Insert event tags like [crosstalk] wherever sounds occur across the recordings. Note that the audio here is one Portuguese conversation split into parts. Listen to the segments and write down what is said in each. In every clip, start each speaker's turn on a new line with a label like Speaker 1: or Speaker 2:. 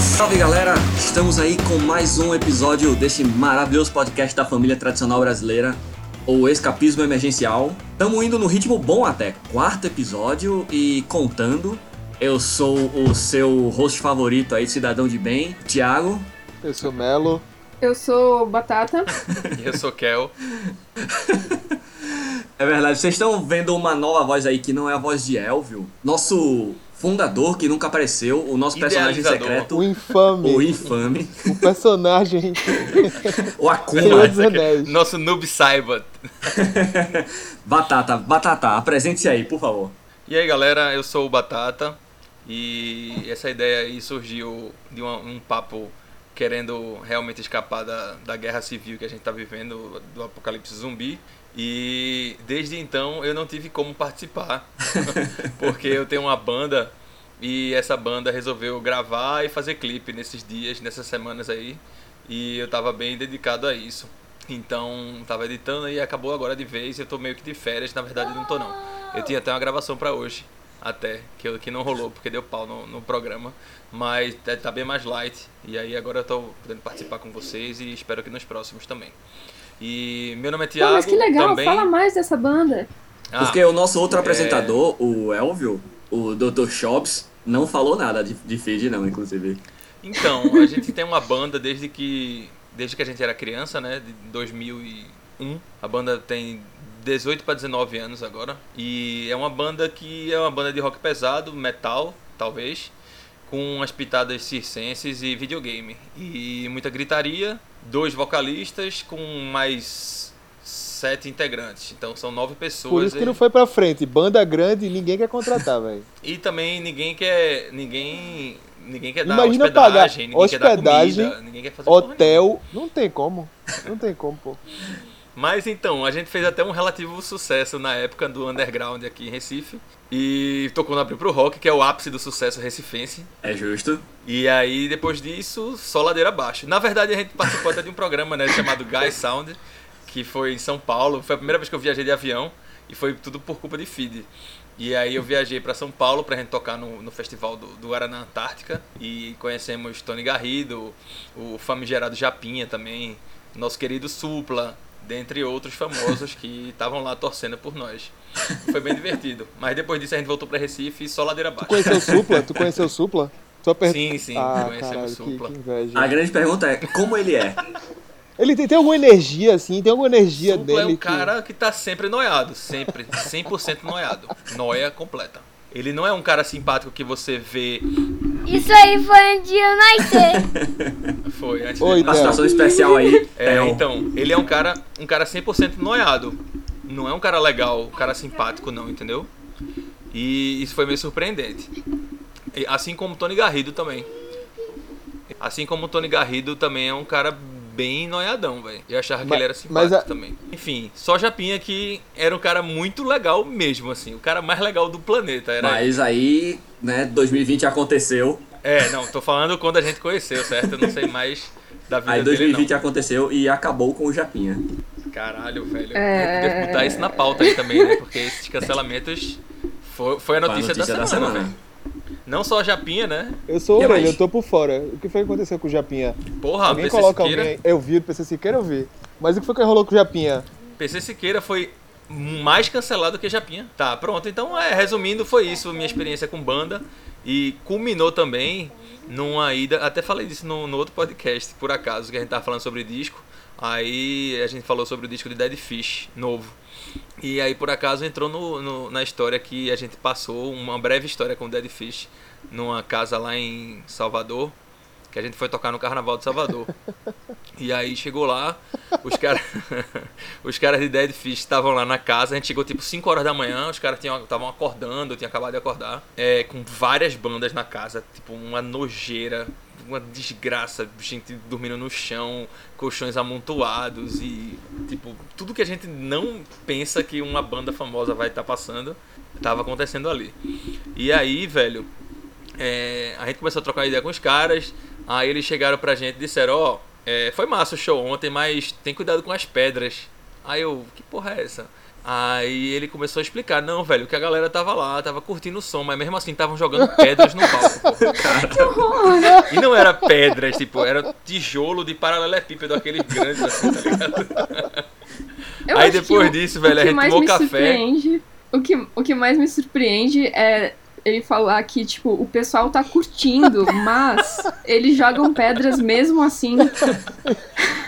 Speaker 1: Salve galera! Estamos aí com mais um episódio desse maravilhoso podcast da família tradicional brasileira, o Escapismo Emergencial. Estamos indo no ritmo bom até, quarto episódio e contando. Eu sou o seu host favorito aí, cidadão de bem, Thiago.
Speaker 2: Eu sou Melo.
Speaker 3: Eu sou Batata.
Speaker 4: E eu sou Kel.
Speaker 1: É verdade, vocês estão vendo uma nova voz aí que não é a voz de Elvio, nosso fundador que nunca apareceu, o nosso personagem
Speaker 4: Idealizador.
Speaker 1: secreto,
Speaker 2: O infame.
Speaker 1: o infame, [laughs]
Speaker 2: O
Speaker 4: [laughs]
Speaker 2: personagem.
Speaker 1: o
Speaker 2: Senhor
Speaker 1: Akuma.
Speaker 2: dos Anéis.
Speaker 4: Nosso noob Saiba.
Speaker 1: Batata, Batata, apresente-se aí, por favor.
Speaker 4: E aí galera, eu sou o Batata e essa ideia aí surgiu de uma- um papo querendo realmente escapar da, da guerra civil que a gente tá vivendo, do apocalipse zumbi. E desde então eu não tive como participar, [laughs] porque eu tenho uma banda e essa banda resolveu gravar e fazer clipe nesses dias, nessas semanas aí. E eu tava bem dedicado a isso. Então, tava editando e acabou agora de vez. Eu tô meio que de férias, na verdade não tô não. Eu tinha até uma gravação pra hoje, até, que, eu- que não rolou porque deu pau no, no programa. Mas tá- tá bem mais light. E aí agora eu tô podendo participar com vocês e espero que nos próximos também. E meu nome é
Speaker 3: Pô,
Speaker 4: Thiago.
Speaker 3: mas que legal,
Speaker 4: também...
Speaker 3: fala mais dessa banda.
Speaker 4: Ah,
Speaker 1: Porque o nosso outro
Speaker 4: é.
Speaker 1: apresentador, o Elvio, o Dr. Shops, não falou nada de, de feed, não, inclusive.
Speaker 4: Então, a gente tem uma banda desde que desde que a gente era criança, né, de 2001. A banda tem 18 para 19 anos agora e é uma banda que é uma banda de rock pesado, metal, talvez, com umas pitadas circenses e videogame e muita gritaria, dois vocalistas com mais sete integrantes. Então são nove pessoas.
Speaker 2: Por isso que
Speaker 4: e-
Speaker 2: não foi pra frente. Banda grande, ninguém quer contratar, velho.
Speaker 4: e também ninguém quer. Ninguém. Ninguém quer dar
Speaker 2: Imagina
Speaker 4: hospedagem,
Speaker 2: pagar
Speaker 4: ninguém
Speaker 2: hospedagem,
Speaker 4: quer dar comida, ninguém quer fazer porra nenhuma.
Speaker 2: Hotel. Não tem como. Não tem como, pô.
Speaker 4: Mas então, a gente fez até um relativo sucesso na época do underground aqui em Recife. E tocou na Abril pro Rock, que é o ápice do sucesso recifense.
Speaker 1: É justo.
Speaker 4: E aí, depois disso, só ladeira abaixo. Na verdade, a gente participou até de um programa, né, chamado Guy Sound, que foi em São Paulo. Foi a primeira vez que eu viajei de avião e foi tudo por culpa de feed. E aí eu viajei para São Paulo pra gente tocar no, no festival do, do Guaraná Antártica e conhecemos Tony Garrido, o famigerado Japinha também, nosso querido Supla, dentre outros famosos que estavam lá torcendo por nós. Foi bem divertido. Mas depois disso a gente voltou pra Recife e só ladeira
Speaker 2: Tu
Speaker 4: abaixo.
Speaker 2: conheceu o Supla? Tu conheceu o Supla? Só per...
Speaker 4: Sim, sim,
Speaker 2: ah,
Speaker 4: conhecemos
Speaker 2: caralho,
Speaker 4: o Supla.
Speaker 2: Que, que inveja.
Speaker 1: A grande pergunta é, como ele
Speaker 2: [laughs]
Speaker 1: é?
Speaker 2: Ele tem, tem alguma energia, assim, tem alguma energia
Speaker 4: Supla
Speaker 2: dele.
Speaker 4: é
Speaker 2: que-
Speaker 4: um cara que tá sempre noiado, sempre, 100% noiado. Noia completa. Ele não é um cara simpático que você vê.
Speaker 5: Isso aí foi um antes de eu nascer.
Speaker 4: Foi antes
Speaker 2: Oi,
Speaker 4: dele
Speaker 1: Uma
Speaker 2: Theo.
Speaker 1: situação especial aí.
Speaker 4: É,
Speaker 1: Theo.
Speaker 4: então, ele é um cara, um cara 100% noiado. Não é um cara legal, um cara simpático não, entendeu? E isso foi meio surpreendente. E assim como o Tony Garrido também. Assim como o Tony Garrido também é um cara bem noiadão, velho. Eu achava que
Speaker 2: Mas-
Speaker 4: ele era
Speaker 2: mas
Speaker 4: simpático
Speaker 2: a-
Speaker 4: também. Enfim, só Japinha que era um cara muito legal mesmo, assim. O cara mais legal do planeta. Era
Speaker 1: Mas aí, né, 2020 aconteceu.
Speaker 4: É, não, tô falando quando a gente conheceu, certo? Eu não sei mais da vida
Speaker 1: Aí
Speaker 4: dele, não.
Speaker 1: 2020 aconteceu e acabou com o Japinha.
Speaker 4: Caralho, velho.
Speaker 3: É.
Speaker 4: Eu devia botar isso na pauta aí também, né? Porque esses cancelamentos foi, foi a
Speaker 1: Foi a
Speaker 4: notícia, da, semana, velho. Não só a Japinha, né?
Speaker 2: Eu sou
Speaker 1: E
Speaker 2: orelha,
Speaker 1: mais?
Speaker 2: eu tô por fora. O que foi que aconteceu com o Japinha?
Speaker 4: Porra,
Speaker 2: alguém
Speaker 4: PC
Speaker 2: coloca
Speaker 4: Siqueira.
Speaker 2: alguém. Eu vi, o PC Siqueira, eu vi. Mas o que foi que rolou com o Japinha?
Speaker 4: PC Siqueira foi mais cancelado que a Japinha. Tá, pronto. Então, é, resumindo, foi isso minha experiência com banda. E culminou também numa ida. Até falei disso no, no outro podcast, por acaso, que a gente tava falando sobre disco. Aí a gente falou sobre o disco de Dead Fish, novo. E aí, por acaso, entrou no- no- na história que a gente passou, uma breve história com o Dead Fish, numa casa lá em Salvador, que a gente foi tocar no Carnaval de Salvador. E aí chegou lá, os caras [laughs] os caras de Dead Fish estavam lá na casa, a gente chegou tipo 5 horas da manhã, os caras tinham- estavam acordando, eu tinha acabado de acordar, é, com várias bandas na casa, tipo uma nojeira, uma desgraça, gente dormindo no chão, colchões amontoados e tipo, tudo que a gente não pensa que uma banda famosa vai estar passando, tava acontecendo ali. E aí, velho, é, a gente começou a trocar ideia com os caras. Aí eles chegaram pra gente e disseram: Ó, é, foi massa o show ontem, mas tem cuidado com as pedras. Aí eu, que porra é essa? Aí ele começou a explicar, não, velho, que a galera tava lá, tava curtindo o som, mas mesmo assim estavam jogando
Speaker 3: [laughs]
Speaker 4: pedras no palco, pô. E não era pedras, tipo, era tijolo de paralelepípedo, aquele grande, assim, tá ligado?
Speaker 3: Eu
Speaker 4: Aí
Speaker 3: acho que
Speaker 4: depois
Speaker 3: o-
Speaker 4: disso, velho, a
Speaker 3: o que
Speaker 4: gente
Speaker 3: mais
Speaker 4: tomou
Speaker 3: me
Speaker 4: café.
Speaker 3: surpreende, o que, o que mais me surpreende é ele falar que, tipo, o pessoal tá
Speaker 4: [laughs]
Speaker 3: curtindo, mas eles jogam pedras mesmo assim.
Speaker 4: [laughs]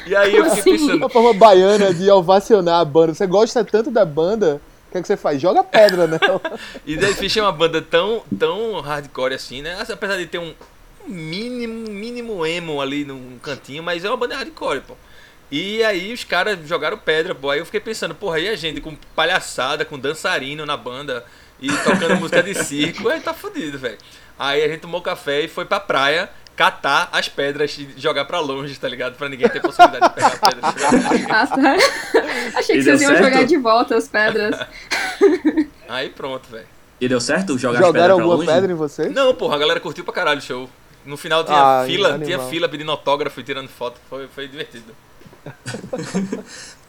Speaker 4: E aí eu
Speaker 3: Como
Speaker 4: fiquei
Speaker 3: [laughs] assim?
Speaker 4: pensando,
Speaker 2: Uma forma baiana de ovacionar a banda. Você gosta tanto da banda, o que, é que você faz? Joga pedra, né?
Speaker 4: E Dead Fish é uma banda tão, tão hardcore assim, né? Assim, Apesar de ter um mínimo, um mínimo emo ali num cantinho, mas é uma banda hardcore, pô. E aí os caras jogaram pedra, pô. Aí eu fiquei pensando, porra, aí a gente com palhaçada, com dançarino na banda e tocando [laughs] música de circo, aí tá fudido, velho. Aí a gente tomou café e foi pra praia catar as pedras e jogar pra longe, tá ligado? Pra ninguém ter possibilidade de pegar a pedra.
Speaker 3: [laughs]
Speaker 4: e jogar.
Speaker 3: Ah, tá. Achei
Speaker 1: E
Speaker 3: que
Speaker 1: deu
Speaker 3: vocês iam
Speaker 1: certo?
Speaker 3: jogar de volta as pedras.
Speaker 4: Aí pronto, velho.
Speaker 1: E deu certo jogar as pedras
Speaker 2: Jogaram
Speaker 1: pra
Speaker 2: alguma
Speaker 1: longe?
Speaker 2: pedra em você?
Speaker 4: Não, porra, a galera curtiu pra caralho o show. No final tinha
Speaker 2: Ai,
Speaker 4: fila,
Speaker 2: animal.
Speaker 4: tinha fila pedindo autógrafo e tirando foto, foi, foi divertido.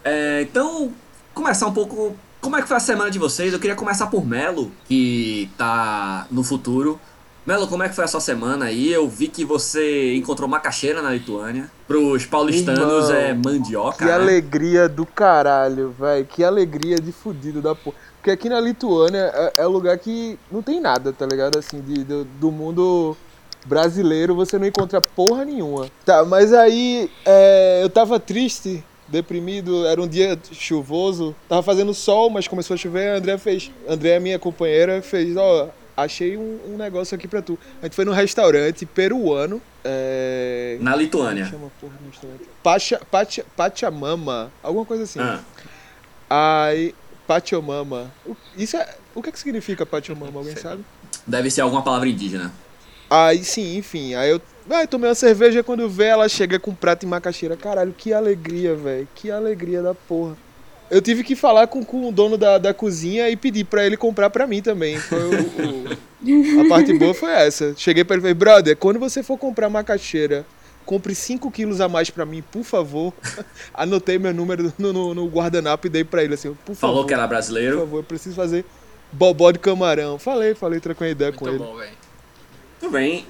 Speaker 1: É, então, começar um pouco. Como é que foi a semana de vocês? Eu queria começar por Melo, que tá no futuro. Melo, como é que foi a sua semana aí? Eu vi que você encontrou macaxeira na Lituânia. Pros paulistanos
Speaker 2: Irmão,
Speaker 1: é mandioca.
Speaker 2: Que
Speaker 1: né?
Speaker 2: alegria do caralho, velho. Que alegria de fudido da porra. Porque aqui na Lituânia é, é um lugar que não tem nada, tá ligado? Assim, de, do, do mundo brasileiro você não encontra porra nenhuma. Tá, mas aí é, eu tava triste, deprimido, era um dia chuvoso. Tava fazendo sol, mas começou a chover. A Andrea fez. Andrea, minha companheira, fez: Ó, achei um, um negócio aqui pra tu. A gente foi num restaurante peruano. É,
Speaker 1: Na Lituânia.
Speaker 2: Chama a porra do restaurante. Pacha, pacha, Pachamama, alguma coisa assim.
Speaker 1: Ah,
Speaker 2: Ai, Pachamama. O- Isso é, o que é que significa Pachamama, alguém
Speaker 4: Sei.
Speaker 2: sabe?
Speaker 1: deve ser alguma palavra indígena.
Speaker 2: Aí sim, enfim, aí eu, ah, eu tomei uma cerveja quando vê ela chega com um prato e macaxeira. Caralho, que alegria, velho. Que alegria da porra. Eu tive que falar com, com o dono da, da cozinha e pedir pra ele comprar pra mim também. Foi o- o- a parte boa foi essa. Cheguei pra ele e falei, brother, quando você for comprar macaxeira, compre 5 quilos a mais pra mim, por favor. [laughs] Anotei meu número no, no- no guardanapo e dei pra ele assim, por favor.
Speaker 1: Falou que era
Speaker 2: Por
Speaker 1: brasileiro.
Speaker 2: favor, eu preciso fazer bobó de camarão. Falei, falei, troquei uma ideia com
Speaker 4: Muito
Speaker 2: ele.
Speaker 4: bom, velho.
Speaker 1: Muito bem,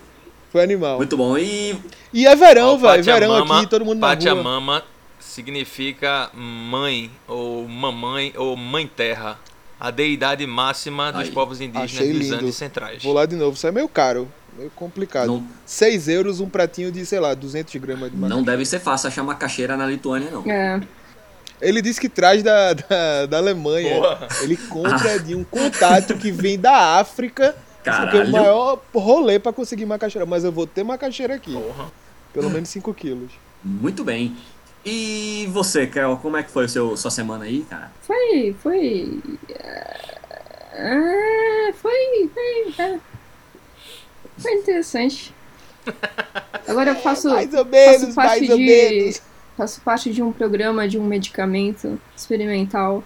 Speaker 2: Foi animal.
Speaker 1: muito bom. E
Speaker 2: E é verão,
Speaker 4: Ó,
Speaker 2: velho. Verão
Speaker 4: Pachamama-
Speaker 2: aqui, todo mundo na rua.
Speaker 4: Pachamama significa mãe, ou mamãe, ou mãe terra. A deidade máxima dos
Speaker 1: Aí.
Speaker 4: povos indígenas
Speaker 2: Achei
Speaker 4: dos
Speaker 2: lindo.
Speaker 4: Andes Centrais.
Speaker 2: Vou lá de novo. Isso é meio caro. Meio complicado.
Speaker 1: não,
Speaker 2: 6 euros um pratinho de, sei lá, 200 gramas de macaxeira.
Speaker 1: não deve ser fácil achar macaxeira na Lituânia, não.
Speaker 3: É.
Speaker 2: Ele disse que traz da, [laughs] da, da Alemanha.
Speaker 4: Porra.
Speaker 2: Ele compra de um contato que vem da África. Porque é
Speaker 1: Caralho.
Speaker 2: o maior rolê pra conseguir macaxeira. Mas eu vou ter macaxeira aqui.
Speaker 4: Porra.
Speaker 2: Pelo menos 5 quilos.
Speaker 1: Muito bem. E você, Kel, como é que foi o seu, sua semana aí, cara?
Speaker 3: Foi, foi. É, foi, foi. é. Foi interessante. Agora eu faço,
Speaker 2: Mais ou
Speaker 3: faço
Speaker 2: menos, mais
Speaker 3: parte
Speaker 2: ou
Speaker 3: de.
Speaker 2: menos.
Speaker 3: Faço parte de um programa de um medicamento experimental.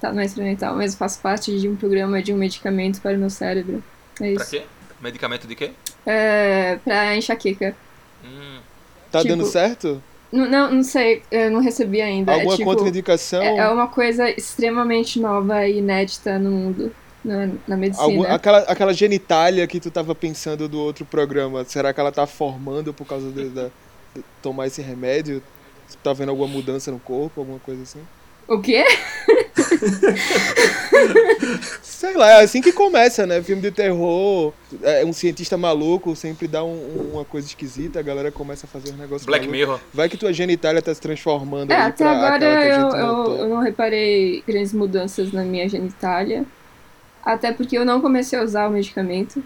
Speaker 3: Tá, não é experimental, mas faço parte de um programa de um medicamento para o meu cérebro. É
Speaker 4: Pra
Speaker 3: isso.
Speaker 4: quê? Medicamento de quê?
Speaker 3: É, pra enxaqueca.
Speaker 4: Hum,
Speaker 2: Tá
Speaker 3: Tipo,
Speaker 2: dando certo?
Speaker 3: Não, não, não sei, eu não recebi ainda. É
Speaker 2: Alguma
Speaker 3: tipo-
Speaker 2: contraindicação?
Speaker 3: É, é uma coisa extremamente nova e inédita no mundo, na, na medicina.
Speaker 2: Algum- aquela, aquela genitália que tu tava pensando do outro programa, será que ela tá formando por causa de, da- de tomar esse remédio? Tu tá vendo alguma mudança no corpo, alguma coisa assim?
Speaker 3: O quê?
Speaker 2: Sei lá, é assim que começa, né? Filme de terror, é um cientista maluco, sempre dá um- um- uma coisa esquisita, a galora começa a fazer um negócio
Speaker 4: Black
Speaker 2: maluco.
Speaker 4: Mirror.
Speaker 2: Vai que tua genitália tá se transformando
Speaker 3: É,
Speaker 2: ali
Speaker 3: até
Speaker 2: pra
Speaker 3: agora
Speaker 2: aquela que a
Speaker 3: eu,
Speaker 2: gente
Speaker 3: eu,
Speaker 2: montou.
Speaker 3: eu não reparei grandes mudanças na minha genitália. Até porque eu não comecei a usar o medicamento.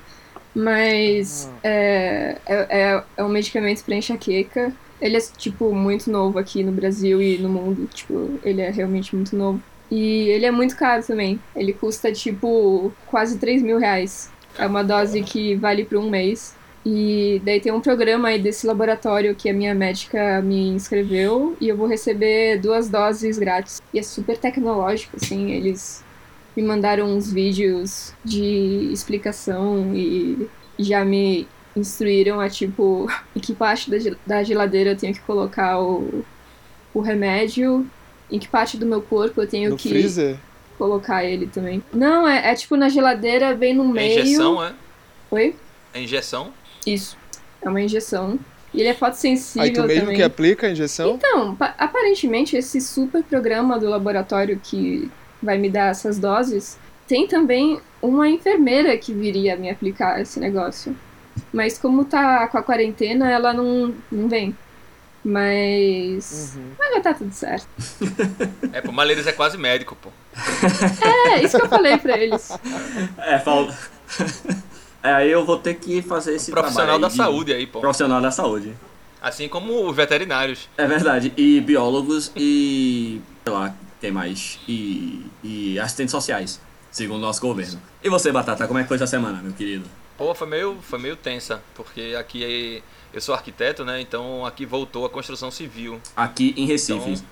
Speaker 3: Mas
Speaker 2: Ah.
Speaker 3: é, é, é, é um medicamento pra enxaqueca. Ele é, tipo, muito novo aqui no Brasil e no mundo. Tipo, ele é realmente muito novo. E ele é muito caro também. Ele custa, tipo, quase 3 mil reais. É uma dose que vale por um mês. E daí tem um programa aí desse laboratório que a minha médica me inscreveu e eu vou receber duas doses grátis. E é super tecnológico, assim, eles me mandaram uns vídeos de explicação e já me instruíram a tipo [laughs] em que parte da gel- da geladeira eu tenho que colocar o, o remédio, em que parte do meu corpo eu tenho
Speaker 2: No
Speaker 3: que.
Speaker 2: freezer?
Speaker 3: colocar ele também. Não, é, é tipo na geladeira, bem no
Speaker 4: É
Speaker 3: meio.
Speaker 4: injeção, é?
Speaker 3: Oi?
Speaker 4: É injeção?
Speaker 3: Isso. É uma injeção. E ele é fotossensível
Speaker 2: Aí tu mesmo
Speaker 3: também.
Speaker 2: que aplica a injeção?
Speaker 3: Então, pa- aparentemente, esse super programa do laboratório que vai me dar essas doses tem também uma enfermeira que viria me aplicar esse negócio. Mas como tá com a quarentena, ela não, não vem. Mas.
Speaker 2: Uhum.
Speaker 3: Mas vai tá tudo certo.
Speaker 4: É, pô, Maleiros é quase médico, pô.
Speaker 3: É, isso que eu falei pra eles.
Speaker 1: É, falta. [laughs] é, aí eu vou ter que fazer esse
Speaker 4: Profissional
Speaker 1: trabalho
Speaker 2: tá
Speaker 4: da
Speaker 1: aí de-
Speaker 4: saúde aí, pô.
Speaker 1: Profissional da saúde.
Speaker 4: Assim como os veterinários.
Speaker 1: É verdade. E biólogos e. sei lá, tem mais. E, e assistentes sociais, segundo o nosso governo. E você, Batata, como é que foi essa semana, meu querido?
Speaker 4: Pô, foi meio, foi meio tensa, porque aqui é- eu sou arquiteto, né? Então aqui voltou a construção civil.
Speaker 1: Aqui em Recife.
Speaker 4: Então,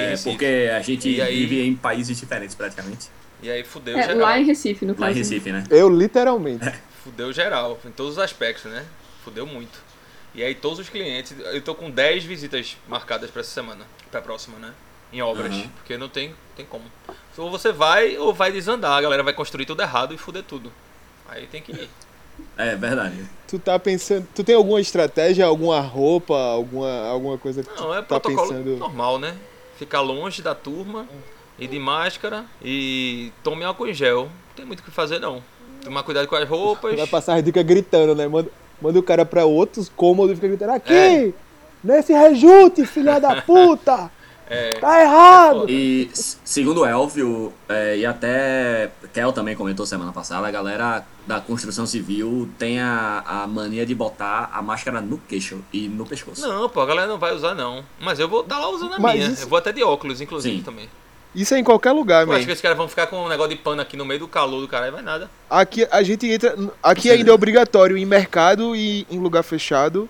Speaker 4: em
Speaker 1: é,
Speaker 4: Recife.
Speaker 1: porque a gente
Speaker 4: E aí?
Speaker 1: vive em países diferentes, praticamente.
Speaker 4: E aí fudeu
Speaker 3: É,
Speaker 4: geral.
Speaker 3: lá em Recife, no
Speaker 1: Lá em
Speaker 3: caso.
Speaker 1: Recife, né?
Speaker 2: Eu literalmente.
Speaker 4: Fudeu geral, em todos os aspectos, né? Fudeu muito. E aí todos os clientes, eu tô com 10 visitas marcadas pra essa semana, pra próxima, né? Em obras,
Speaker 1: Uhum.
Speaker 4: porque não tem, tem como. Ou você vai ou vai desandar, a galera vai construir tudo errado e fuder tudo. Aí tem que ir.
Speaker 1: É verdade.
Speaker 2: Tu tá pensando. Tu tem alguma estratégia, alguma roupa, alguma, alguma coisa que tu
Speaker 4: Não, é
Speaker 2: tá
Speaker 4: protocolo
Speaker 2: pensando.
Speaker 4: normal, né? Ficar longe da turma e de máscara e tome álcool em gel. Não tem muito o que fazer não. Tomar cuidado com as roupas.
Speaker 2: Tu vai passar as dicas gritando, né? Manda, manda o cara pra outros cômodos e fica gritando: aqui!
Speaker 4: É.
Speaker 2: Nesse rejunte, filha da puta!
Speaker 4: [laughs] É,
Speaker 2: Tá errado!
Speaker 1: E s- segundo o Elvio, é, e até Kel também comentou semana passada, a galera da construção civil tem a, a mania de botar a máscara no queixo e no pescoço.
Speaker 4: Não, pô, a galera não vai usar não. Mas eu vou estar lá usando a
Speaker 2: Mas
Speaker 4: minha.
Speaker 2: isso-
Speaker 4: Eu vou até de óculos, inclusive,
Speaker 1: Sim.
Speaker 4: também.
Speaker 2: Isso é em qualquer lugar,
Speaker 4: Eu acho
Speaker 2: man.
Speaker 4: que esses caras vão ficar com um negócio de pano aqui no meio do calor do caralho, vai nada.
Speaker 2: Aqui a gente entra. Aqui ainda é obrigatório em mercado e em lugar fechado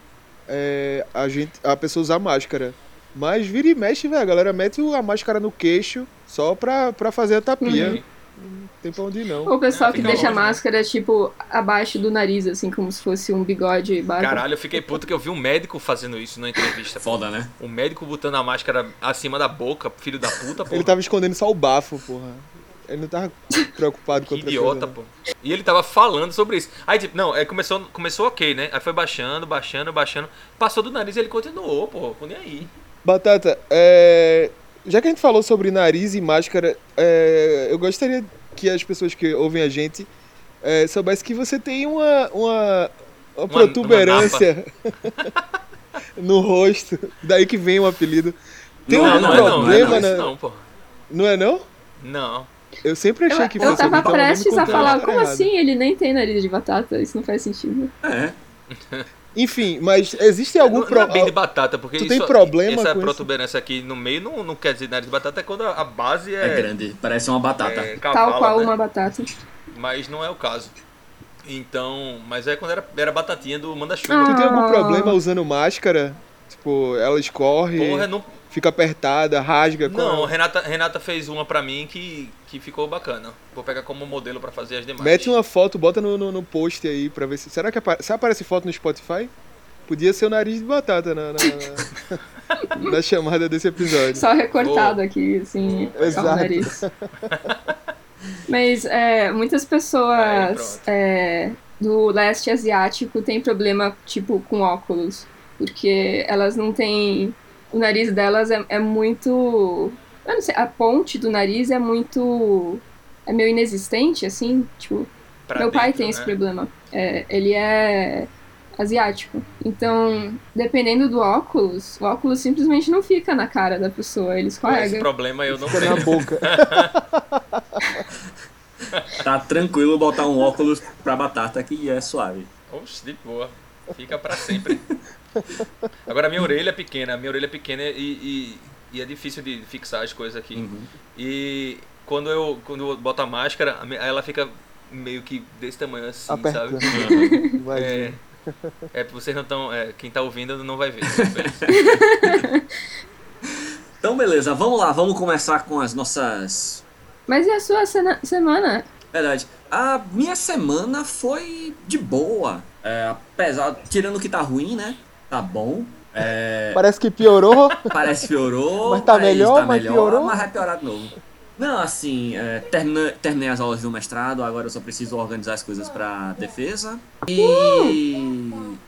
Speaker 2: é, a, gente, a pessoa usar máscara. Mas vira e mexe, velho. A galera mete a máscara no queixo só pra, pra fazer a tapia.
Speaker 4: Uhum.
Speaker 2: Não tem pra onde ir, não.
Speaker 3: Ou o pessoal
Speaker 4: É,
Speaker 3: que
Speaker 4: fica
Speaker 3: deixa a
Speaker 4: longe, né?
Speaker 3: máscara, tipo, abaixo do nariz, assim, como se fosse um bigode barba.
Speaker 4: Caralho, eu fiquei puto que eu vi um médico fazendo isso na entrevista. pô.
Speaker 1: Foda, né?
Speaker 4: O médico botando a máscara acima da boca, filho da puta, pô.
Speaker 2: Ele tava escondendo só o bafo, porra. Ele não tava preocupado
Speaker 4: Que
Speaker 2: com outra
Speaker 4: idiota,
Speaker 2: coisa. não.
Speaker 4: pô. E ele tava falando sobre isso. Aí, tipo, não, aí começou, começou ok, né? Aí foi baixando, baixando, baixando. Passou do nariz e ele continuou, pô. com Nem aí.
Speaker 2: Batata, é, já que a gente falou sobre nariz e máscara, é, eu gostaria que as pessoas que ouvem a gente é, soubessem que você tem uma, uma, uma protuberância [laughs] no rosto, daí que vem o apelido. Tem
Speaker 1: Não,
Speaker 2: algum
Speaker 1: não é não, não é
Speaker 2: problema,
Speaker 1: não,
Speaker 4: isso
Speaker 2: né?
Speaker 4: não, pô.
Speaker 2: Não é não?
Speaker 4: Não.
Speaker 2: Eu sempre achei
Speaker 3: Eu,
Speaker 2: que
Speaker 3: eu
Speaker 2: fosse.
Speaker 3: tava
Speaker 2: então, não me
Speaker 3: prestes a
Speaker 2: contaram
Speaker 3: falar,
Speaker 2: nada
Speaker 3: como
Speaker 2: errado."
Speaker 3: assim? Ele nem tem nariz de batata, isso não faz sentido.
Speaker 1: É.
Speaker 2: Enfim, mas existe algum
Speaker 4: não, não é bem de
Speaker 2: problema.
Speaker 4: batata, porque
Speaker 2: Tu
Speaker 4: isso,
Speaker 2: tem problema
Speaker 4: essa
Speaker 2: com isso?
Speaker 4: protuberância aqui no meio não, não quer dizer nariz de batata, é quando a a base
Speaker 1: É
Speaker 4: é,
Speaker 1: grande, parece uma batata.
Speaker 4: é
Speaker 3: Tal
Speaker 4: cavalo,
Speaker 3: qual
Speaker 4: né?
Speaker 3: uma batata.
Speaker 4: mas não é o caso. Então, mas é quando era, era batatinha do
Speaker 2: Tu
Speaker 4: manda-chuva.
Speaker 2: tem algum
Speaker 3: Ah.
Speaker 2: problema usando máscara? Tipo, ela escorre,
Speaker 4: Porra, não,
Speaker 2: fica apertada, rasga. qual é?
Speaker 4: não Renata, Renata fez uma pra mim que, que ficou bacana. Vou pegar como modelo pra fazer as demais.
Speaker 2: Mete uma foto, bota no, no, no post aí pra ver se. Será que apa- se aparece foto no Spotify? Podia ser o nariz de batata na, na, na- [laughs] na chamada desse episódio.
Speaker 3: Só recortado aqui, assim,
Speaker 2: Exato.
Speaker 3: só o nariz. Mas é, muitas
Speaker 4: Aí,
Speaker 3: pessoas
Speaker 4: pronto.
Speaker 3: é, do leste asiático têm problema, tipo, com óculos. Porque elas não têm... O nariz delas é, é muito... Eu não sei, a ponte do nariz é muito... É meio inexistente, assim, tipo...
Speaker 4: Pra
Speaker 3: Meu pai
Speaker 4: dentro,
Speaker 3: tem esse
Speaker 4: né?
Speaker 3: problema. É, ele é asiático. Então, dependendo do óculos, o óculos simplesmente não fica na cara da pessoa, ele
Speaker 4: Esse
Speaker 3: escorrega.
Speaker 4: problema eu não
Speaker 2: Fica na
Speaker 4: tenho.
Speaker 2: boca.
Speaker 1: Tá tranquilo botar um óculos pra batata que é suave.
Speaker 4: Oxe, de boa. Fica pra sempre. Agora, minha orelha é pequena. Minha orelha é pequena e, e, e é difícil de fixar as coisas aqui.
Speaker 2: Uhum.
Speaker 4: E quando eu, quando eu boto a máscara, a mi- ela fica meio que desse tamanho assim,
Speaker 2: Apertando.
Speaker 4: sabe?
Speaker 2: Imagina.
Speaker 4: É, é, vocês não estão. quem tá ouvindo
Speaker 2: [laughs]
Speaker 4: não vai ver.
Speaker 2: Tá
Speaker 1: Então, beleza, vamos lá, vamos começar com as nossas.
Speaker 3: Mas e a sua sena- semana?
Speaker 1: Verdade. A minha semana foi de boa. É, apesar, tirando que tá ruim, né? Tá bom. É,
Speaker 2: Parece que piorou.
Speaker 1: parece que piorou.
Speaker 2: [laughs]
Speaker 1: é
Speaker 2: Mas tá melhor, mas piorou.
Speaker 1: Mas vai piorar é de novo. Não, assim, é, termina- terminei as aulas do mestrado, agora eu só preciso organizar as coisas pra defesa. E. O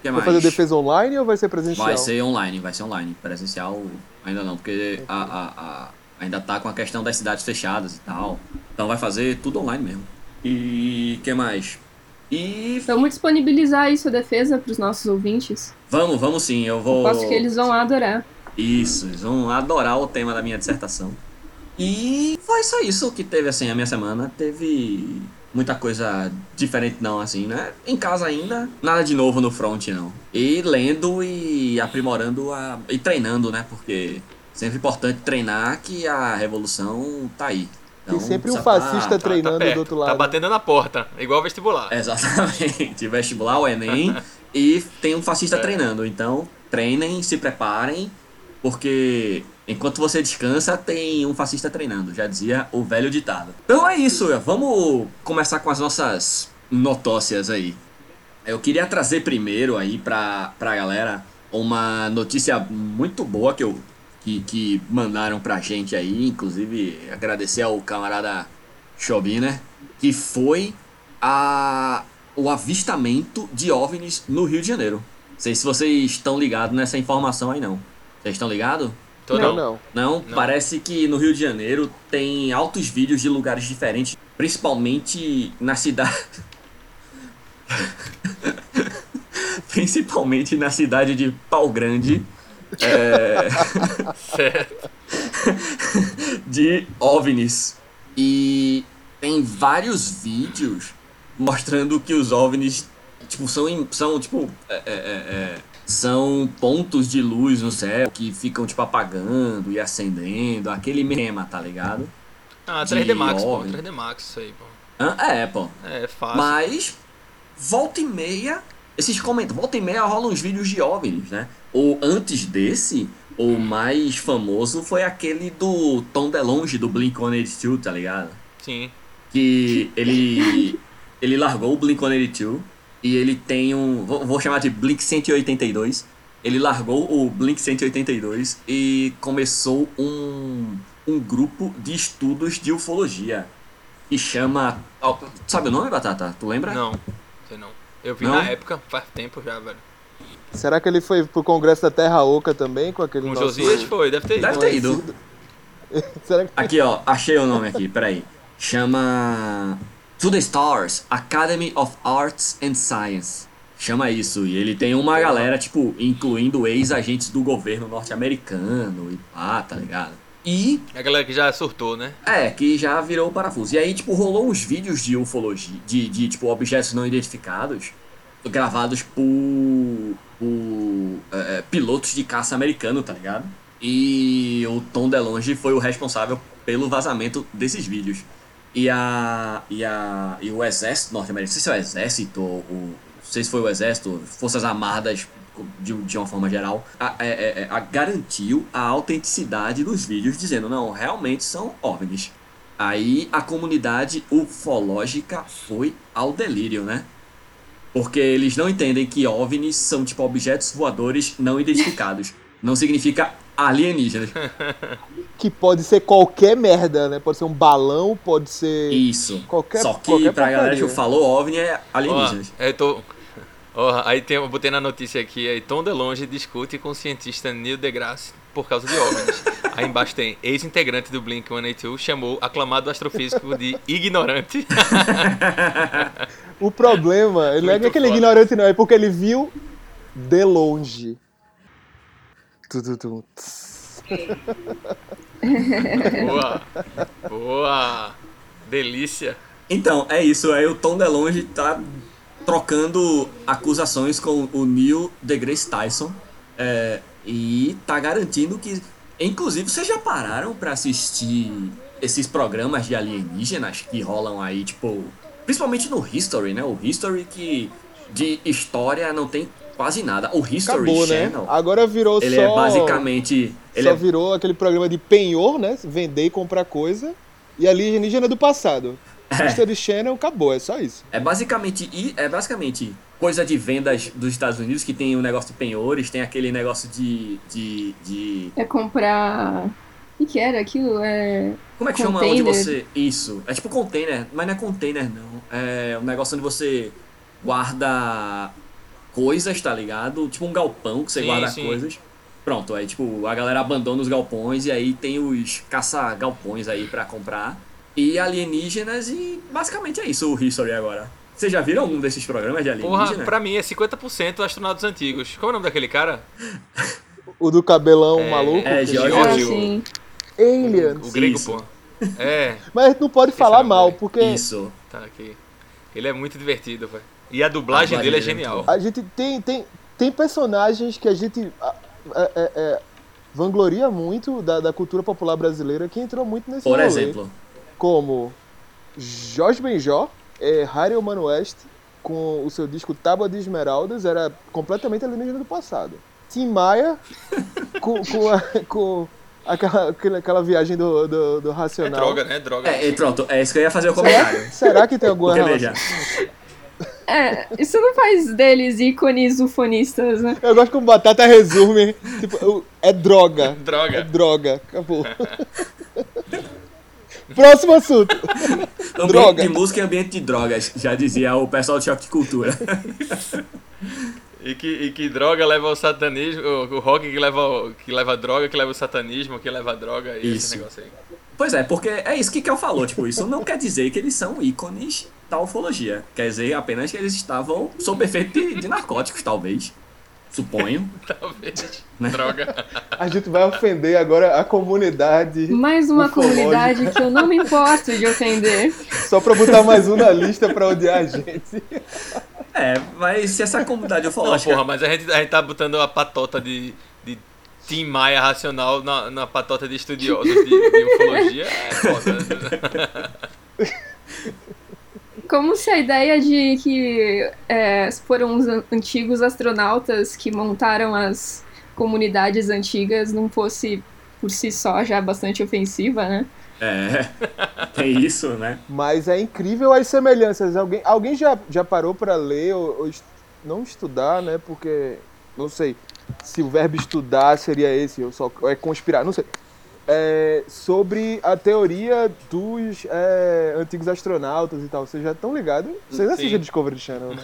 Speaker 1: que
Speaker 2: Vai
Speaker 1: mais?
Speaker 2: fazer defesa online ou vai ser presencial?
Speaker 1: Vai ser online, vai ser online. Presencial ainda não, porque a, a- a- ainda tá com a questão das cidades fechadas e tal. Então vai fazer tudo online mesmo. E que mais? E
Speaker 3: Vamos disponibilizar isso, a defesa, pros nossos ouvintes.
Speaker 1: vamos, vamos sim, eu vou.
Speaker 3: Posso que eles vão adorar.
Speaker 1: Isso, eles vão adorar o tema da minha dissertação. E foi só isso que teve assim a minha semana. Teve muita coisa diferente não, assim, né? Em casa ainda, nada de novo no front não. E lendo e aprimorando a... e treinando, né? Porque sempre importante treinar que a revolução tá aí.
Speaker 2: Tem sempre um
Speaker 1: só tá-
Speaker 2: fascista
Speaker 1: tá-
Speaker 2: treinando
Speaker 4: perto,
Speaker 2: do outro lado. É.
Speaker 4: Tá batendo na porta, igual vestibular.
Speaker 1: Exatamente, vestibular, o Enem, e tem um fascista treinando. Então, treinem, se preparem, porque enquanto você descansa, tem um fascista treinando, já dizia o velho ditado. Então é isso, vamos começar com as nossas notócias aí. Eu queria trazer primeiro aí pra, pra galera uma notícia muito boa que eu que, que mandaram pra gente aí, inclusive agradecer ao camarada Chobin, né? Que foi a, o avistamento de OVNIs no Rio de Janeiro. Não sei se vocês estão ligados nessa informação aí, não. Vocês estão ligados?
Speaker 4: Tô
Speaker 2: não,
Speaker 4: não.
Speaker 2: não.
Speaker 1: Não,
Speaker 4: Não.
Speaker 1: parece que no Rio de Janeiro tem altos vídeos de lugares diferentes, principalmente na cidade. [laughs] principalmente na cidade de Pau Grande. é,
Speaker 4: Certo.
Speaker 1: de OVNIs. E tem vários vídeos mostrando que os OVNIs tipo, são, em- são tipo, é, é, é, é, são pontos de luz no céu que ficam, tipo, apagando e acendendo, aquele mema, tá ligado?
Speaker 4: Ah,
Speaker 1: De
Speaker 4: 3D Max, pô.
Speaker 1: homem.
Speaker 4: 3D Max, isso aí, pô.
Speaker 1: Hã? É, pô.
Speaker 4: É fácil.
Speaker 1: Mas, volta e meia, esses comentários, volta e meia rolam uns vídeos de OVNIs, né? Ou antes desse, o mais famoso foi aquele do Tom DeLonge, do Blink-182, tá ligado?
Speaker 4: Sim.
Speaker 1: que ele ele largou o Blink-182 e ele tem um, vou vou chamar de Blink 182. Ele largou o Blink 182 e começou um um grupo de estudos de ufologia que chama, ó, sabe o nome, Batata? Tu lembra?
Speaker 4: Não, sei não. Eu vi
Speaker 1: Não?
Speaker 4: na época, faz tempo já, velho.
Speaker 2: Será que ele foi pro Congresso da Terra Oca também com aquele
Speaker 4: Com o
Speaker 2: nosso...
Speaker 4: Josias foi, deve ter ido.
Speaker 1: Deve ter ido.
Speaker 2: Será que...
Speaker 1: Aqui, ó, achei o nome aqui, peraí. Chama To the Stars, Academy of Arts and Science. Chama isso. E ele tem uma galera, tipo, incluindo ex-agentes do governo norte-americano e pá, tá ligado? E
Speaker 4: É a galera que já surtou, né?
Speaker 1: é, que já virou o parafuso. E aí, tipo, rolou uns vídeos de ufologia, de, de tipo, objetos não identificados, gravados por, por é, é, pilotos de caça americano, tá ligado? E o Tom DeLonge foi o responsável pelo vazamento desses vídeos. E a. E, a, e o exército norte-americano, não sei se é o exército ou. ou- Não sei se foi o exército, Forças Armadas, de, de uma forma geral, a- é- é- é, a- garantiu a autenticidade dos vídeos, dizendo, não, realmente são OVNIs. Aí a comunidade ufológica foi ao delírio, né? Porque eles não entendem que OVNIs são tipo objetos voadores não identificados. Não significa alienígenas.
Speaker 2: que pode ser qualquer merda, né? Pode ser um balão, pode ser...
Speaker 1: Isso.
Speaker 2: Qualquer-
Speaker 1: Só que
Speaker 2: qualquer
Speaker 1: pra galera que
Speaker 2: porcaria.
Speaker 1: falou OVNI é
Speaker 4: Ó,
Speaker 1: alienígenas.
Speaker 4: eu tô. [laughs] Ó, aí tem, eu botei na notícia aqui, aí Tom DeLonge discute com o cientista Neil deGrasse por causa de
Speaker 1: [laughs]
Speaker 4: OVNIs. aí embaixo tem, ex-integrante do Blink-182 chamou aclamado astrofísico
Speaker 1: [laughs]
Speaker 4: de ignorante.
Speaker 2: O problema, ele não é
Speaker 4: Muito
Speaker 2: nem aquele
Speaker 4: foda.
Speaker 2: ignorante não, é porque ele viu de longe. Tu, tu, tu, tss.
Speaker 4: Boa! Boa! Delícia!
Speaker 1: Então, é isso. Aí o Tom DeLonge tá trocando acusações com o Neil deGrasse Tyson. é, e tá garantindo que. Inclusive, vocês já pararam pra assistir esses programas de alienígenas que rolam aí, tipo. Principalmente no History, né? O History que de história não tem quase nada. O History
Speaker 2: Acabou, né?
Speaker 1: Channel,
Speaker 2: Agora virou
Speaker 1: ele
Speaker 2: só...
Speaker 1: é basicamente. Ele
Speaker 2: só
Speaker 1: é
Speaker 2: virou aquele programa de penhor, né? Vender e comprar coisa. E alienígena do passado. History Channel acabou, é só isso.
Speaker 1: É basicamente e é basicamente coisa de vendas dos Estados Unidos que tem o negócio de penhores, tem aquele negócio de de, de
Speaker 3: É comprar O que, que era aquilo? É...
Speaker 1: Como é que chama onde
Speaker 3: Container.
Speaker 1: você. Isso. É tipo container, mas não é container, não. É um negócio onde você guarda coisas, tá ligado? Tipo um galpão que você
Speaker 4: Sim,
Speaker 1: guarda
Speaker 4: sim.
Speaker 1: coisas. Pronto, aí tipo, a galera abandona os galpões e aí tem os caça-galpões aí pra comprar. E alienígenas, e basicamente é isso o History agora. Vocês já viram algum desses programas de alienígena?
Speaker 4: Porra, pra mim é 50% astronautas antigos. Qual é o nome daquele cara?
Speaker 2: O do cabelão maluco.
Speaker 1: é,
Speaker 2: que-
Speaker 1: George-
Speaker 3: Ah,
Speaker 4: Ódio.
Speaker 3: sim.
Speaker 2: Aliens.
Speaker 4: O grego,
Speaker 1: Isso.
Speaker 4: pô. É,
Speaker 2: Mas não pode
Speaker 4: Esse
Speaker 2: falar
Speaker 4: era o
Speaker 2: mal,
Speaker 4: grego.
Speaker 2: porque
Speaker 1: é Isso.
Speaker 4: tá aqui. Ele é muito divertido, velho. E a
Speaker 1: A dublagem
Speaker 4: dublagem dele é
Speaker 1: dele é muito
Speaker 4: genial.
Speaker 2: a gente tem, tem, tem personagens que a gente ah, é, é, é, vangloria muito da, da cultura popular brasileira que entrou muito nesse
Speaker 1: Por
Speaker 2: rolê.
Speaker 1: exemplo.
Speaker 2: Como Jorge Benjó, é, Harry Man West, com o seu disco Tábua de Esmeraldas, era completamente alienígena do passado. Tim
Speaker 1: [laughs]
Speaker 2: Maia, com, com, a, com aquela, aquela- aquela viagem do, do, do
Speaker 4: É
Speaker 2: Racional.
Speaker 4: droga, né? É droga.
Speaker 1: É, e pronto, é isso que eu ia fazer o
Speaker 2: Será
Speaker 1: comentário.
Speaker 2: que, será que tem alguma
Speaker 1: Porque
Speaker 2: relação?
Speaker 1: veja,
Speaker 3: É, isso não faz deles ícones ufonistas, né?
Speaker 2: Eu gosto como batata resume. Tipo, o- é droga. É
Speaker 4: Droga.
Speaker 2: droga. [laughs] Acabou. Próximo assunto.
Speaker 1: ambiente
Speaker 2: Droga.
Speaker 1: de música e ambiente de drogas, já dizia o pessoal do Choque de Cultura. [laughs]
Speaker 4: E que, e que droga leva ao satanismo. O, o rock que leva, ao- que leva a droga, que leva ao satanismo, que leva a droga e
Speaker 1: Isso.
Speaker 4: esse negócio aí. [laughs]
Speaker 1: Pois é, porque é isso que Kel falou, tipo, isso não quer dizer que eles são ícones da ufologia. Quer dizer apenas que eles estavam sob efeito de, de narcóticos, talvez. Suponho.
Speaker 4: Talvez.
Speaker 1: Né?
Speaker 4: Droga.
Speaker 1: [laughs]
Speaker 2: A gente vai ofender agora a comunidade.
Speaker 3: Mais uma
Speaker 2: Ufológico.
Speaker 3: comunidade que eu não me importo de
Speaker 4: [laughs]
Speaker 3: ofender.
Speaker 2: Só pra botar mais um na lista pra odiar a gente.
Speaker 1: É, mas se essa comunidade
Speaker 4: Não,
Speaker 1: ufológica.
Speaker 4: porra, mas a gente, a gente tá botando a patota de, de Tim Maia racional na, na patota de estudiosos de, de
Speaker 1: [laughs]
Speaker 4: ufologia. É foda.
Speaker 3: Como se a ideia de que é, foram os an- antigos astronautas que montaram as comunidades antigas não fosse por si só já bastante ofensiva, né?
Speaker 1: É. [laughs] Tem isso, né?
Speaker 2: Mas é incrível as semelhanças. Alguém, alguém já, já parou pra ler ou, ou est- não estudar, né? Porque, não sei, se o verbo estudar seria esse, ou só ou é conspirar, não sei. É, sobre a teoria dos é, antigos astronautas e tal. Vocês já estão ligados? Vocês
Speaker 4: Sim.
Speaker 2: assistem Discovery Channel, né?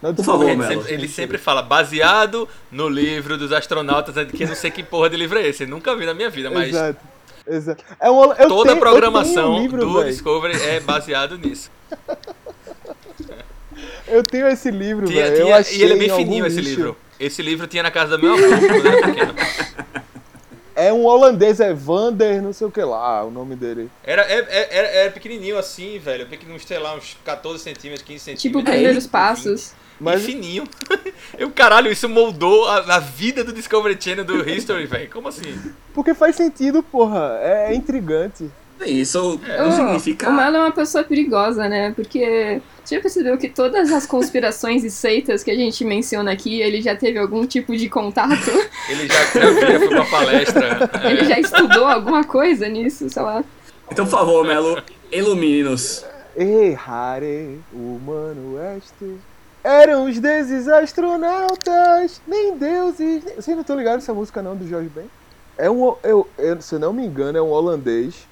Speaker 2: Não,
Speaker 1: Por favor,
Speaker 2: Discovery-
Speaker 4: Ele sempre, ele sempre fala, baseado no livro dos astronautas, que eu não sei que porra de livro é esse, nunca vi na minha vida, mas
Speaker 2: Exato. Exato. É um, eu tenho-
Speaker 4: toda
Speaker 2: eu
Speaker 4: a programação
Speaker 2: tenho um livro,
Speaker 4: do
Speaker 2: véi.
Speaker 4: Discovery é baseado nisso.
Speaker 2: [laughs] Eu tenho esse livro,
Speaker 4: Tinha-
Speaker 2: velho. eu
Speaker 4: tinha-
Speaker 2: achei
Speaker 4: e ele é bem
Speaker 2: em algum
Speaker 4: fininho esse
Speaker 2: lixo.
Speaker 4: livro. Esse livro tinha na casa da minha avó quando eu era pequeno.
Speaker 2: É um holandês, é Vander, não sei o que lá, o nome dele.
Speaker 4: Era, é- é- era, era pequenininho assim, velho, pequenininho, sei lá, uns 14 centímetros, 15
Speaker 3: Tipo,
Speaker 1: É,
Speaker 4: centímetros.
Speaker 3: primeiros passos.
Speaker 2: Mas
Speaker 4: E fininho. [laughs] Eu, caralho, isso moldou a, a vida do Discovery Channel do History, velho. Como assim?
Speaker 2: porque faz sentido, porra. É intrigante.
Speaker 1: É, Isso não
Speaker 3: Oh,
Speaker 1: significa.
Speaker 3: O Malo é uma pessoa perigosa, né? Porque você já percebeu que todas as conspirações e seitas que a gente menciona aqui, ele já teve algum tipo de contato?
Speaker 1: [laughs]
Speaker 4: Ele já, já via, foi pra palestra.
Speaker 3: Ele já estudou alguma coisa nisso, sei lá.
Speaker 1: Então, por favor, Melo, ilumine-nos.
Speaker 2: Errare, humano oeste. Eram os deuses astronautas, nem deuses. nem- Vocês não estão ligados nessa música não, do Jorge Ben? É um. Eu, eu- se eu não me engano, é um holandês.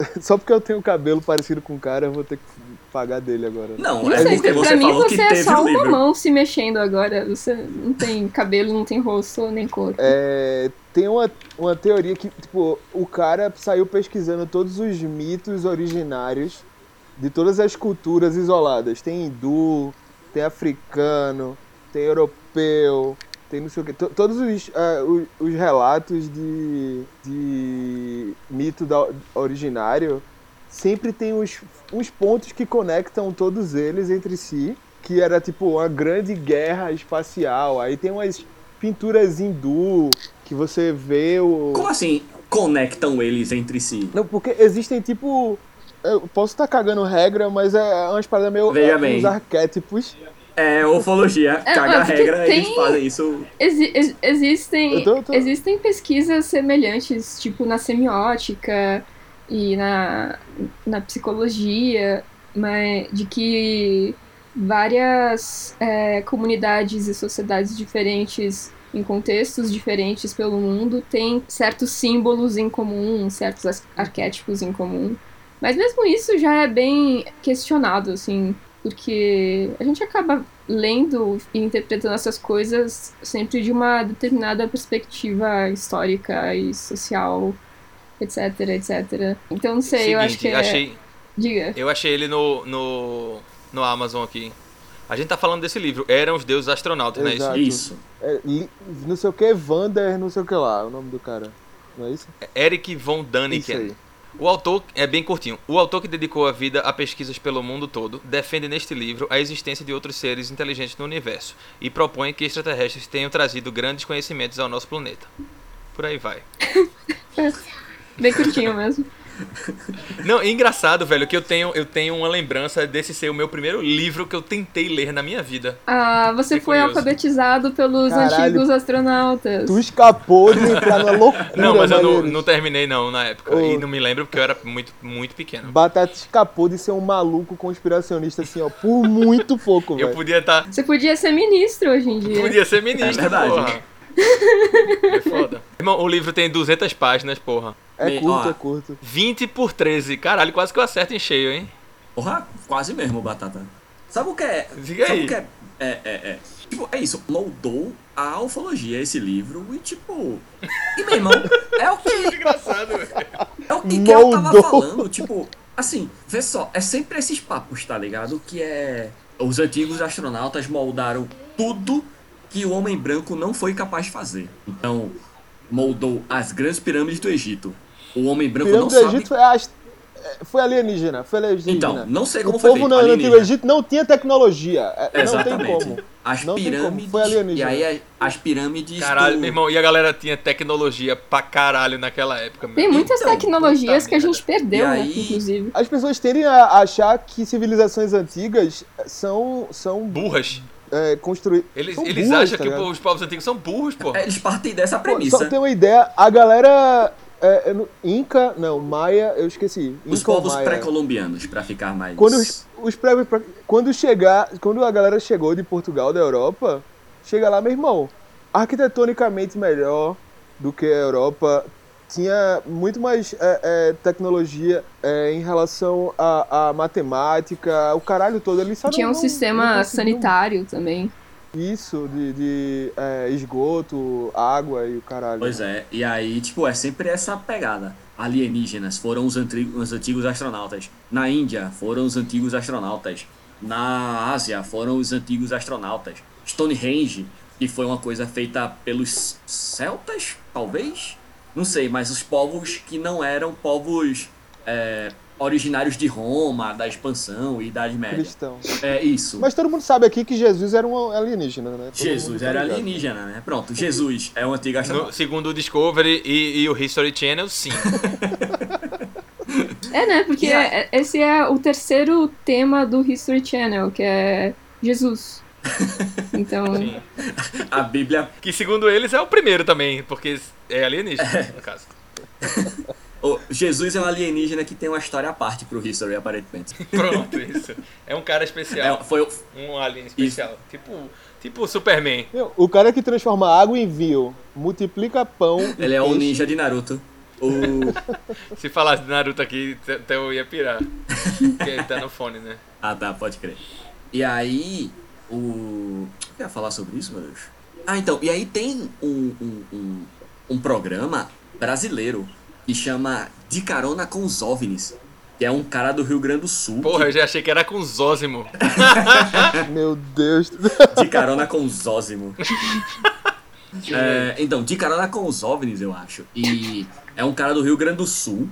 Speaker 2: [laughs] Só porque eu tenho cabelo parecido com o cara, eu vou ter que pagar dele agora. né?
Speaker 1: Não,
Speaker 3: Não
Speaker 1: é
Speaker 3: sei,
Speaker 1: porque
Speaker 3: pra
Speaker 1: você
Speaker 3: mim
Speaker 1: falou que
Speaker 3: você é
Speaker 1: teve
Speaker 3: só
Speaker 1: o
Speaker 3: uma
Speaker 1: livro.
Speaker 3: mão se mexendo agora. Você não tem cabelo, não tem rosto, nem cor.
Speaker 2: É, tem uma, uma teoria que, tipo, o cara saiu pesquisando todos os mitos originários de todas as culturas isoladas. Tem hindu, tem africano, tem europeu, tem não sei o quê. To- Todos os, ah, os, os relatos de, de mito da, originário sempre tem uns, uns pontos que conectam todos eles entre si, que era tipo uma grande guerra espacial. Aí tem umas pinturas hindu que você vê o.
Speaker 1: Como assim conectam eles entre si?
Speaker 2: Não, porque existem tipo. Eu posso estar cagando regra, mas é umas paradas meio.
Speaker 1: Veja
Speaker 2: é,
Speaker 1: bem.
Speaker 2: Uns arquétipos.
Speaker 1: É ufologia,
Speaker 3: É,
Speaker 1: caga a
Speaker 3: mas que
Speaker 1: regra, eles
Speaker 3: tem-
Speaker 1: fazem isso.
Speaker 3: Exi- ex- existem,
Speaker 2: Eu tô- eu tô-
Speaker 3: existem pesquisas semelhantes, tipo na semiótica e na, na psicologia, mas de que várias é, comunidades e sociedades diferentes em contextos diferentes pelo mundo, tem certos símbolos em comum, certos as- arquétipos em comum. Mas mesmo isso já é bem questionado, assim, porque a gente acaba lendo e interpretando essas coisas sempre de uma determinada perspectiva histórica e social, etc, etc. Então, não sei, eu acho que é...
Speaker 4: achei,
Speaker 3: Diga. [laughs]
Speaker 4: eu achei ele no, no, no Amazon aqui. A gente tá falando desse livro, Eram os Deuses Astronautas, né? Isso?
Speaker 2: Exato.
Speaker 1: Isso.
Speaker 2: É, li- não sei o que, Vander, não sei o que lá, o nome do cara. Não é isso?
Speaker 4: Eric von
Speaker 2: Isso
Speaker 4: Däniken.
Speaker 2: aí.
Speaker 4: O autor, é bem curtinho, o autor que dedicou a vida a pesquisas pelo mundo todo defende neste livro a existência de outros seres inteligentes no universo e propõe que extraterrestres tenham trazido grandes conhecimentos ao nosso planeta. Por aí vai.
Speaker 3: Bem curtinho mesmo.
Speaker 4: Não, e engraçado, velho, que eu tenho, eu tenho uma lembrança desse ser o meu primeiro livro que eu tentei ler na minha vida.
Speaker 3: Ah, você
Speaker 4: Fiquei
Speaker 3: foi
Speaker 4: curioso.
Speaker 3: alfabetizado pelos
Speaker 2: Caralho.
Speaker 3: antigos astronautas.
Speaker 2: Tu escapou de entrar na loucura,
Speaker 4: Não, mas eu não,
Speaker 2: Malheiros.
Speaker 4: não terminei não na época.
Speaker 2: Ô.
Speaker 4: E não me lembro porque eu era muito, muito pequeno.
Speaker 2: Batata escapou de ser um maluco conspiracionista, assim, ó, por muito pouco,
Speaker 4: Eu
Speaker 2: velho.
Speaker 4: podia tá estar.
Speaker 3: Você podia ser ministro hoje em dia.
Speaker 4: Podia ser ministro,
Speaker 1: É verdade.
Speaker 4: porra. É foda. Irmão, o livro tem 200 páginas, porra.
Speaker 2: É
Speaker 1: Bem,
Speaker 2: curto,
Speaker 1: ó.
Speaker 2: é curto.
Speaker 4: 20 por 13. Caralho, quase que eu acerto em cheio, hein?
Speaker 1: Porra, quase mesmo, Batata. Sabe o que é?
Speaker 4: Diga
Speaker 1: sabe
Speaker 4: aí.
Speaker 1: o que é? É, é, é. Tipo, é isso. Moldou a ufologia esse livro e, tipo. E, meu irmão, é o que
Speaker 4: Engraçado, velho.
Speaker 1: É o que, que eu tava
Speaker 2: Moldou.
Speaker 1: falando, tipo, assim, vê só, é sempre esses papos, tá ligado? Que é. Os antigos astronautas moldaram tudo que o homem branco não foi capaz de fazer. Então, moldou as grandes pirâmides do Egito. O homem branco
Speaker 2: Pirâmide
Speaker 1: não
Speaker 2: do
Speaker 1: sabe.
Speaker 2: Egito foi, ast- é, foi alienígena, foi alienígena.
Speaker 1: Então, não sei como
Speaker 2: o
Speaker 1: foi
Speaker 2: povo
Speaker 1: feito.
Speaker 2: no no Antigo
Speaker 1: alienígena.
Speaker 2: Egito não tinha tecnologia, é, não tem
Speaker 1: Exatamente.
Speaker 2: como.
Speaker 1: As
Speaker 2: Não tem como,
Speaker 1: pirâmides.
Speaker 2: foi
Speaker 1: e
Speaker 2: alienígena.
Speaker 1: aí a- as pirâmides.
Speaker 4: Caralho,
Speaker 1: do-
Speaker 4: meu irmão. E a galera tinha tecnologia pra caralho naquela época, meu.
Speaker 3: Tem muitas
Speaker 1: Então,
Speaker 3: tecnologias
Speaker 4: puta
Speaker 3: que a gente perdeu,
Speaker 1: E
Speaker 3: né?
Speaker 1: aí-
Speaker 3: Inclusive.
Speaker 2: As pessoas tendem a achar que civilizações antigas são, são
Speaker 4: Burras.
Speaker 2: é, construídas...
Speaker 4: Eles,
Speaker 2: são
Speaker 4: eles
Speaker 2: burras,
Speaker 4: acham
Speaker 2: tá
Speaker 4: que é
Speaker 2: ligado?
Speaker 4: pô, os povos antigos são burros, pô.
Speaker 1: É, Eles partem dessa
Speaker 2: Pô, Só pra
Speaker 1: premissa.
Speaker 2: ter uma ideia, a galera. É, é no- Inca, não, Maia, eu esqueci.
Speaker 1: Os
Speaker 2: Inca ou
Speaker 1: povos
Speaker 2: Maia.
Speaker 1: pré-colombianos, pra ficar mais.
Speaker 2: um é. Quando, os, os pré- pré- quando, chegar, quando a galera chegou de Portugal, da Europa, chega lá, meu irmão, arquitetonicamente melhor do que a Europa, tinha muito mais é, é, tecnologia é, em relação à à matemática, o caralho todo. Eles
Speaker 1: tá
Speaker 2: só
Speaker 3: Tinha um
Speaker 2: não- não
Speaker 3: sistema
Speaker 2: conseguiam
Speaker 3: sanitário também.
Speaker 2: Isso, de, de, é, esgoto, água e o caralho.
Speaker 1: Pois é, e aí, tipo, é sempre essa pegada. Alienígenas foram os, antri- os antigos astronautas. Na Índia foram os antigos astronautas. Na Ásia foram os antigos astronautas. Stonehenge, que foi uma coisa feita pelos celtas, talvez? Não sei, mas os povos que não eram povos é, originários de Roma, da expansão e Idade Média.
Speaker 2: Cristão.
Speaker 1: É isso.
Speaker 2: Mas todo mundo sabe aqui que Jesus era um alienígena, né? Todo mundo
Speaker 1: Jesus
Speaker 2: tá
Speaker 1: era
Speaker 2: ligado.
Speaker 1: alienígena, né? Pronto, Jesus é um antigo
Speaker 4: No-
Speaker 1: astronauta.
Speaker 4: segundo o Discovery e, e o History Channel, sim.
Speaker 3: É, né? Porque
Speaker 1: E a-
Speaker 3: é- esse é o terceiro tema do History Channel, que é
Speaker 1: [laughs]
Speaker 3: Jesus. Então,
Speaker 4: Sim.
Speaker 1: A Bíblia
Speaker 4: Que segundo eles é o primeiro também, porque é alienígena, no caso. [laughs]
Speaker 1: Ô, Jesus é um alienígena que tem uma história à parte pro History, aparentemente.
Speaker 4: Pronto, isso. É um cara especial.
Speaker 1: É, foi o-
Speaker 4: Um alien especial. Tipo, tipo o Superman.
Speaker 2: Meu, o cara que transforma água em vinho, multiplica pão. e
Speaker 1: ele é o
Speaker 4: um
Speaker 2: peixe.
Speaker 1: ninja de Naruto. O.
Speaker 4: Se falasse de Naruto aqui, t- até eu ia pirar. Porque ele tá no fone, né?
Speaker 1: Ah tá, pode crer. E aí. O. Eu ia falar sobre isso, meu Deus. Ah, então. E aí tem um, um, um, um programa brasileiro que chama De Carona com os OVNIs. Que é um cara do Rio Grande do Sul.
Speaker 4: Porra, eu já achei que era com Zózimo.
Speaker 2: Meu Deus. [laughs]
Speaker 1: De carona com os Zózimo. É, então, de carona com os OVNIs, eu acho. E é um cara do Rio Grande do Sul.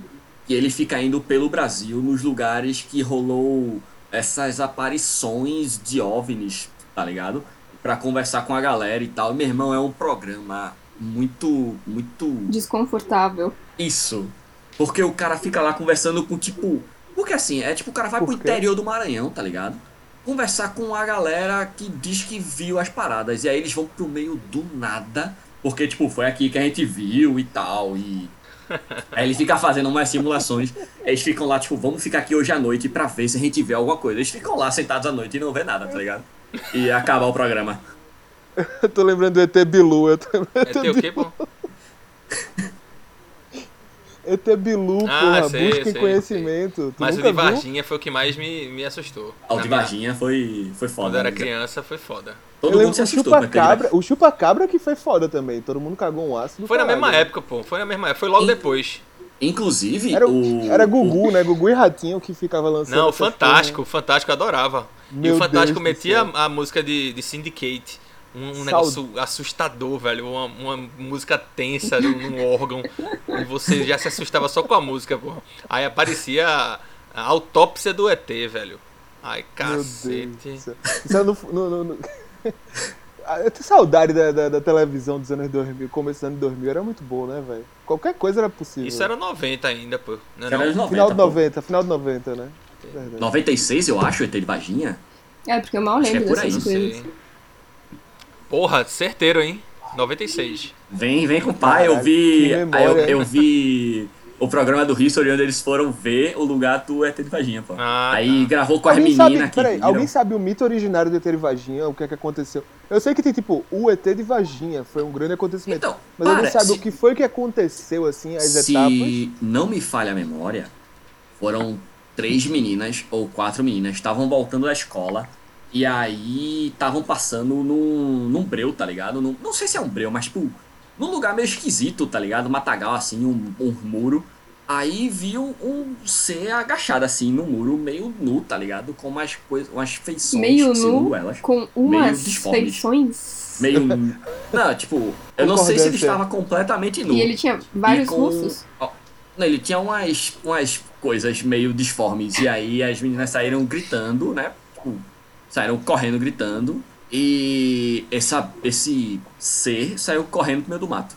Speaker 1: E ele fica indo pelo Brasil nos lugares que rolou essas aparições de OVNIs, tá ligado? Pra conversar com a galera e tal. E, meu irmão, é um programa muito, muito
Speaker 3: desconfortável.
Speaker 1: isso. Porque o cara fica lá conversando com, tipo. Porque assim, é tipo, o cara vai pro
Speaker 2: Por quê?
Speaker 1: interior do Maranhão, tá ligado? Conversar com a galera que diz que viu as paradas. E aí eles vão pro meio do nada. Porque, tipo, foi aqui que a gente viu e tal.
Speaker 4: [laughs]
Speaker 1: E. Aí ele fica fazendo umas simulações. Eles ficam lá, tipo, vamos ficar aqui hoje à noite pra ver se a gente vê alguma coisa. Eles ficam lá sentados à noite e não vê nada, tá ligado? E acabar o programa.
Speaker 2: Eu tô lembrando do ET Bilu. Eu tô
Speaker 4: É teu o quê, pô?
Speaker 2: ET Bilu,
Speaker 4: Ah,
Speaker 2: porra.
Speaker 4: sei,
Speaker 2: Busca em
Speaker 4: sei,
Speaker 2: conhecimento. Tu
Speaker 4: Mas o
Speaker 2: nunca
Speaker 4: de
Speaker 2: viu?
Speaker 4: Varginha foi o que mais me, me assustou.
Speaker 1: Ah, o de
Speaker 4: Na-
Speaker 1: Varginha foi, foi
Speaker 4: Quando
Speaker 1: foda.
Speaker 4: eu era
Speaker 1: né?
Speaker 4: criança foi foda.
Speaker 1: Todo
Speaker 2: Eu
Speaker 1: mundo
Speaker 2: lembro
Speaker 1: se
Speaker 2: o
Speaker 1: assustou com aquele.
Speaker 2: chupa-cabra, o chupa-cabra que foi foda também. Todo mundo cagou um ácido.
Speaker 4: Foi na
Speaker 2: caralho.
Speaker 4: mesma época, pô. Foi na mesma época. Foi logo
Speaker 1: E-
Speaker 4: depois.
Speaker 1: Inclusive,
Speaker 2: Era,
Speaker 1: o.
Speaker 2: era Gugu, né? Gugu e Ratinho que ficava lançando.
Speaker 4: Não,
Speaker 2: essas
Speaker 4: Fantástico. Fantástico, eu adorava. e
Speaker 2: Meu
Speaker 4: o Fantástico
Speaker 2: Deus do
Speaker 4: metia
Speaker 2: céu.
Speaker 4: a, a música de, de Syndicate. Um, um
Speaker 2: Saud-
Speaker 4: negócio assustador, velho. Uma, uma música tensa num, num órgão. E você já se assustava só com a música, pô. Aí aparecia a, a autópsia do ET, velho. Ai,
Speaker 2: Meu Deus do
Speaker 4: cacete.
Speaker 2: céu. Isso é no, no- no- [laughs] no- Ah, Eu tenho saudade da, da, da televisão dos anos 2000, começo dos anos 2000, era muito bom, né, velho? Qualquer coisa era possível.
Speaker 4: Isso era 90 ainda, pô. Não é
Speaker 1: Era
Speaker 4: não?
Speaker 1: anos 90.
Speaker 2: Final de
Speaker 1: pô.
Speaker 2: 90, final de 90, né? Verdade.
Speaker 1: 96, eu acho, ET de Varginha.
Speaker 3: É, porque eu mal
Speaker 1: Acho que é
Speaker 3: lembro
Speaker 1: por aí,
Speaker 3: dessas
Speaker 4: Não
Speaker 3: coisas.
Speaker 4: sei. Porra, certeiro, hein? 96.
Speaker 1: Vem, vem com o pai, eu
Speaker 2: Caralho,
Speaker 1: vi.
Speaker 2: que
Speaker 1: aí Eu,
Speaker 2: memória.
Speaker 1: eu vi o programa do History onde eles foram ver o lugar do ET de Varginha, pô.
Speaker 4: Ah,
Speaker 1: aí
Speaker 4: tá.
Speaker 1: gravou com as
Speaker 2: sabe,
Speaker 1: meninas aqui.
Speaker 2: peraí,
Speaker 1: viram?
Speaker 2: alguém sabe o mito originário do ET de Varginha? O que é que aconteceu? Eu sei que tem, tipo, o ET de Varginha foi um grande acontecimento.
Speaker 1: Então,
Speaker 2: mas alguém
Speaker 1: para,
Speaker 2: sabe
Speaker 1: se-
Speaker 2: o que foi que aconteceu, assim, as
Speaker 1: Se
Speaker 2: etapas?
Speaker 1: não me falha a memória, foram três meninas ou quatro meninas, estavam voltando da escola e aí estavam passando num, num breu, tá ligado? Num- não sei se é um breu, mas tipo, num lugar meio esquisito, tá ligado? Matagal, assim, um, um muro. Aí viu um ser agachado, assim, no muro, meio nu, tá ligado? Com umas, coisas, umas feições,
Speaker 3: Meio nu?
Speaker 1: segundo elas.
Speaker 3: Com umas
Speaker 1: disformes.
Speaker 3: feições.
Speaker 1: Meio. nu. não, tipo, eu não sei se ele
Speaker 2: Concordância.
Speaker 1: estava completamente nu.
Speaker 3: E ele tinha vários
Speaker 1: E com-
Speaker 3: russos.
Speaker 1: Ó, Não, ele tinha umas, umas coisas meio disformes. E aí as meninas saíram gritando, né? Tipo, saíram correndo gritando. E essa, esse ser saiu correndo pro meio do mato.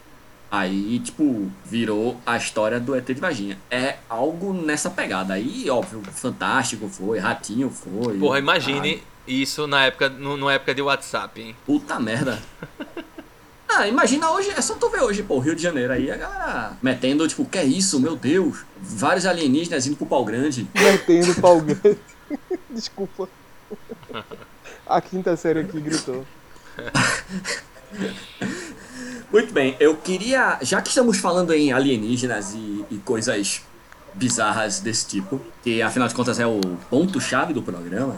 Speaker 1: Aí, tipo, virou a história do ET de Varginha. É algo nessa pegada. Aí, óbvio, Fantástico foi, Ratinho foi.
Speaker 4: Porra,
Speaker 1: Ah,
Speaker 4: imagine isso na época, nu- numa época de WhatsApp, hein?
Speaker 1: Puta merda. [laughs] Ah, imagina hoje, é só tu ver hoje, pô, Rio de Janeiro aí, a galera metendo, tipo, que é isso, meu Deus? Vários alienígenas indo pro pau grande.
Speaker 2: Vertendo pra alguém. [laughs] Desculpa. A quinta série aqui gritou.
Speaker 1: Muito bem, eu queria, já que estamos falando em alienígenas e, e coisas bizarras desse tipo, que afinal de contas é o ponto-chave do programa,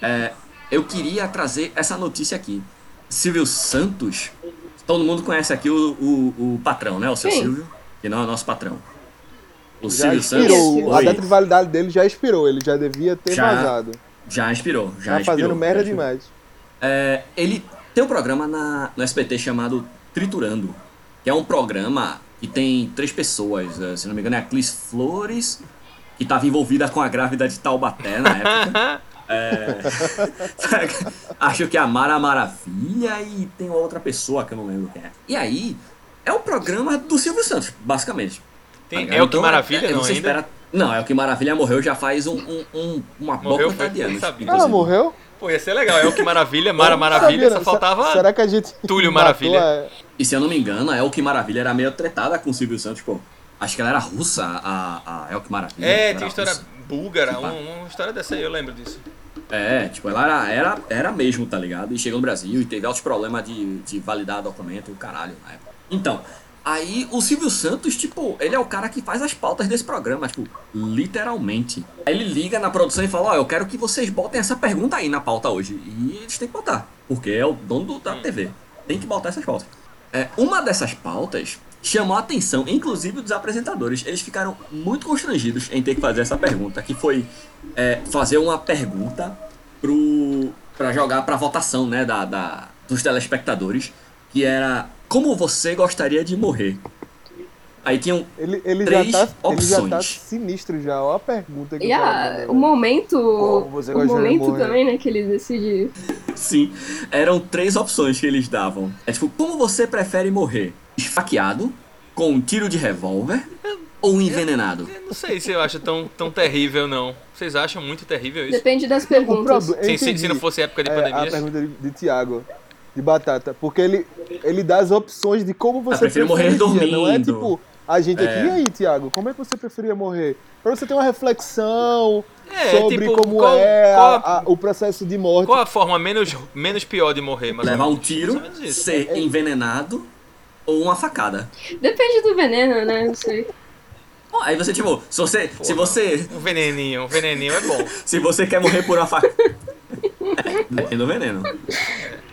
Speaker 1: é, eu queria trazer essa notícia aqui. Silvio Santos, todo mundo conhece aqui o, o, o patrão, né? O seu
Speaker 3: Sim.
Speaker 1: Silvio, que não é o nosso patrão. O
Speaker 2: Já
Speaker 1: Silvio Santos.
Speaker 2: expirou. A
Speaker 1: Oi.
Speaker 2: data de validade dele já expirou. Ele já devia ter
Speaker 1: Já.
Speaker 2: vazado.
Speaker 1: Já inspirou, já
Speaker 2: tá fazendo
Speaker 1: inspirou,
Speaker 2: merda
Speaker 1: já inspirou.
Speaker 2: demais.
Speaker 1: É, ele tem um programa na, no SBT chamado Triturando, que é um programa que tem três pessoas, eh, se não me engano é a Clis Flores, que estava envolvida com a grávida de Taubaté na época. É, [laughs] acho que é a Mara Maravilha e tem uma outra pessoa que eu não lembro quem é. E aí, é um programa do Silvio Santos, basicamente.
Speaker 4: Tem-
Speaker 1: Tá ligado?
Speaker 4: é o que
Speaker 1: Então,
Speaker 4: maravilha, não
Speaker 1: você
Speaker 4: ainda?
Speaker 1: espera- Não, é o que Maravilha morreu já faz um, um- um- uma
Speaker 4: Morreu,
Speaker 1: boca
Speaker 4: foi-
Speaker 1: de anos.
Speaker 4: sabia.
Speaker 2: Ela
Speaker 1: inclusive.
Speaker 2: Ah, morreu?
Speaker 4: Pô, ia ser legal. É o que maravilha,
Speaker 2: Eu
Speaker 4: Mara
Speaker 2: não
Speaker 4: Maravilha,
Speaker 2: sabia,
Speaker 4: só
Speaker 2: não.
Speaker 4: faltava.
Speaker 2: Será que a gente.
Speaker 4: Túlio
Speaker 2: matou
Speaker 4: Maravilha.
Speaker 2: a-
Speaker 1: E se eu não me engano, a El que Maravilha era meio tretada com o Silvio Santos, pô. Acho que ela era russa, a, a El que Maravilha. Ela
Speaker 4: É, tinha
Speaker 1: era
Speaker 4: história
Speaker 1: russa.
Speaker 4: búlgara,
Speaker 1: Sei lá.
Speaker 4: um- uma história dessa aí, eu lembro disso.
Speaker 1: É, tipo, ela era, era, era mesmo, tá ligado? E chegou no Brasil e teve altos problemas de, de validar documento, o caralho, na época. Então, aí o Silvio Santos, tipo, ele é o cara que faz as pautas desse programa, tipo, literalmente. Aí ele liga na produção e fala, ó, eu quero que vocês botem essa pergunta aí na pauta hoje. E eles têm que botar, porque é o dono do- da TV. Tem que botar essas pautas. É, uma dessas pautas chamou a atenção, inclusive dos apresentadores. Eles ficaram muito constrangidos em ter que fazer essa pergunta, que foi é, fazer uma pergunta pro para jogar pra votação, né, da, da- dos telespectadores, que era como você gostaria de morrer. Aí tinham
Speaker 2: Ele, ele,
Speaker 1: Três
Speaker 2: já tá, ele já tá
Speaker 1: opções.
Speaker 2: sinistro já. Ó a pergunta que
Speaker 3: E
Speaker 2: o cara
Speaker 3: a,
Speaker 2: mandou,
Speaker 3: o
Speaker 2: velho.
Speaker 3: momento.
Speaker 2: Como você
Speaker 3: o
Speaker 2: gosta de
Speaker 3: momento
Speaker 2: morrer.
Speaker 3: também, né? Que ele decide.
Speaker 1: Sim, eram três opções que eles davam. É tipo, como você prefere morrer? Esfaqueado, com um tiro de revólver ou envenenado?
Speaker 4: Eu não sei se eu acho tão, tão terrível, não. Vocês acham muito terrível isso?
Speaker 3: Depende das
Speaker 2: O
Speaker 3: perguntas.
Speaker 2: é um problema.
Speaker 4: Se, se, se não fosse época de
Speaker 2: é, a
Speaker 4: pandemia.
Speaker 2: pergunta de, de Tiago, de Batata. Porque ele, ele dá as opções de como você
Speaker 1: prefiro morrer
Speaker 2: preferiria, Não é
Speaker 1: dormindo.
Speaker 2: tipo, A gente aqui,
Speaker 1: É.
Speaker 2: e aí, Tiago, como é que você preferia morrer? Pra você ter uma reflexão
Speaker 4: É,
Speaker 2: sobre
Speaker 4: tipo,
Speaker 2: como
Speaker 4: qual-
Speaker 2: é
Speaker 4: qual a-
Speaker 2: a- a- o processo de morte.
Speaker 4: Qual a forma menos, menos pior de morrer? Mas
Speaker 1: Levar um tiro,
Speaker 4: Mais ou menos isso.
Speaker 1: ser envenenado ou uma facada.
Speaker 3: Depende do veneno, né? Não sei.
Speaker 1: Bom, aí você, tipo, se você, se você,
Speaker 4: Um veneninho, um veneninho é bom.
Speaker 1: se você quer morrer por uma
Speaker 4: [laughs]
Speaker 1: facada... é, do veneno.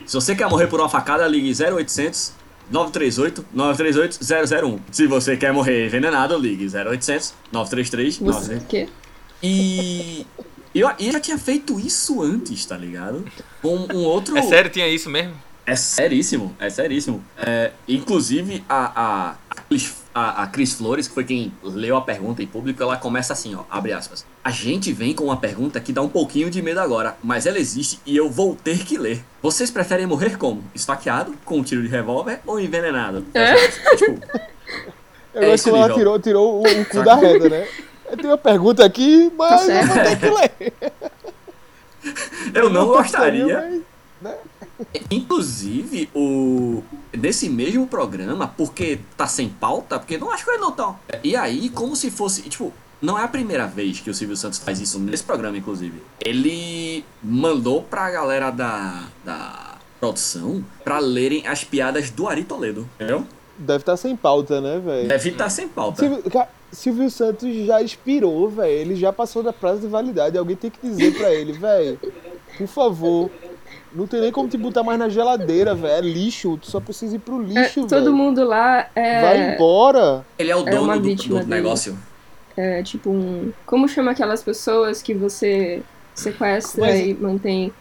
Speaker 1: Se você quer morrer por uma facada, ligue 0800 938 938 001. Se você quer morrer envenenado, ligue 0800 933
Speaker 3: Você
Speaker 1: 933.
Speaker 3: o quê?
Speaker 1: um. E... E eu, e eu já tinha feito isso antes, tá ligado? Um, um outro...
Speaker 4: É sério, tinha isso mesmo?
Speaker 1: É seríssimo, é seríssimo. É, inclusive, a, a, a Cris- a, a Cris Flores, que foi quem leu a pergunta em público, ela começa assim, ó, abre aspas. A gente vem com uma pergunta que dá um pouquinho de medo agora, mas ela existe e eu vou ter que ler. Vocês preferem morrer como? Esfaqueado, com um tiro de revólver ou envenenado?
Speaker 3: É.
Speaker 1: Tipo,
Speaker 2: Eu
Speaker 1: É
Speaker 2: gosto
Speaker 1: esse
Speaker 2: quando ela
Speaker 1: nível.
Speaker 2: tirou, tirou o, o cu da reta, né? Eu tenho uma pergunta aqui,
Speaker 3: Tá
Speaker 2: mas eu
Speaker 3: certo.
Speaker 2: vou ter que ler.
Speaker 1: eu não
Speaker 2: Gostaria,
Speaker 1: gostaria.
Speaker 2: mas-
Speaker 1: Inclusive, o nesse mesmo programa, porque tá sem pauta, porque não acho que ele não tá. E aí, como se fosse, tipo, não é a primeira vez que o Silvio Santos faz isso nesse programa, inclusive. Ele mandou pra galera da, da produção pra lerem as piadas do Ari Toledo, entendeu?
Speaker 2: Deve estar sem pauta, né, velho?
Speaker 1: Deve estar sem pauta.
Speaker 2: Silvio, ca- Silvio Santos já expirou, velho. Ele já passou da prazo de validade. Alguém tem que dizer pra ele, velho. Por favor. Não tem nem como te botar mais na geladeira, velho. É lixo. Tu só precisa ir pro
Speaker 3: É,
Speaker 2: lixo,
Speaker 3: todo
Speaker 2: velho.
Speaker 3: mundo lá
Speaker 2: Vai
Speaker 3: é,
Speaker 2: embora.
Speaker 1: Ele é o dono
Speaker 3: uma
Speaker 1: do-
Speaker 3: vítima
Speaker 1: do,
Speaker 3: dele.
Speaker 1: negócio.
Speaker 3: é tipo um. Como chama aquelas pessoas que você sequestra
Speaker 2: Mas-
Speaker 3: e mantém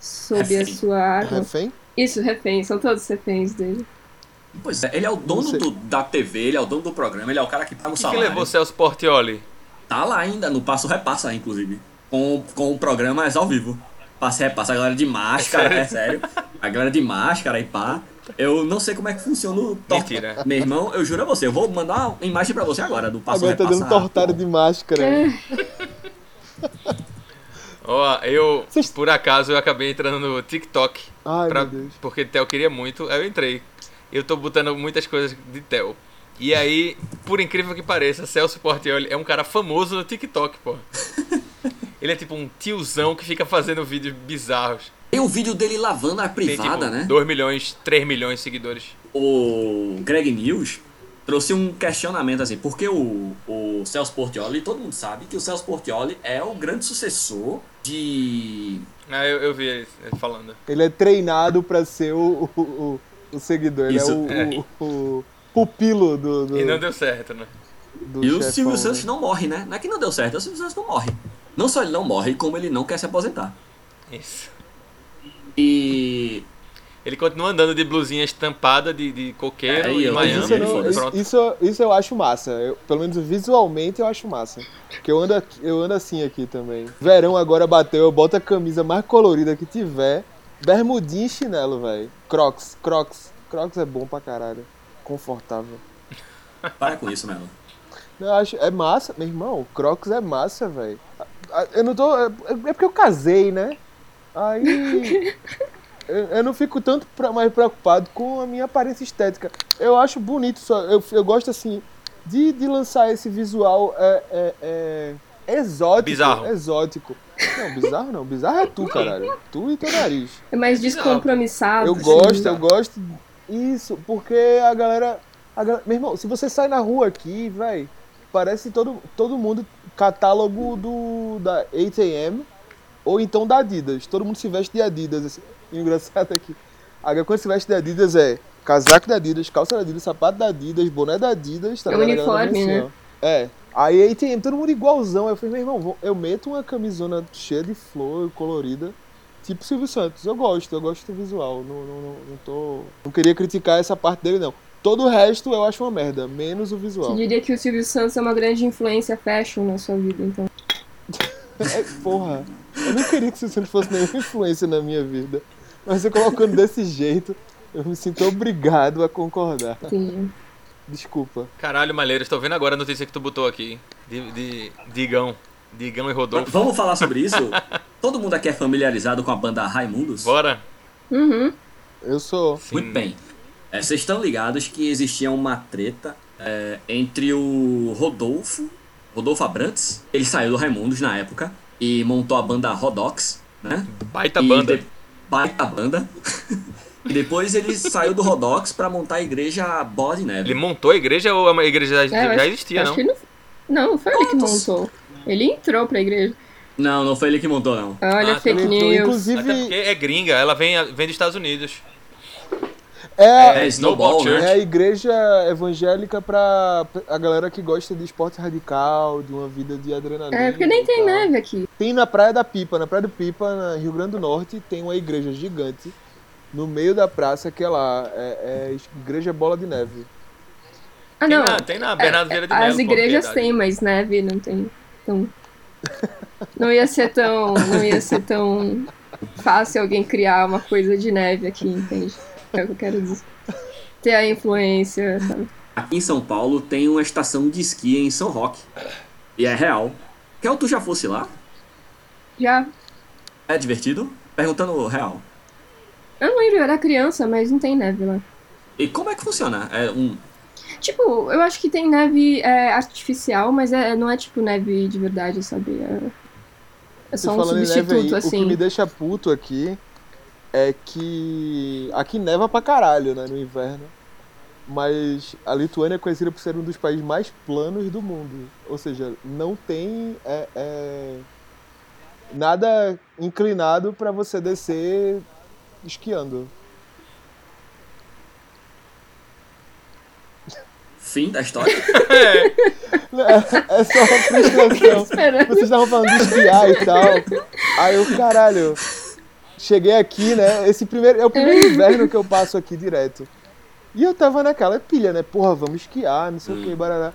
Speaker 3: sob a
Speaker 1: Refém.
Speaker 3: sua arma?
Speaker 2: Refém?
Speaker 3: Isso, reféns, são todos reféns dele.
Speaker 1: Pois é, ele é o dono
Speaker 2: sei.
Speaker 1: do- da TV, ele é o dono do programa, ele é o cara que paga o
Speaker 4: O que, que
Speaker 1: salário.
Speaker 4: levou Celso Portioli?
Speaker 1: Tá lá ainda, no Passo Repassa, inclusive. Com, com programas ao vivo. Passo e Repassa, a galera de máscara, é sério. A galera de máscara e pá. Eu não sei como é que funciona o torta.
Speaker 4: Mentira.
Speaker 1: Meu irmão, eu juro a você, eu vou mandar uma imagem pra você agora do Passo
Speaker 2: Agora tá
Speaker 1: Repassa.
Speaker 2: dando tortada de máscara.
Speaker 3: É.
Speaker 4: Ó, eu,
Speaker 2: Vocês-
Speaker 4: por acaso, eu acabei entrando no TikTok.
Speaker 2: Ai,
Speaker 4: pra-
Speaker 2: meu Deus.
Speaker 4: Porque Theo queria muito, aí eu entrei. Eu tô botando muitas coisas de Theo. E aí, por incrível que pareça, Celso Portioli é um cara famoso no TikTok,
Speaker 2: [laughs]
Speaker 4: pô. Ele é tipo um tiozão que fica fazendo vídeos bizarros.
Speaker 1: Tem um vídeo dele lavando a
Speaker 4: Tem tipo
Speaker 1: privada, né?
Speaker 4: 2 milhões, 3 milhões de seguidores.
Speaker 1: o Greg News trouxe um questionamento assim, porque o, o Celso Portioli, todo mundo sabe que o Celso Portioli é o grande sucessor de
Speaker 4: Ah, eu, eu vi ele falando.
Speaker 2: Ele é treinado pra ser o, o, o- o seguidor. Ele
Speaker 1: Isso,
Speaker 2: é o,
Speaker 4: é.
Speaker 2: o- o pupilo do, do,
Speaker 4: E não deu certo, né?
Speaker 2: do
Speaker 1: E o
Speaker 2: chefão,
Speaker 1: Silvio
Speaker 2: né?
Speaker 1: Santos não morre, né? Não é que não deu certo, é o Silvio Santos não morre. Não só ele não morre, como ele não quer se aposentar.
Speaker 4: Isso.
Speaker 1: E.
Speaker 4: Ele continua andando de blusinha estampada de, de coqueiro
Speaker 1: É, e
Speaker 4: em
Speaker 1: eu-
Speaker 4: Miami.
Speaker 2: Isso, eu não-
Speaker 1: Miami,
Speaker 2: isso-
Speaker 4: pronto.
Speaker 2: isso- isso eu acho massa. Eu- pelo menos visualmente eu acho massa. Porque eu ando, aqui- eu ando assim aqui também. Verão agora bateu, eu boto a camisa mais colorida que tiver. Bermudinha e chinelo, velho. Crocs, crocs. Crocs é bom pra caralho. Confortável.
Speaker 1: Para com isso, Melo.
Speaker 2: Eu acho, é massa, meu irmão. Crocs é massa, velho. Ah, Eu não tô. É é porque eu casei, né? Aí. eu, eu não fico tanto pra- mais preocupado com a minha aparência estética. Eu acho bonito só. Eu, eu gosto, assim, de, de lançar esse visual é, é, é, exótico.
Speaker 4: Bizarro.
Speaker 2: Exótico. Não, bizarro não. Bizarro é tu, caralho. Tu e teu nariz.
Speaker 3: É mais descompromissado.
Speaker 2: Eu
Speaker 3: assim.
Speaker 2: gosto, eu gosto. Isso, porque a galera, a galera- Meu irmão, se você sai na rua aqui, véi, parece todo, todo mundo catálogo do da 8AM ou então da Adidas. Todo mundo se veste de Adidas. Assim. E o Engraçado aqui. Agora, quando se veste de Adidas é casaco da Adidas, calça da Adidas, sapato da Adidas, boné da Adidas. Tá
Speaker 3: É
Speaker 2: ligado? A galera
Speaker 3: uniforme,
Speaker 2: vem
Speaker 3: né?
Speaker 2: ó. É. Aí 8AM, todo mundo igualzão. Aí eu falei, meu irmão, vou- eu meto uma camisona cheia de flor, colorida. Tipo Silvio Santos, eu gosto, eu gosto do visual. Não, não, não, não tô. Não queria criticar essa parte dele, não. Todo o resto eu acho uma merda, menos o
Speaker 3: Você
Speaker 2: visual.
Speaker 3: diria que o Silvio Santos é uma grande influência fashion na sua vida, então.
Speaker 2: É, porra, eu não queria que Silvio Santos fosse nenhuma influência na minha vida. Mas eu colocando desse jeito, eu me sinto obrigado a concordar.
Speaker 3: Entendi.
Speaker 2: Desculpa.
Speaker 4: Caralho, Malheiro, estou vendo agora a notícia que tu botou aqui. hein? De, de- Digão. Digão e Rodolfo.
Speaker 1: Vamos falar sobre isso? Todo mundo aqui é familiarizado com a banda Raimundos?
Speaker 4: Bora?
Speaker 3: Uhum.
Speaker 2: Eu sou.
Speaker 4: Sim.
Speaker 1: Muito bem. É, Vocês estão ligados que existia uma treta é, entre o Rodolfo, Rodolfo Abrantes, ele saiu do Raimundos na época e montou a banda Rodox, né?
Speaker 4: Baita
Speaker 1: E
Speaker 4: banda.
Speaker 1: de- Baita banda. [laughs] e depois ele saiu do Rodox pra montar a igreja Bode
Speaker 4: Ele
Speaker 1: Neve.
Speaker 4: montou a igreja ou a igreja já,
Speaker 3: É, eu
Speaker 4: já
Speaker 3: acho-
Speaker 4: existia,
Speaker 3: acho
Speaker 4: não?
Speaker 3: que não. Não, foi ele que
Speaker 1: Quantos?
Speaker 3: montou. Ele entrou pra igreja.
Speaker 1: Não, não foi ele que montou, não.
Speaker 3: Olha,
Speaker 4: Ah, tá.
Speaker 3: fake
Speaker 2: Ele entrou,
Speaker 3: news.
Speaker 4: Até porque
Speaker 2: Inclusive,
Speaker 4: é gringa, ela vem, vem dos Estados Unidos.
Speaker 2: é,
Speaker 1: É, Snowball,
Speaker 2: é
Speaker 1: né?
Speaker 2: a igreja evangélica pra a galera que gosta de esporte radical, de uma vida de adrenalina.
Speaker 3: É, porque nem
Speaker 2: né, e
Speaker 3: tem
Speaker 2: tal.
Speaker 3: neve aqui.
Speaker 2: Tem na Praia da Pipa, na Praia do Pipa, na Rio Grande do Norte, tem uma igreja gigante no meio da praça que é lá, é, é Igreja Bola de Neve.
Speaker 3: Ah,
Speaker 4: Tem
Speaker 3: não.
Speaker 4: na, tem na Bernardo Vieira de Melo.
Speaker 3: As igrejas
Speaker 4: propriedade.
Speaker 3: têm, mas neve não tem. Então, não ia ser tão, não ia ser tão fácil alguém criar uma coisa de neve aqui, entende? É o que eu quero dizer. Ter a influência, sabe?
Speaker 1: Aqui em São Paulo tem uma estação de esqui em São Roque. E é real. Kel, tu já fosse lá?
Speaker 3: Já,
Speaker 1: É divertido? Perguntando o real.
Speaker 3: eu não lembro, eu era criança, mas não tem neve lá.
Speaker 1: E como é que funciona? É um.
Speaker 3: Tipo, eu acho que tem neve é, artificial, mas é, não é tipo neve de verdade, sabe? É, é
Speaker 2: Você
Speaker 3: só um
Speaker 2: em neve
Speaker 3: substituto,
Speaker 2: aí, O
Speaker 3: assim.
Speaker 2: que me deixa puto aqui é que aqui neva pra caralho, né, no inverno. Mas a Lituânia é conhecida por ser um dos países mais planos do mundo. Ou seja, não tem é, é, nada inclinado pra você descer esquiando.
Speaker 1: Fim da história.
Speaker 2: É, é só uma frustração.
Speaker 3: [laughs] Esperando.
Speaker 2: Vocês estavam falando de esquiar e tal. Aí eu, caralho, cheguei aqui, né? Esse primeiro, é o primeiro inverno que eu passo aqui direto. E eu tava naquela pilha, né? Porra, vamos esquiar, não sei o que, barará.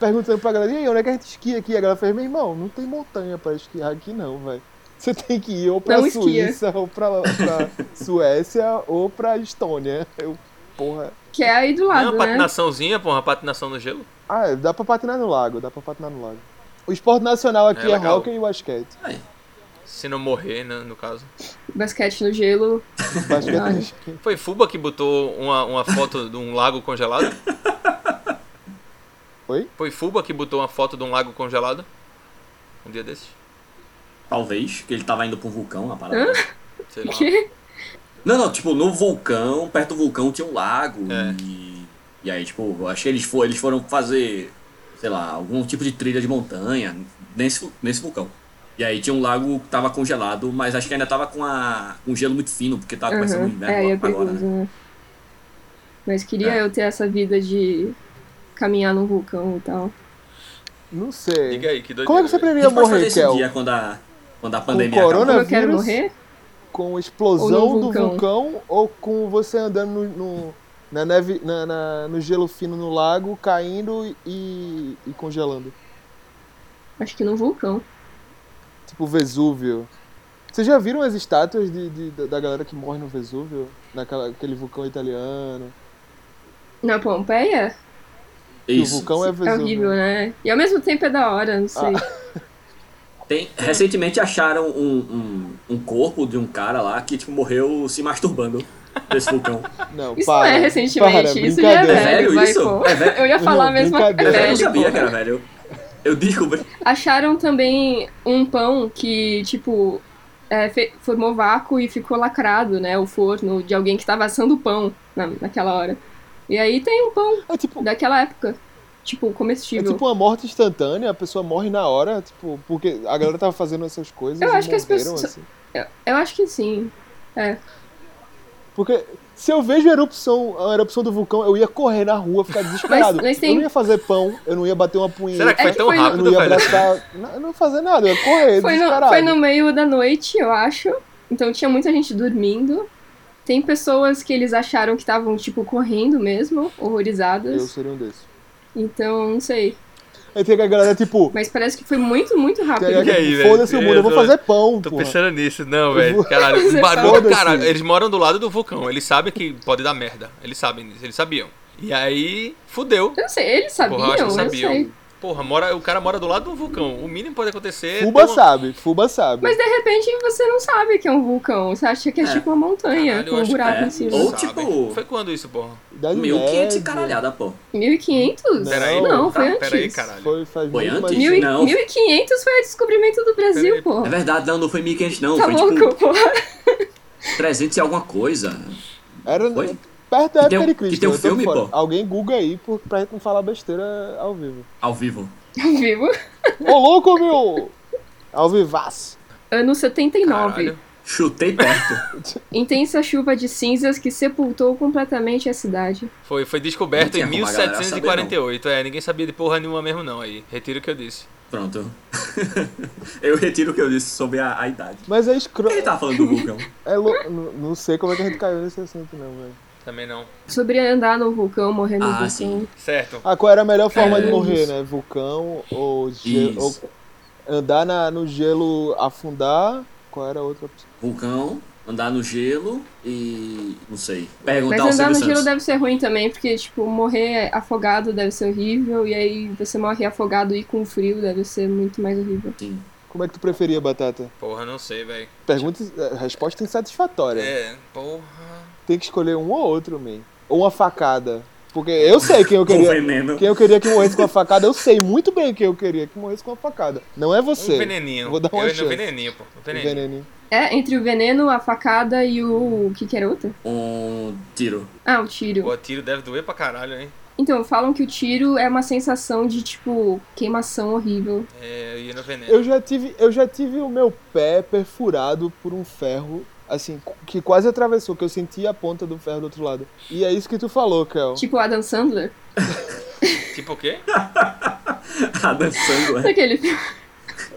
Speaker 2: Perguntando pra galera, e aí, onde é que a gente esquia aqui? A galera fez, meu irmão, não tem montanha pra esquiar aqui não, velho. Você tem que ir ou pra
Speaker 3: Não esquia.
Speaker 2: Suíça, ou pra,
Speaker 3: [laughs]
Speaker 2: pra Suécia, ou pra Estônia. Eu, porra.
Speaker 3: Que é aí do
Speaker 4: É
Speaker 3: lado,
Speaker 4: uma
Speaker 3: né?
Speaker 4: patinaçãozinha, pô, uma patinação no gelo.
Speaker 2: Ah, dá pra patinar no lago, dá pra patinar no lago. O esporte nacional aqui
Speaker 4: É
Speaker 2: é,
Speaker 4: legal.
Speaker 2: hockey e basquete.
Speaker 4: Se não morrer, né, no caso.
Speaker 3: Basquete no gelo.
Speaker 2: Basquete
Speaker 3: Olha.
Speaker 4: Foi Fuba que botou uma, uma foto de um lago congelado?
Speaker 2: Oi?
Speaker 4: Foi Fuba que botou uma foto de um lago congelado? Um dia desses?
Speaker 1: Talvez, que ele tava indo pra um vulcão, uma parada.
Speaker 4: Sei lá.
Speaker 3: Que?
Speaker 1: Não, não, tipo, no vulcão, perto do vulcão tinha um lago.
Speaker 4: É.
Speaker 1: E, e aí, tipo, eu acho que eles, fo- eles foram fazer, sei lá, algum tipo de trilha de montanha nesse, nesse vulcão. E aí tinha um lago que tava congelado, mas acho que ainda tava com a, um gelo muito fino, porque tava começando o
Speaker 3: Aham.
Speaker 1: inverno
Speaker 3: É, aí é
Speaker 1: agora,
Speaker 3: perigoso,
Speaker 1: né? É.
Speaker 3: né? Mas queria eu ter essa vida de caminhar num vulcão e tal.
Speaker 2: Não sei.
Speaker 4: Diga aí, que doideira.
Speaker 2: Como é que você
Speaker 4: velho.
Speaker 1: A
Speaker 2: preferia
Speaker 1: gente pode fazer
Speaker 2: morrer,
Speaker 1: isso um
Speaker 2: Kel?
Speaker 1: dia quando a, quando a pandemia
Speaker 2: corona?
Speaker 3: Como
Speaker 1: acabar.
Speaker 3: eu quero
Speaker 2: Coronavírus?
Speaker 3: morrer?
Speaker 2: Com
Speaker 3: Ou
Speaker 2: explosão
Speaker 3: no
Speaker 2: do
Speaker 3: vulcão?
Speaker 2: vulcão ou com você andando no, no- na neve, na, na- no gelo fino no lago, caindo e, e congelando?
Speaker 3: Acho que num vulcão.
Speaker 2: Tipo Vesúvio. Vocês já viram as estátuas de, de- da- da galera que morre no Vesúvio? Naquela, aquele vulcão italiano.
Speaker 3: Na Pompeia?
Speaker 2: E o
Speaker 1: Isso.
Speaker 2: vulcão é Ah,
Speaker 3: É
Speaker 2: Vesúvio.
Speaker 3: horrível, né? E ao mesmo tempo é da hora, não sei.
Speaker 1: Tem, recentemente acharam um, um, um corpo de um cara lá que, tipo, morreu se masturbando desse vulcão.
Speaker 2: Não,
Speaker 3: isso
Speaker 2: para.
Speaker 3: não é recentemente,
Speaker 2: para,
Speaker 3: isso já é
Speaker 2: brincadeira.
Speaker 1: É
Speaker 3: velho,
Speaker 1: velho
Speaker 3: vai,
Speaker 1: isso?
Speaker 3: pô.
Speaker 1: É velho?
Speaker 3: Eu ia falar
Speaker 2: Não,
Speaker 3: mesmo
Speaker 2: brincadeira.
Speaker 1: Eu
Speaker 2: Velho,
Speaker 1: não sabia
Speaker 3: pô.
Speaker 1: que era velho. Eu descobri.
Speaker 3: Acharam também um pão que, tipo, é, fe- formou vácuo e ficou lacrado, né? O forno de alguém que tava assando pão na, naquela hora. E aí tem um pão
Speaker 2: É tipo,
Speaker 3: daquela época. Tipo,
Speaker 2: é
Speaker 3: comestível.
Speaker 2: tipo uma morte instantânea, a pessoa morre na hora, tipo, porque a galera tava fazendo essas coisas
Speaker 3: Eu
Speaker 2: e
Speaker 3: acho que as
Speaker 2: morreram,
Speaker 3: pessoas-
Speaker 2: assim.
Speaker 3: eu, eu acho que sim.
Speaker 2: Porque se eu vejo a erupção, a erupção do vulcão, eu ia correr na rua, ficar desesperado.
Speaker 3: Mas- mas tem-
Speaker 2: Eu não ia fazer pão, eu não ia bater uma punheta.
Speaker 4: Será que foi
Speaker 3: É que
Speaker 4: tão
Speaker 3: foi no-
Speaker 2: eu não
Speaker 4: rápido,
Speaker 2: ia
Speaker 4: velho?
Speaker 2: abraçar. Não, eu não ia fazer nada, eu ia correr,
Speaker 3: Foi no,
Speaker 2: desesperado.
Speaker 3: foi no meio da noite, eu acho. Então tinha muita gente dormindo. Tem pessoas que eles acharam que estavam, tipo, correndo mesmo,
Speaker 2: Eu
Speaker 3: horrorizadas.
Speaker 2: seria um desses.
Speaker 3: Então, não sei.
Speaker 2: Aí tem a galera, tipo,
Speaker 3: Mas parece que foi muito, muito rápido.
Speaker 2: tem a-
Speaker 4: E aí, velho?
Speaker 2: foda-se o mundo, eu vou
Speaker 4: Eu tô-
Speaker 2: fazer pão,
Speaker 4: Tô
Speaker 2: porra.
Speaker 4: pensando nisso, não, velho. Caralho,
Speaker 3: Você
Speaker 4: um barulho do
Speaker 2: foda-se.
Speaker 4: caralho. Eles moram do lado do vulcão, eles sabem que pode dar merda. Eles sabem disso, eles sabiam. E aí, fudeu.
Speaker 3: Eu não sei, eles sabiam?
Speaker 4: Porra, eu acho que
Speaker 3: eu não
Speaker 4: sabiam.
Speaker 3: sei.
Speaker 4: porra, mora, o cara mora do lado de um vulcão. O mínimo pode acontecer. é um
Speaker 2: Fuba
Speaker 4: tem uma-
Speaker 2: sabe, Fuba sabe.
Speaker 3: Mas de repente você não sabe que é um vulcão. Você acha que é,
Speaker 1: É.
Speaker 3: tipo uma montanha
Speaker 4: Caralho, eu
Speaker 3: com um
Speaker 4: acho que
Speaker 3: buraco
Speaker 1: é.
Speaker 3: em cima.
Speaker 1: Ou-
Speaker 4: Sabe?
Speaker 1: tipo-
Speaker 4: Foi quando isso, porra?
Speaker 2: Idade
Speaker 1: 1500 e
Speaker 2: Média.
Speaker 1: caralhada, pô.
Speaker 3: 1500?
Speaker 4: Peraí. Tá,
Speaker 3: Não, foi antes.
Speaker 4: Peraí, caralho.
Speaker 2: Foi, faz
Speaker 1: Foi
Speaker 2: muito mais
Speaker 1: antes?
Speaker 3: Mil
Speaker 2: tempo.
Speaker 3: e-
Speaker 1: Não.
Speaker 3: 1500 foi o descobrimento do Brasil,
Speaker 4: Peraí.
Speaker 3: pô.
Speaker 1: É verdade, não, não foi 1500 não,
Speaker 3: Tá
Speaker 1: foi tipo
Speaker 3: louco, pô.
Speaker 1: 300 e alguma coisa.
Speaker 2: Era
Speaker 1: Foi?
Speaker 2: perto da
Speaker 1: Que tem
Speaker 2: época
Speaker 1: um-
Speaker 2: de
Speaker 1: que
Speaker 2: Cristo.
Speaker 1: tem um
Speaker 2: eu tô
Speaker 1: filme,
Speaker 2: fora.
Speaker 1: pô.
Speaker 2: Alguém googa aí por, pra gente não falar besteira ao vivo.
Speaker 1: Ao vivo.
Speaker 3: Ao [laughs] vivo.
Speaker 2: Ô, louco, meu! Ao vivaço.
Speaker 3: Ano 79.
Speaker 4: Caralho.
Speaker 1: Chutei
Speaker 3: [laughs]
Speaker 1: perto.
Speaker 3: Intensa chuva de cinzas que sepultou completamente a cidade.
Speaker 4: Foi, foi
Speaker 1: Não
Speaker 4: descoberto
Speaker 1: tinha
Speaker 4: em
Speaker 1: como a galera saber,
Speaker 4: 1748. É, ninguém sabia de porra nenhuma mesmo, não. Aí, retiro o que eu disse.
Speaker 1: Pronto. eu retiro o que eu disse sobre a, a idade.
Speaker 2: Mas é
Speaker 1: Por
Speaker 2: escroto.
Speaker 1: que ele tá falando do
Speaker 3: [laughs]
Speaker 1: vulcão?
Speaker 2: É lou- n- Não sei como é que a gente caiu nesse assunto, não, velho.
Speaker 4: Também não.
Speaker 3: Sobre andar no vulcão, morrer no
Speaker 1: Ah,
Speaker 3: vulcão.
Speaker 1: sim.
Speaker 4: Certo.
Speaker 2: Ah, qual era a melhor forma de
Speaker 1: É,
Speaker 2: morrer,
Speaker 3: isso.
Speaker 2: né? Vulcão ou gelo.
Speaker 1: Isso.
Speaker 2: andar na- no gelo afundar. Qual era a outra opção?
Speaker 1: Vulcão, andar no gelo e. não sei. Perguntar
Speaker 3: Mas
Speaker 1: ao Silvio
Speaker 3: andar no gelo
Speaker 1: Santos.
Speaker 3: deve ser ruim também, porque, tipo, morrer afogado deve ser horrível, e aí você morrer afogado e com frio deve ser muito mais horrível.
Speaker 1: Sim.
Speaker 2: Como é que tu preferia, Batata?
Speaker 4: Porra, não sei, velho.
Speaker 2: Pergunta, eh, resposta insatisfatória.
Speaker 4: É, porra.
Speaker 2: Tem que escolher um ou outro, man. Ou uma facada. Porque eu sei quem eu
Speaker 1: Com
Speaker 2: queria.
Speaker 1: veneno.
Speaker 2: Quem eu queria que morresse com a facada, eu sei muito bem quem eu queria que morresse com a facada. Não é
Speaker 4: Um
Speaker 2: você.
Speaker 4: veneninho.
Speaker 2: Vou dar uma
Speaker 4: eu,
Speaker 2: chance.
Speaker 4: No veneninho, pô. No veneninho.
Speaker 2: Veneninho.
Speaker 3: É, entre o veneno, a facada e o. o que que era outra?
Speaker 1: Um tiro. [laughs]
Speaker 3: Ah, o tiro.
Speaker 4: Pô, tiro deve doer pra caralho, hein?
Speaker 3: Então, falam que o tiro é uma sensação de, tipo, queimação horrível.
Speaker 1: Então.
Speaker 4: É, eu ia no veneno.
Speaker 2: Eu já tive, eu já tive o meu pé perfurado por um ferro, assim, cu- que quase atravessou, que eu senti a ponta do ferro do outro lado. E é isso que tu falou, Kel.
Speaker 3: Tipo o Adam Sandler, [laughs]
Speaker 4: Tipo o quê?
Speaker 1: Tá dançando,
Speaker 3: [laughs]
Speaker 1: é.
Speaker 3: daquele filme.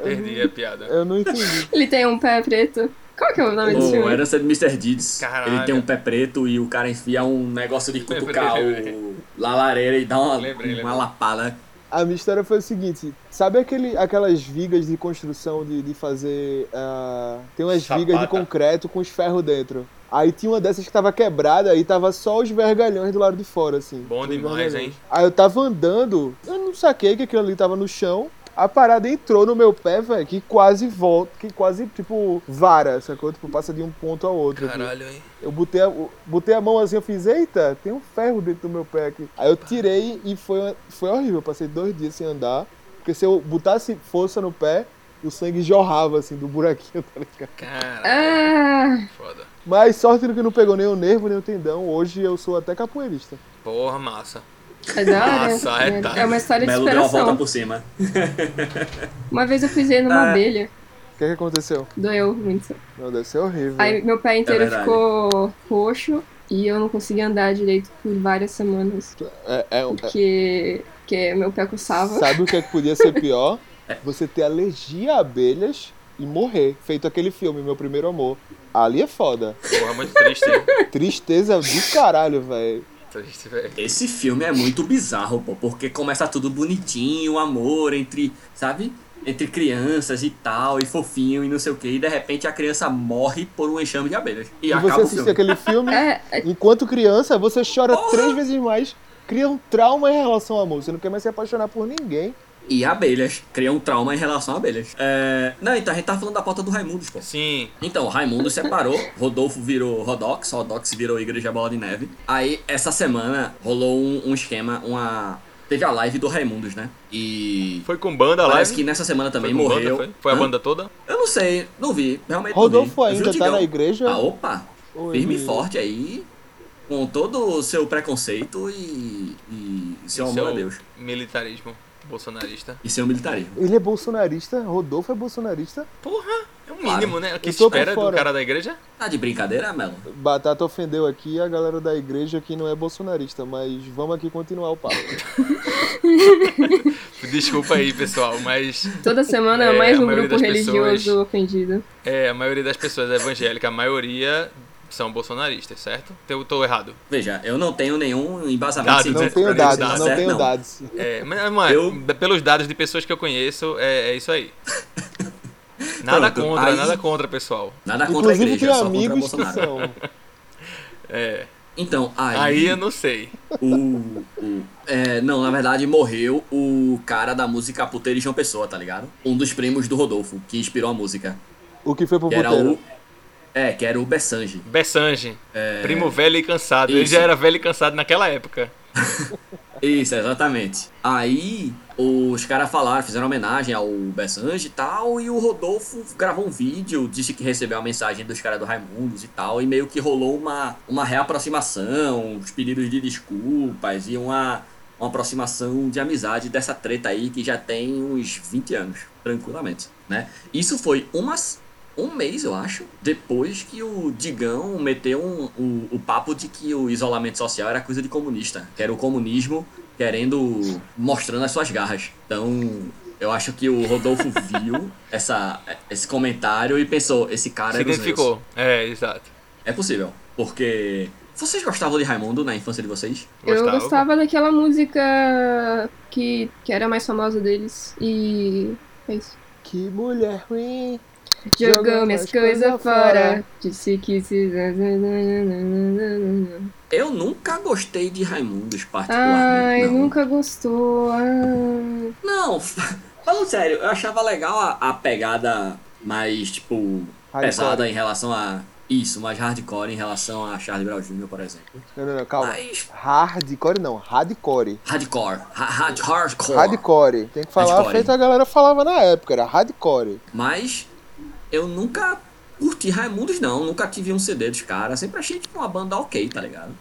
Speaker 4: Perdi a piada.
Speaker 2: Eu não entendi.
Speaker 3: Ele tem um pé preto. Qual que é o nome desse
Speaker 1: Ou
Speaker 3: filme?
Speaker 1: herança de Mr. Deeds.
Speaker 4: Caralho.
Speaker 1: Ele tem um pé preto e o cara enfia um negócio de cutucar
Speaker 4: Lembrei,
Speaker 1: o la lareira e dá uma,
Speaker 4: Lembrei, lembrei.
Speaker 1: uma lapada.
Speaker 2: A minha história foi o seguinte: sabe aquele, aquelas vigas de construção de, de fazer. ah, tem umas
Speaker 4: Sapata.
Speaker 2: vigas de concreto com os ferros dentro. Aí tinha uma dessas que tava quebrada e tava só os vergalhões do lado de fora, assim.
Speaker 4: Bom
Speaker 2: Os
Speaker 4: demais,
Speaker 2: vergalhões.
Speaker 4: hein?
Speaker 2: Aí eu tava andando, eu não saquei que aquilo ali tava no chão. A parada entrou no meu pé, velho, que quase volta, que quase, tipo, vara, sacou? Tipo, passa de um ponto a outro. aqui.
Speaker 4: Caralho, hein?
Speaker 2: Eu botei a, eu botei a mão assim, eu fiz, eita, tem um ferro dentro do meu pé aqui. Aí eu tirei e foi, uma- foi horrível, eu passei dois dias sem andar. Porque se eu botasse força no pé, o sangue jorrava, assim, do buraquinho, tá ligado?
Speaker 4: Caralho.
Speaker 3: Ah,
Speaker 4: Foda.
Speaker 2: Mas sorte do que não pegou nem o nervo, nem o tendão. Hoje eu sou até capoeirista.
Speaker 4: Porra, massa.
Speaker 3: é da hora.
Speaker 4: Nossa, é tá.
Speaker 3: é, é uma história de
Speaker 1: Melo deu a volta
Speaker 3: superação.
Speaker 1: por cima.
Speaker 3: Uma vez eu pisei numa
Speaker 1: Ah.
Speaker 3: abelha.
Speaker 2: O que, que aconteceu?
Speaker 3: Doeu muito.
Speaker 2: Meu Deus, isso é horrível.
Speaker 3: Aí meu pé inteiro
Speaker 1: verdade.
Speaker 3: ficou roxo e eu não consegui andar direito por várias semanas.
Speaker 2: É- é- é-
Speaker 3: Porque, porque meu pé coçava.
Speaker 2: Sabe o que, é que podia ser
Speaker 1: [laughs]
Speaker 2: pior?
Speaker 1: É.
Speaker 2: Você ter alergia a abelhas e morrer. Feito aquele filme, Meu Primeiro Amor. Ali é foda.
Speaker 4: Porra, muito triste, hein?
Speaker 1: [laughs]
Speaker 2: Tristeza do caralho, velho.
Speaker 4: Triste, velho.
Speaker 1: Esse filme é muito bizarro, pô, porque começa tudo bonitinho, amor entre, sabe? Entre crianças e tal, e fofinho e não sei o que, e de repente a criança morre por um enxame de abelhas. E,
Speaker 2: E você
Speaker 1: acaba o filme.
Speaker 2: assiste aquele filme,
Speaker 3: É, é,
Speaker 2: enquanto criança, você chora três vezes mais, cria um trauma em relação ao amor. Você não quer mais se apaixonar por ninguém.
Speaker 1: E abelhas. Cria um trauma em relação a abelhas. É... Não, então a gente tava falando da pauta do Raimundos, pô.
Speaker 4: Sim.
Speaker 1: Então, Raimundo separou, Rodolfo virou Rodox, Rodox virou Igreja Bola de Neve. Aí, essa semana, rolou um, um esquema, uma... Teve a live do Raimundos, né? E...
Speaker 4: Foi com banda lá.
Speaker 1: Parece que nessa semana também
Speaker 4: foi com
Speaker 1: morreu.
Speaker 4: Banda, foi? foi a
Speaker 1: Hã?
Speaker 4: banda toda?
Speaker 1: Eu não sei, não vi, realmente
Speaker 2: Rodolfo
Speaker 1: não vi. Eu vi o
Speaker 2: ainda tá
Speaker 1: Digão.
Speaker 2: na igreja.
Speaker 1: Ah, opa,
Speaker 2: Ou
Speaker 1: firme e
Speaker 2: ele-
Speaker 1: forte aí, com todo o seu preconceito e, e seu
Speaker 4: Esse
Speaker 1: amor
Speaker 4: é
Speaker 1: a
Speaker 4: o
Speaker 1: Deus.
Speaker 4: Militarismo bolsonarista.
Speaker 1: E seu militarismo.
Speaker 2: Ele é bolsonarista, Rodolfo é bolsonarista.
Speaker 4: Porra, é o
Speaker 1: Claro.
Speaker 4: mínimo, né? O que
Speaker 2: Eu
Speaker 4: se
Speaker 2: tô por
Speaker 4: espera do
Speaker 2: fora.
Speaker 4: cara da igreja?
Speaker 1: Tá de brincadeira, Melo?
Speaker 2: Batata ofendeu aqui a galera da igreja que não é bolsonarista, mas vamos aqui continuar o papo.
Speaker 4: Desculpa aí, pessoal, mas
Speaker 3: toda semana
Speaker 4: É,
Speaker 3: é mais
Speaker 4: a
Speaker 3: um
Speaker 4: maioria
Speaker 3: grupo
Speaker 4: das
Speaker 3: religioso
Speaker 4: pessoas-
Speaker 3: ofendido.
Speaker 4: é, a maioria das pessoas é evangélica, a maioria são bolsonaristas, certo? Eu tô errado.
Speaker 1: Veja, eu não tenho nenhum embasamento
Speaker 4: Dados,
Speaker 2: Não
Speaker 1: científico
Speaker 2: tenho
Speaker 1: pra
Speaker 4: dado,
Speaker 1: dizer
Speaker 4: né?
Speaker 2: dados,
Speaker 1: se tá
Speaker 2: não
Speaker 1: certo,
Speaker 2: tenho dados.
Speaker 4: É, mas, mas,
Speaker 1: Eu-
Speaker 4: pelos dados de pessoas que eu conheço, é, é
Speaker 1: [laughs]
Speaker 4: isso aí. Nada
Speaker 1: Pronto,
Speaker 4: contra,
Speaker 1: aí-
Speaker 4: nada contra, pessoal.
Speaker 1: Nada contra a
Speaker 2: Inclusive
Speaker 1: igreja,
Speaker 2: tenho
Speaker 1: só contra
Speaker 2: amigos que
Speaker 1: Bolsonaro.
Speaker 2: são.
Speaker 4: É,
Speaker 1: Então, aí,
Speaker 4: aí eu não sei.
Speaker 1: o, o- É, não, na verdade morreu o cara da música Puteira e João Pessoa, tá ligado? Um dos primos do Rodolfo, que inspirou a música.
Speaker 2: O que foi pro
Speaker 1: Que era
Speaker 2: puteiro?
Speaker 1: o. É, que era o Bessange.
Speaker 4: Bessange, primo velho e cansado. Ele
Speaker 1: É. Isso.
Speaker 4: já era velho e cansado naquela época.
Speaker 1: Isso, exatamente. Aí os caras falaram, fizeram homenagem ao Bessange e tal, e o Rodolfo gravou um vídeo, disse que recebeu a mensagem dos caras do Raimundos e tal, e meio que rolou uma, uma reaproximação, os pedidos de desculpas e uma, uma aproximação de amizade dessa treta aí que já tem uns 20 anos, tranquilamente, né? Isso foi umas um mês, eu acho, depois que o Digão meteu um- o, o papo de que o isolamento social era coisa de comunista, que era o comunismo querendo mostrando as suas garras. Então, eu acho que o Rodolfo viu essa, esse comentário e pensou: esse cara
Speaker 4: Se
Speaker 1: é dos meus.
Speaker 4: identificou. É, exato.
Speaker 1: É possível, porque vocês gostavam de Raimundo na infância de vocês?
Speaker 3: Eu gostava daquela música que, que era a mais famosa deles. E. É isso.
Speaker 2: Que mulher ruim.
Speaker 3: Jogou minhas
Speaker 2: as coisas
Speaker 3: coisas fora.
Speaker 2: fora.
Speaker 3: Disse que se.
Speaker 1: Eu nunca gostei de Raimundos, particularmente.
Speaker 3: Ai,
Speaker 1: Tipo, não.
Speaker 3: nunca gostou. Ah.
Speaker 1: Não, [laughs] falando sério, eu achava legal a, a pegada mais, tipo,
Speaker 2: Hardcore.
Speaker 1: pesada em relação a isso, mais hardcore em relação a Charlie Brown Jr., por exemplo.
Speaker 2: Não, não, não, calma.
Speaker 1: Mas
Speaker 2: Hardcore não, hardcore.
Speaker 1: hardcore, ha- hard- hardcore.
Speaker 2: Hardcore. Tem que falar
Speaker 1: Hardcore.
Speaker 2: feito a galera falava na época, era hardcore.
Speaker 1: Mas eu nunca curti Raimundos, não. Nunca tive um CD dos caras. Sempre achei, tipo, uma banda ok, tá ligado?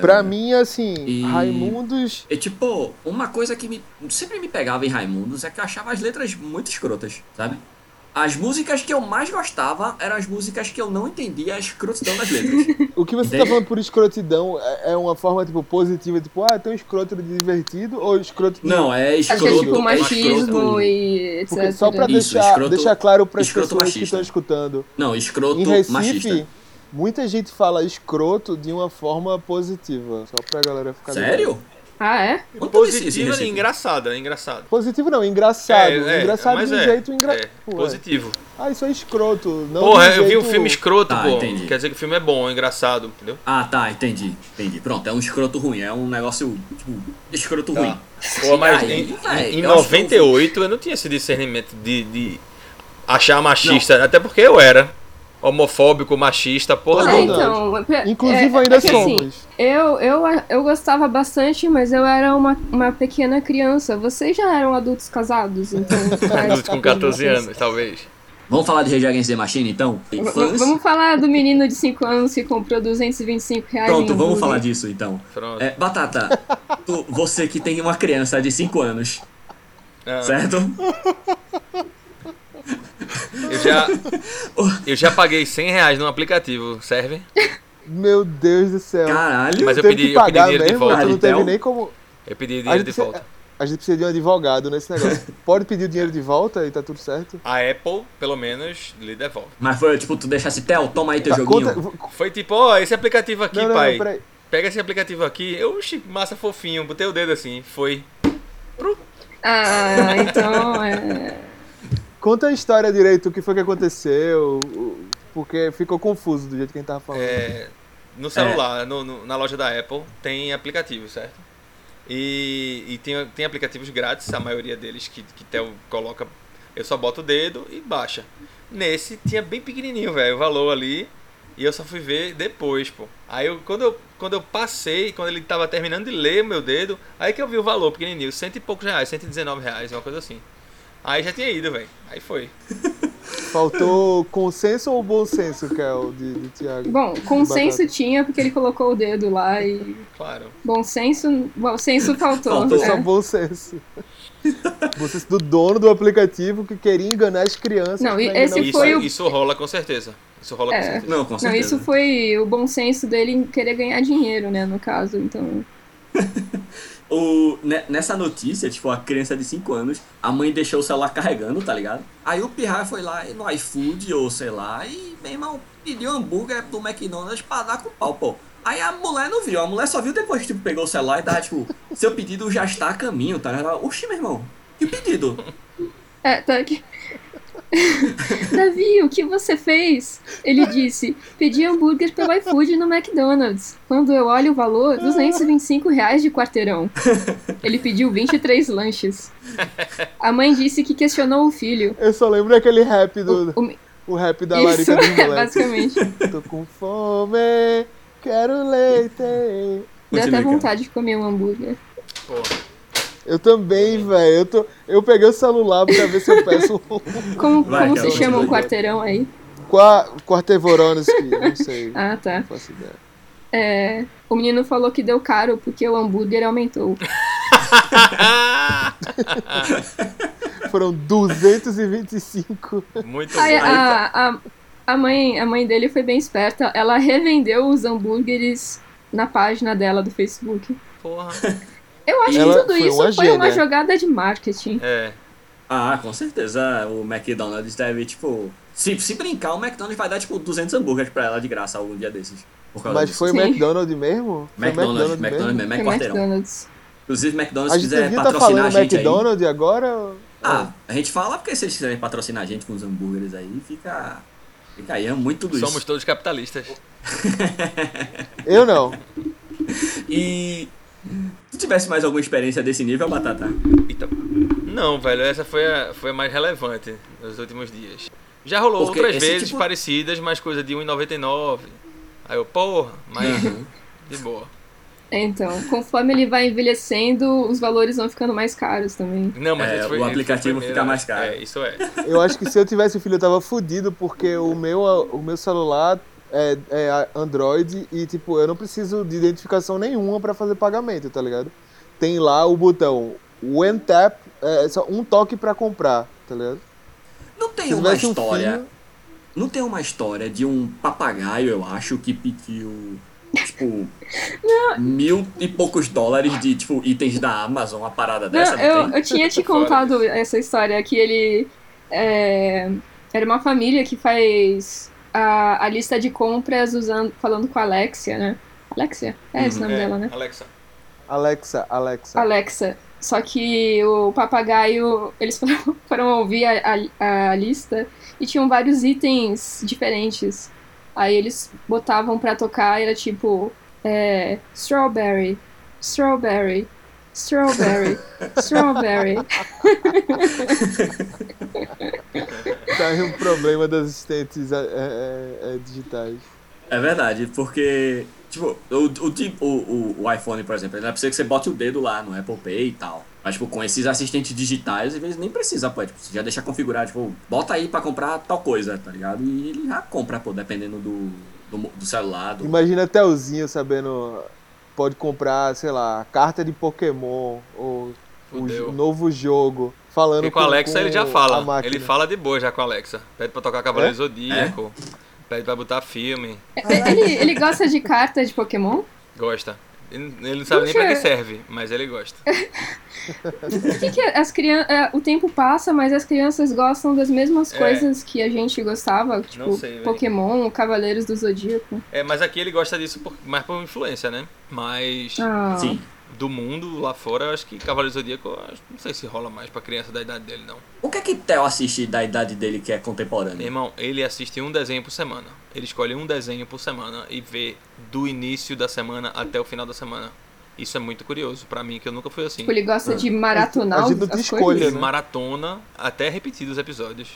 Speaker 2: Pra mim, assim,
Speaker 1: É. E-
Speaker 2: Raimundos.
Speaker 1: E, tipo, uma coisa que me, sempre me pegava em Raimundos é que eu achava as letras muito escrotas, sabe? As músicas que eu mais gostava eram as músicas que eu não entendia a escrotidão das letras.
Speaker 3: [laughs]
Speaker 2: O que você tá
Speaker 1: Entende?
Speaker 2: falando por escrotidão é é uma forma, tipo, positiva, tipo, ah, tem um escroto de divertido ou escroto de.
Speaker 1: Não, é
Speaker 3: Acho
Speaker 1: escroto.
Speaker 3: que é tipo
Speaker 1: escroto.
Speaker 3: machismo e etc.
Speaker 2: Porque só pra
Speaker 1: Isso,
Speaker 2: deixar,
Speaker 1: escroto-
Speaker 2: deixar claro pras
Speaker 1: escroto
Speaker 2: pessoas que
Speaker 1: machista.
Speaker 2: estão escutando.
Speaker 1: Não, escroto
Speaker 2: Em Recife,
Speaker 1: machista.
Speaker 2: muita gente fala escroto de uma forma positiva. Só pra galera ficar ligada.
Speaker 1: Sério?
Speaker 3: Ah,
Speaker 2: Tá
Speaker 3: é?
Speaker 1: Quanto isso em
Speaker 4: Positiva
Speaker 1: Recife?
Speaker 4: e engraçada, é engraçado.
Speaker 2: Positivo não, engraçado. engraçado
Speaker 4: É, mas
Speaker 2: de um jeito engraçado.
Speaker 4: é, positivo.
Speaker 2: Ah, isso é escroto. Não
Speaker 4: Porra,
Speaker 2: de um
Speaker 4: eu vi um
Speaker 2: jeito-
Speaker 4: filme escroto,
Speaker 1: Tá,
Speaker 4: pô.
Speaker 1: entendi.
Speaker 4: Quer dizer que o filme é bom, é engraçado, entendeu?
Speaker 1: Ah, tá, entendi. Entendi. Pronto, é um escroto ruim. É um negócio, tipo, escroto
Speaker 4: Tá.
Speaker 1: ruim.
Speaker 4: Pô, mas
Speaker 1: Aí,
Speaker 4: em,
Speaker 1: véi,
Speaker 4: em
Speaker 1: eu acho que eu-
Speaker 4: 98 eu não tinha esse discernimento de, de achar machista, até porque eu era homofóbico, machista, porra
Speaker 2: Todo
Speaker 3: É,
Speaker 2: mundo.
Speaker 4: toda.
Speaker 3: então. é-
Speaker 2: Inclusive,
Speaker 3: é-
Speaker 2: ainda
Speaker 3: é que, assim,
Speaker 2: somos.
Speaker 3: Eu, eu, eu gostava bastante, mas eu era uma, uma pequena criança. Vocês já eram adultos casados,
Speaker 1: [laughs]
Speaker 3: então.
Speaker 4: Adulto com 14 anos, talvez.
Speaker 1: Vamos falar de Rage Against the Machine, então?
Speaker 3: V-
Speaker 1: Infância?
Speaker 3: v- Vamos falar do menino de 5 anos que comprou 225 reais.
Speaker 1: Pronto,
Speaker 3: em
Speaker 1: vamos
Speaker 3: hambúrguer.
Speaker 1: falar disso, então.
Speaker 4: Pronto.
Speaker 1: É,
Speaker 3: [laughs]
Speaker 1: Batata, tu- você que tem uma criança de 5 anos,
Speaker 4: Ah,
Speaker 1: certo?
Speaker 4: eu,
Speaker 2: [laughs]
Speaker 4: já, eu já paguei 100 reais num aplicativo, serve?
Speaker 2: Meu Deus do céu.
Speaker 1: Caralho.
Speaker 4: Mas eu
Speaker 2: Teve
Speaker 4: pedi-
Speaker 2: que
Speaker 4: eu pedi
Speaker 2: pagar
Speaker 4: dinheiro de
Speaker 2: mesmo,
Speaker 4: volta.
Speaker 2: tu não teve
Speaker 1: Então-
Speaker 2: nem como.
Speaker 4: Eu pedi
Speaker 2: A
Speaker 4: dinheiro
Speaker 2: gente,
Speaker 4: de
Speaker 2: precisa-
Speaker 4: volta.
Speaker 2: a gente precisa de um advogado nesse
Speaker 1: [laughs]
Speaker 2: negócio. Pode pedir o dinheiro de volta e tá tudo certo?
Speaker 4: A Apple, pelo menos, lhe devolve.
Speaker 1: Mas foi tipo, tu deixasse Theo, toma aí teu
Speaker 2: Tá,
Speaker 1: joguinho.
Speaker 2: conta- Não,
Speaker 4: Foi tipo, ó, esse aplicativo aqui,
Speaker 2: não, não,
Speaker 4: pai.
Speaker 2: peraí.
Speaker 4: Pega esse aplicativo aqui. Eu, oxi, massa fofinho. Botei o dedo assim, foi.
Speaker 3: Ah, então. É...
Speaker 2: Conta a história direito, o que foi que aconteceu, o- porque ficou confuso do jeito que a gente tava falando.
Speaker 4: É, no celular, no- no- na loja da Apple, tem aplicativo, certo? E, e tem, tem aplicativos grátis, a maioria deles que, que Theo coloca. Eu só boto o dedo e baixa. Nesse tinha bem pequenininho, velho, o valor ali. E eu só fui ver depois, pô. Aí eu, quando, eu, quando eu passei, quando ele tava terminando de ler meu dedo, aí que eu vi o valor pequenininho, cento e poucos reais, 119 reais, uma coisa assim. Aí já tinha ido, velho. Aí foi.
Speaker 2: Faltou consenso ou bom senso, Kel, de, de Thiago?
Speaker 3: Bom, consenso
Speaker 2: Batata.
Speaker 3: tinha, porque ele colocou o dedo lá e.
Speaker 4: Claro.
Speaker 3: Bom senso. Bom senso faltou.
Speaker 1: Faltou
Speaker 2: Foi só
Speaker 3: né?
Speaker 2: bom senso. bom senso do dono do aplicativo que queria enganar as crianças.
Speaker 3: Não,
Speaker 2: pra
Speaker 3: e
Speaker 2: enganar
Speaker 3: esse
Speaker 2: os
Speaker 4: Isso,
Speaker 3: foi
Speaker 2: pais.
Speaker 3: o-
Speaker 4: isso rola com certeza. Isso rola
Speaker 3: É.
Speaker 4: com certeza.
Speaker 1: Não, com
Speaker 3: Não,
Speaker 1: certeza.
Speaker 3: isso foi o bom senso dele em querer ganhar dinheiro, né, no caso. Então,
Speaker 1: O, ne- nessa notícia, tipo, a criança de 5 anos, a mãe deixou o celular carregando, tá ligado? Aí o pirra foi lá no iFood ou sei lá, e meu irmão pediu hambúrguer do McDonald's pra dar com pau, pô. Aí a mulher não viu, a mulher só viu depois que tipo, pegou o celular e tava tipo, [laughs] seu pedido já está a caminho, tá ligado? Ela, Oxi, meu irmão, que pedido?
Speaker 3: é, tá aqui. [laughs] Davi, o que você fez? Ele disse: Pedi hambúrguer pelo iFood no McDonald's. Quando eu olho o valor, R$ 225 reais de quarteirão. Ele pediu 23 lanches. A mãe disse que questionou o filho.
Speaker 2: Eu só lembro aquele rap do.
Speaker 3: O- o-
Speaker 2: O rap da
Speaker 3: isso,
Speaker 2: Larica dos
Speaker 3: é,
Speaker 2: moleques.
Speaker 3: basicamente.
Speaker 2: Tô com fome, quero leite.
Speaker 3: Deu
Speaker 1: Continue,
Speaker 3: até
Speaker 1: cara.
Speaker 3: vontade de comer um hambúrguer.
Speaker 4: Pô,
Speaker 2: Eu também, velho. Eu, tô... eu peguei o celular pra ver se eu peço um
Speaker 3: Como,
Speaker 1: Vai,
Speaker 3: como
Speaker 1: cara,
Speaker 3: se chama um
Speaker 1: continua.
Speaker 3: quarteirão aí?
Speaker 2: qua... Quartevoronesky. Não sei.
Speaker 3: Ah, tá.
Speaker 2: Não faço ideia.
Speaker 3: É, o menino falou que deu caro porque o hambúrguer aumentou.
Speaker 2: Então,
Speaker 4: [laughs]
Speaker 2: Foram 225.
Speaker 4: muito
Speaker 3: Aí,
Speaker 4: bom.
Speaker 2: tá.
Speaker 3: a, a, a, mãe, a mãe dele foi bem esperta. Ela revendeu os hambúrgueres na página dela do Facebook.
Speaker 4: Porra.
Speaker 3: Eu acho
Speaker 2: Ela
Speaker 3: que tudo
Speaker 2: foi
Speaker 3: isso
Speaker 2: uma
Speaker 3: foi uma
Speaker 2: gênia.
Speaker 3: jogada de marketing.
Speaker 4: É.
Speaker 1: Ah, com certeza. O McDonald's deve, tipo. Se, se brincar, o McDonald's vai dar, tipo, 200 hambúrgueres pra ela de graça algum dia desses. Por causa
Speaker 2: Mas
Speaker 1: disso.
Speaker 2: foi
Speaker 3: Sim.
Speaker 2: McDonald's mesmo? Foi
Speaker 1: McDonald's,
Speaker 2: mesmo?
Speaker 1: McDonald's mesmo, é
Speaker 3: Foi
Speaker 1: quarteirão.
Speaker 3: McDonald's.
Speaker 1: Inclusive, McDonald's,
Speaker 2: A
Speaker 1: se
Speaker 2: gente
Speaker 1: quiser
Speaker 2: devia estar
Speaker 1: patrocinar a
Speaker 2: falando
Speaker 1: gente aí.
Speaker 2: McDonald's agora?
Speaker 1: Ah, a gente fala porque se eles quiserem patrocinar a gente com os hambúrgueres aí, fica. Fica aí, é muito tudo isso.
Speaker 4: Somos todos capitalistas.
Speaker 2: Eu não.
Speaker 1: E. Se tivesse mais alguma experiência desse nível, é Batata.
Speaker 4: Eita. Não, velho, essa foi a, foi a mais relevante nos últimos dias. Já rolou
Speaker 1: Porque
Speaker 4: outras
Speaker 1: esse
Speaker 4: vezes
Speaker 1: tipo-
Speaker 4: parecidas, mas coisa de 1,99. Aí eu, porra, mas
Speaker 1: Uhum.
Speaker 4: de boa.
Speaker 3: Então, conforme ele vai envelhecendo, os valores vão ficando mais caros também.
Speaker 4: Não,
Speaker 1: É,
Speaker 4: mas esse foi
Speaker 1: o
Speaker 4: esse foi
Speaker 1: aplicativo
Speaker 4: primeiro,
Speaker 1: fica
Speaker 4: né?
Speaker 1: mais caro.
Speaker 4: É, isso é.
Speaker 2: Eu acho que se eu tivesse filho, eu tava fudido, porque o meu, o meu celular é, é a- Android e, tipo, eu não preciso de identificação nenhuma pra fazer pagamento, tá ligado? Tem lá o botão One Tap, é só um toque pra comprar, tá ligado?
Speaker 1: Não tem
Speaker 2: Se
Speaker 1: uma
Speaker 2: tivesse um
Speaker 1: história.
Speaker 2: filho,
Speaker 1: Não tem uma história de um papagaio, eu acho, que pediu, tipo,
Speaker 3: [laughs]
Speaker 1: mil e poucos dólares de, tipo, itens da Amazon, uma parada dessa,
Speaker 3: Não, eu,
Speaker 1: não tem?
Speaker 3: eu tinha te
Speaker 4: Fora
Speaker 3: contado essa história que ele é, era uma família que faz a, a lista de compras usando, falando com a Alexia, né? Alexia? É esse o nome
Speaker 4: É,
Speaker 3: dela, né?
Speaker 4: Alexa.
Speaker 2: Alexa, Alexa.
Speaker 3: Alexa. Só que o papagaio, [laughs] eles foram, foram ouvir a, a- a lista e tinham vários itens diferentes. Aí eles botavam pra tocar, era tipo é, strawberry, strawberry, strawberry, strawberry.
Speaker 2: Tá aí um problema das assistentes é, é, é, digitais.
Speaker 1: É verdade, porque, tipo, o, o, ti- o, o, o iPhone, por exemplo, ele não é precisa que você bote o dedo lá no Apple Pay e tal. Mas, tipo, com esses assistentes digitais, às vezes nem precisa, pô. Tipo, você já deixa configurado, tipo, bota aí pra comprar tal coisa, tá ligado? E ele já compra, pô, dependendo do, do, mo- do celular, do...
Speaker 2: Imagina Telzinho sabendo. Pode comprar, sei lá, carta de Pokémon ou o
Speaker 4: Fudeu.
Speaker 2: jo- novo jogo. Falando
Speaker 4: Porque com a Alexa ele já
Speaker 2: com a
Speaker 4: fala.
Speaker 2: máquina.
Speaker 4: Ele fala de boa já com a Alexa. Pede pra tocar
Speaker 1: É?
Speaker 4: Cavaleiro Zodíaco. Pede pra botar filme.
Speaker 3: ele, ele gosta de carta de Pokémon?
Speaker 4: Gosta. Ele ele não sabe nem pra que serve, mas ele gosta.
Speaker 3: Por que, que as crianças. o tempo passa, mas as crianças gostam das mesmas
Speaker 4: É.
Speaker 3: coisas que a gente gostava, tipo
Speaker 4: sei, velho.
Speaker 3: Pokémon, Cavaleiros do Zodíaco.
Speaker 4: É, mas aqui ele gosta disso por- mais por influência, né? Mas
Speaker 3: Ah.
Speaker 1: Sim.
Speaker 4: do mundo lá fora, eu acho que Cavaleiro Zodíaco, eu acho- não sei se rola mais pra criança da idade dele, não.
Speaker 1: O que é que Theo assiste da idade dele que é
Speaker 4: Meu
Speaker 1: contemporânea?
Speaker 4: irmão, ele assiste um desenho por semana. Ele escolhe um desenho por semana e vê do início da semana até o final da semana. Isso é muito curioso pra mim, que eu nunca fui assim.
Speaker 3: Tipo, ele gosta de maratonar
Speaker 2: A gente não tem
Speaker 3: as
Speaker 2: escolha,
Speaker 3: coisas.
Speaker 4: Ele
Speaker 2: né?
Speaker 4: maratona até repetir os episódios.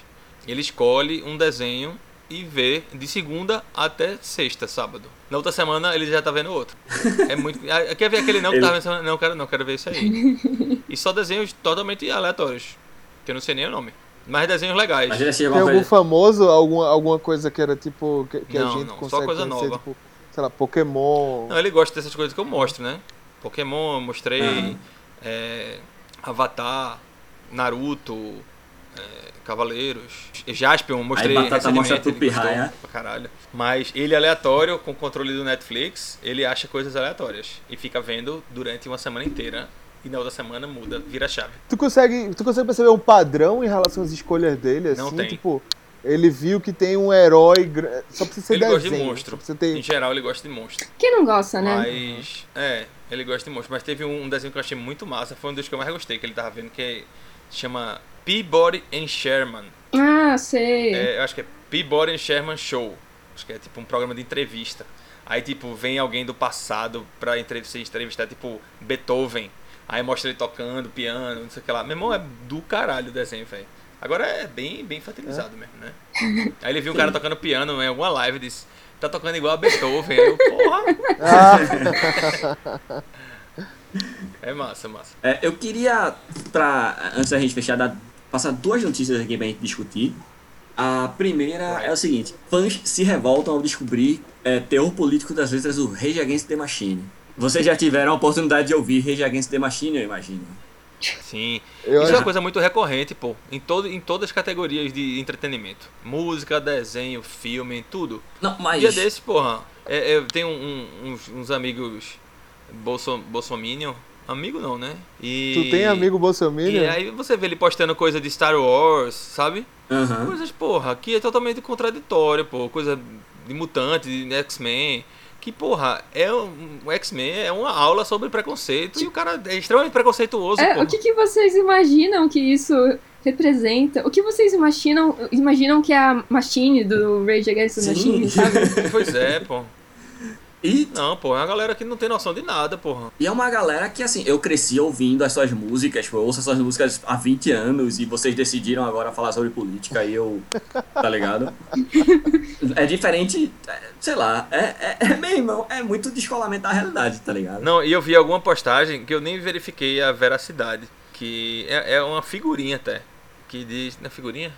Speaker 4: Ele escolhe um desenho e vê de segunda até sexta, sábado. Na outra semana ele já tá vendo
Speaker 1: [laughs]
Speaker 4: outro. É muito. Ah, Quer ver aquele não que
Speaker 1: Ele-
Speaker 4: tava vendo semana? Não, quero não, quero ver isso
Speaker 1: [laughs]
Speaker 4: aí. E só desenhos totalmente aleatórios. Que eu não sei nem o nome. Mas desenhos legais.
Speaker 1: Mas ele assiste
Speaker 2: Tem
Speaker 1: alguma
Speaker 2: algum
Speaker 1: coisa...
Speaker 2: famoso, alguma, alguma coisa que era tipo. que, que a
Speaker 4: Não,
Speaker 2: gente
Speaker 4: não, só
Speaker 2: consegue
Speaker 4: coisa
Speaker 2: conhecer,
Speaker 4: nova.
Speaker 2: tipo, sei lá, Pokémon.
Speaker 4: Não, ele gosta dessas coisas que eu mostro, né? Pokémon, eu mostrei.
Speaker 1: Aham.
Speaker 4: é, Avatar, Naruto, é, Cavaleiros. Jaspion, eu mostrei.
Speaker 1: Batata
Speaker 4: recentemente,
Speaker 1: mostra pro
Speaker 4: ele gostou
Speaker 1: Pirraia.
Speaker 4: pra caralho. Mas ele é aleatório, com o controle do Netflix, ele acha coisas aleatórias. E fica vendo durante uma semana inteira. E na outra semana muda, vira a chave.
Speaker 2: Tu consegue, tu consegue perceber um padrão em relação às escolhas dele, assim?
Speaker 4: Não tem.
Speaker 2: Tipo, ele viu que tem um herói. gra- Só precisa ser
Speaker 4: ele
Speaker 2: desenho.
Speaker 4: gosta de monstro.
Speaker 2: Só precisa
Speaker 4: Em
Speaker 2: ter...
Speaker 4: geral, ele gosta de monstro.
Speaker 3: Quem não gosta, né?
Speaker 4: Mas. É, ele gosta de monstro. Mas teve um, um desenho que eu achei muito massa. Foi um dos que eu mais gostei, que ele tava vendo, que chama Peabody and Sherman.
Speaker 3: Ah, Ah, sei.
Speaker 4: É, eu acho que é Peabody and Sherman Show. Acho que é tipo um programa de entrevista. Aí, tipo, vem alguém do passado pra entrev se entrevistar, tipo, Beethoven. Aí mostra ele tocando, piano, não sei o que lá. Meu irmão é do caralho o desenho, velho. Agora é bem, bem infantilizado mesmo, né? Aí ele viu um cara tocando piano em alguma live e disse, tá tocando igual a Beethoven. Aí eu, porra! [laughs] É massa, é massa.
Speaker 1: É, eu queria, pra, antes da gente fechar, dar- passar duas notícias aqui pra gente discutir. A primeira é o seguinte: fãs se revoltam ao descobrir é, teor político das letras do Rage Against the Machine. Vocês já tiveram a oportunidade de ouvir Rage Against the Machine, eu imagino.
Speaker 4: Sim.
Speaker 2: Eu
Speaker 4: Isso é uma
Speaker 2: acho
Speaker 4: coisa muito recorrente, pô. Em, todo, em todas as categorias de entretenimento. Música, desenho, filme, tudo. Um
Speaker 1: Não, mas.
Speaker 4: Dia desse, porra, é, é, tem um- um- uns, uns amigos bolso, bolsominion. Amigo não, né? E,
Speaker 2: Tu tem amigo
Speaker 4: E
Speaker 2: bolsominion?
Speaker 4: aí você vê ele postando coisa de Star Wars, sabe?
Speaker 1: Aham.
Speaker 4: Coisas, porra, que é totalmente contraditório, pô. Coisa de mutante, de X-Men. Que, porra, é um, o X-Men é uma aula sobre preconceito e o cara é extremamente preconceituoso,
Speaker 3: É,
Speaker 4: pô.
Speaker 3: o que, que vocês imaginam que isso representa? O que vocês imaginam, imaginam que é a machine do Rage Against the
Speaker 1: Sim.
Speaker 3: Machine, sabe?
Speaker 4: Pois é, pô.
Speaker 1: [laughs] E,
Speaker 4: Não, pô, é uma galera que não tem noção de nada, porra.
Speaker 1: e é uma galera que, assim, eu cresci ouvindo as suas músicas, tipo, eu ouço as suas músicas há 20 anos e vocês decidiram agora falar sobre política e eu. Tá ligado? É diferente, é, sei lá, é, é, é meu irmão, é muito descolamento da realidade, tá ligado?
Speaker 4: Não, e eu vi alguma postagem que eu nem verifiquei a veracidade, que é, é uma figurinha até, que diz, na figurinha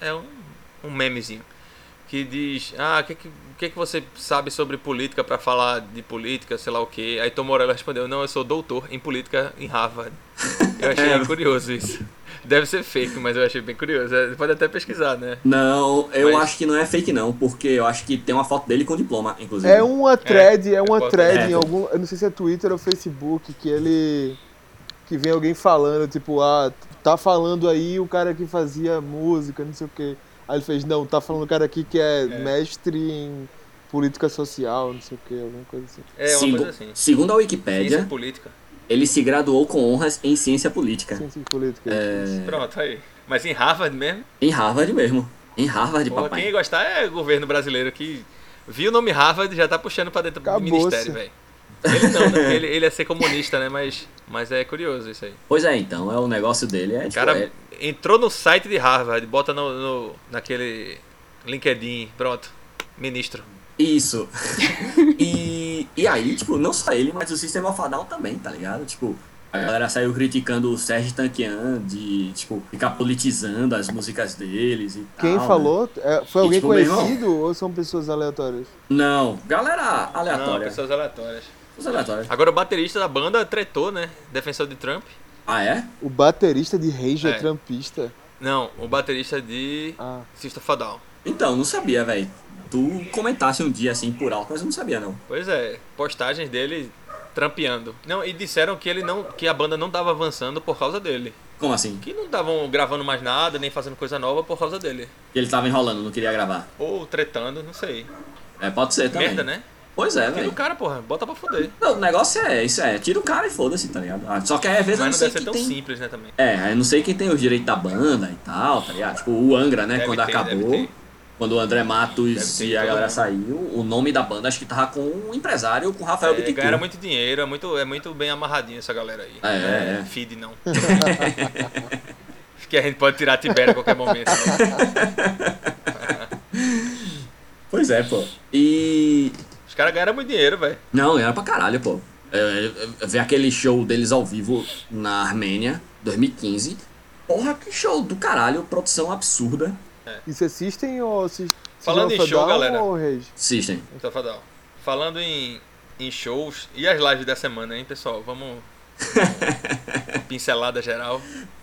Speaker 4: é um, um memezinho, que diz, ah, o que, que, o que que você sabe sobre política pra falar de política, sei lá o que, aí Tom Morello respondeu, não, eu sou doutor em política em Harvard. Eu achei curioso isso. Deve ser fake, mas eu achei bem curioso. É, Pode até pesquisar, né?
Speaker 1: Não, eu
Speaker 4: Mas-
Speaker 1: acho que não é fake não, porque eu acho que tem uma foto dele com diploma, inclusive.
Speaker 2: É uma thread, é,
Speaker 4: é,
Speaker 2: uma thread
Speaker 1: é.
Speaker 2: em algum. Eu não sei se é Twitter ou Facebook que ele. Que vem alguém falando, tipo, ah, tá falando aí o cara que fazia música, não sei o quê. Aí ele fez, não, tá falando o cara aqui que é, mestre em política social, não sei o quê, alguma coisa assim.
Speaker 4: É uma
Speaker 1: Segu-
Speaker 4: coisa assim.
Speaker 1: Segundo a
Speaker 4: Ciência
Speaker 1: Wikipédia,
Speaker 4: política.
Speaker 1: ele se graduou com honras em ciência política.
Speaker 2: Ciência de política.
Speaker 1: É.
Speaker 4: Pronto, aí. Mas em Harvard mesmo?
Speaker 1: Em Harvard mesmo. Em Harvard,
Speaker 4: Porra,
Speaker 1: papai.
Speaker 4: quem gostar é o governo brasileiro que viu o nome Harvard e já tá puxando pra dentro do
Speaker 2: Acabou-se.
Speaker 4: ministério, velho. Ele não, né? Porque Ele, ele ia ser comunista, né? Mas, mas é curioso isso aí.
Speaker 1: Pois é, então, é o negócio dele. É,
Speaker 4: O
Speaker 1: tipo,
Speaker 4: cara
Speaker 1: é-
Speaker 4: entrou no site de Harvard, bota no, no- naquele LinkedIn, pronto. Ministro.
Speaker 1: Isso. [laughs] e, e aí, tipo, não só ele, mas o Sistema Fadal também, tá ligado? Tipo, a
Speaker 4: É.
Speaker 1: galera saiu criticando o Sérgio Tanquian de, tipo, ficar politizando as músicas deles e
Speaker 2: Quem
Speaker 1: tal, né?
Speaker 2: falou? É, foi alguém
Speaker 1: tipo, meu irmão-
Speaker 2: conhecido ou são pessoas aleatórias?
Speaker 1: Não, galera
Speaker 4: Não,
Speaker 1: aleatória.
Speaker 4: pessoas aleatórias.
Speaker 1: Pessoas aleatórias.
Speaker 4: Agora o baterista da banda tretou, né? Defensor de Trump.
Speaker 1: Ah, é?
Speaker 2: O baterista de Rage é,
Speaker 4: É.
Speaker 2: trampista.
Speaker 4: Não, o baterista de
Speaker 2: Ah.
Speaker 4: Sister Fadal.
Speaker 1: Então, não sabia, velho. Tu comentasse um dia assim por alto, mas eu não sabia, não.
Speaker 4: Pois é, postagens dele trampeando. Não, e disseram que ele não, que a banda não tava avançando por causa dele.
Speaker 1: Como assim?
Speaker 4: Que não estavam gravando mais nada, nem fazendo coisa nova por causa dele.
Speaker 1: Ele tava enrolando, não queria gravar.
Speaker 4: Ou tretando, não sei.
Speaker 1: É, pode ser também.
Speaker 4: Merda, né?
Speaker 1: Pois é,
Speaker 4: Tira o
Speaker 1: velho.
Speaker 4: cara, porra, bota pra foder.
Speaker 1: Não, O negócio é isso, é. Tira o cara e foda-se, tá ligado? Ah, Só que aí, às vezes eu
Speaker 4: Mas não
Speaker 1: sei
Speaker 4: deve ser
Speaker 1: que
Speaker 4: tão
Speaker 1: tem...
Speaker 4: simples, né, também.
Speaker 1: É, eu não sei quem tem os direitos da banda e tal, tá ligado? Tipo, o Angra, né?
Speaker 4: Deve
Speaker 1: quando
Speaker 4: ter, deve
Speaker 1: acabou,
Speaker 4: ter.
Speaker 1: quando o André Matos
Speaker 4: Deve ter então.
Speaker 1: e a
Speaker 4: todo
Speaker 1: galera
Speaker 4: mundo.
Speaker 1: saiu, o nome da banda acho que tava com um empresário, com o Rafael
Speaker 4: É,
Speaker 1: Bittencourt.
Speaker 4: ganharam muito dinheiro, é muito, é muito bem amarradinho essa galera aí.
Speaker 1: É, é, é.
Speaker 4: Feed não. que a gente pode tirar Tibério a qualquer momento. né?
Speaker 1: Pois é, pô. E...
Speaker 4: Os caras ganharam muito dinheiro, velho.
Speaker 1: Não, era pra caralho, pô. É, é, é, Ver aquele show deles ao vivo na Armênia, 2015. Porra, que show do caralho, produção absurda.
Speaker 2: E vocês assistem ou assistem?
Speaker 4: Falando em show, galera.
Speaker 2: Ou Rage?
Speaker 1: System.
Speaker 4: Então, Fadal. Falando em, em shows e as lives da semana, hein, pessoal? Vamos. Pincelada geral.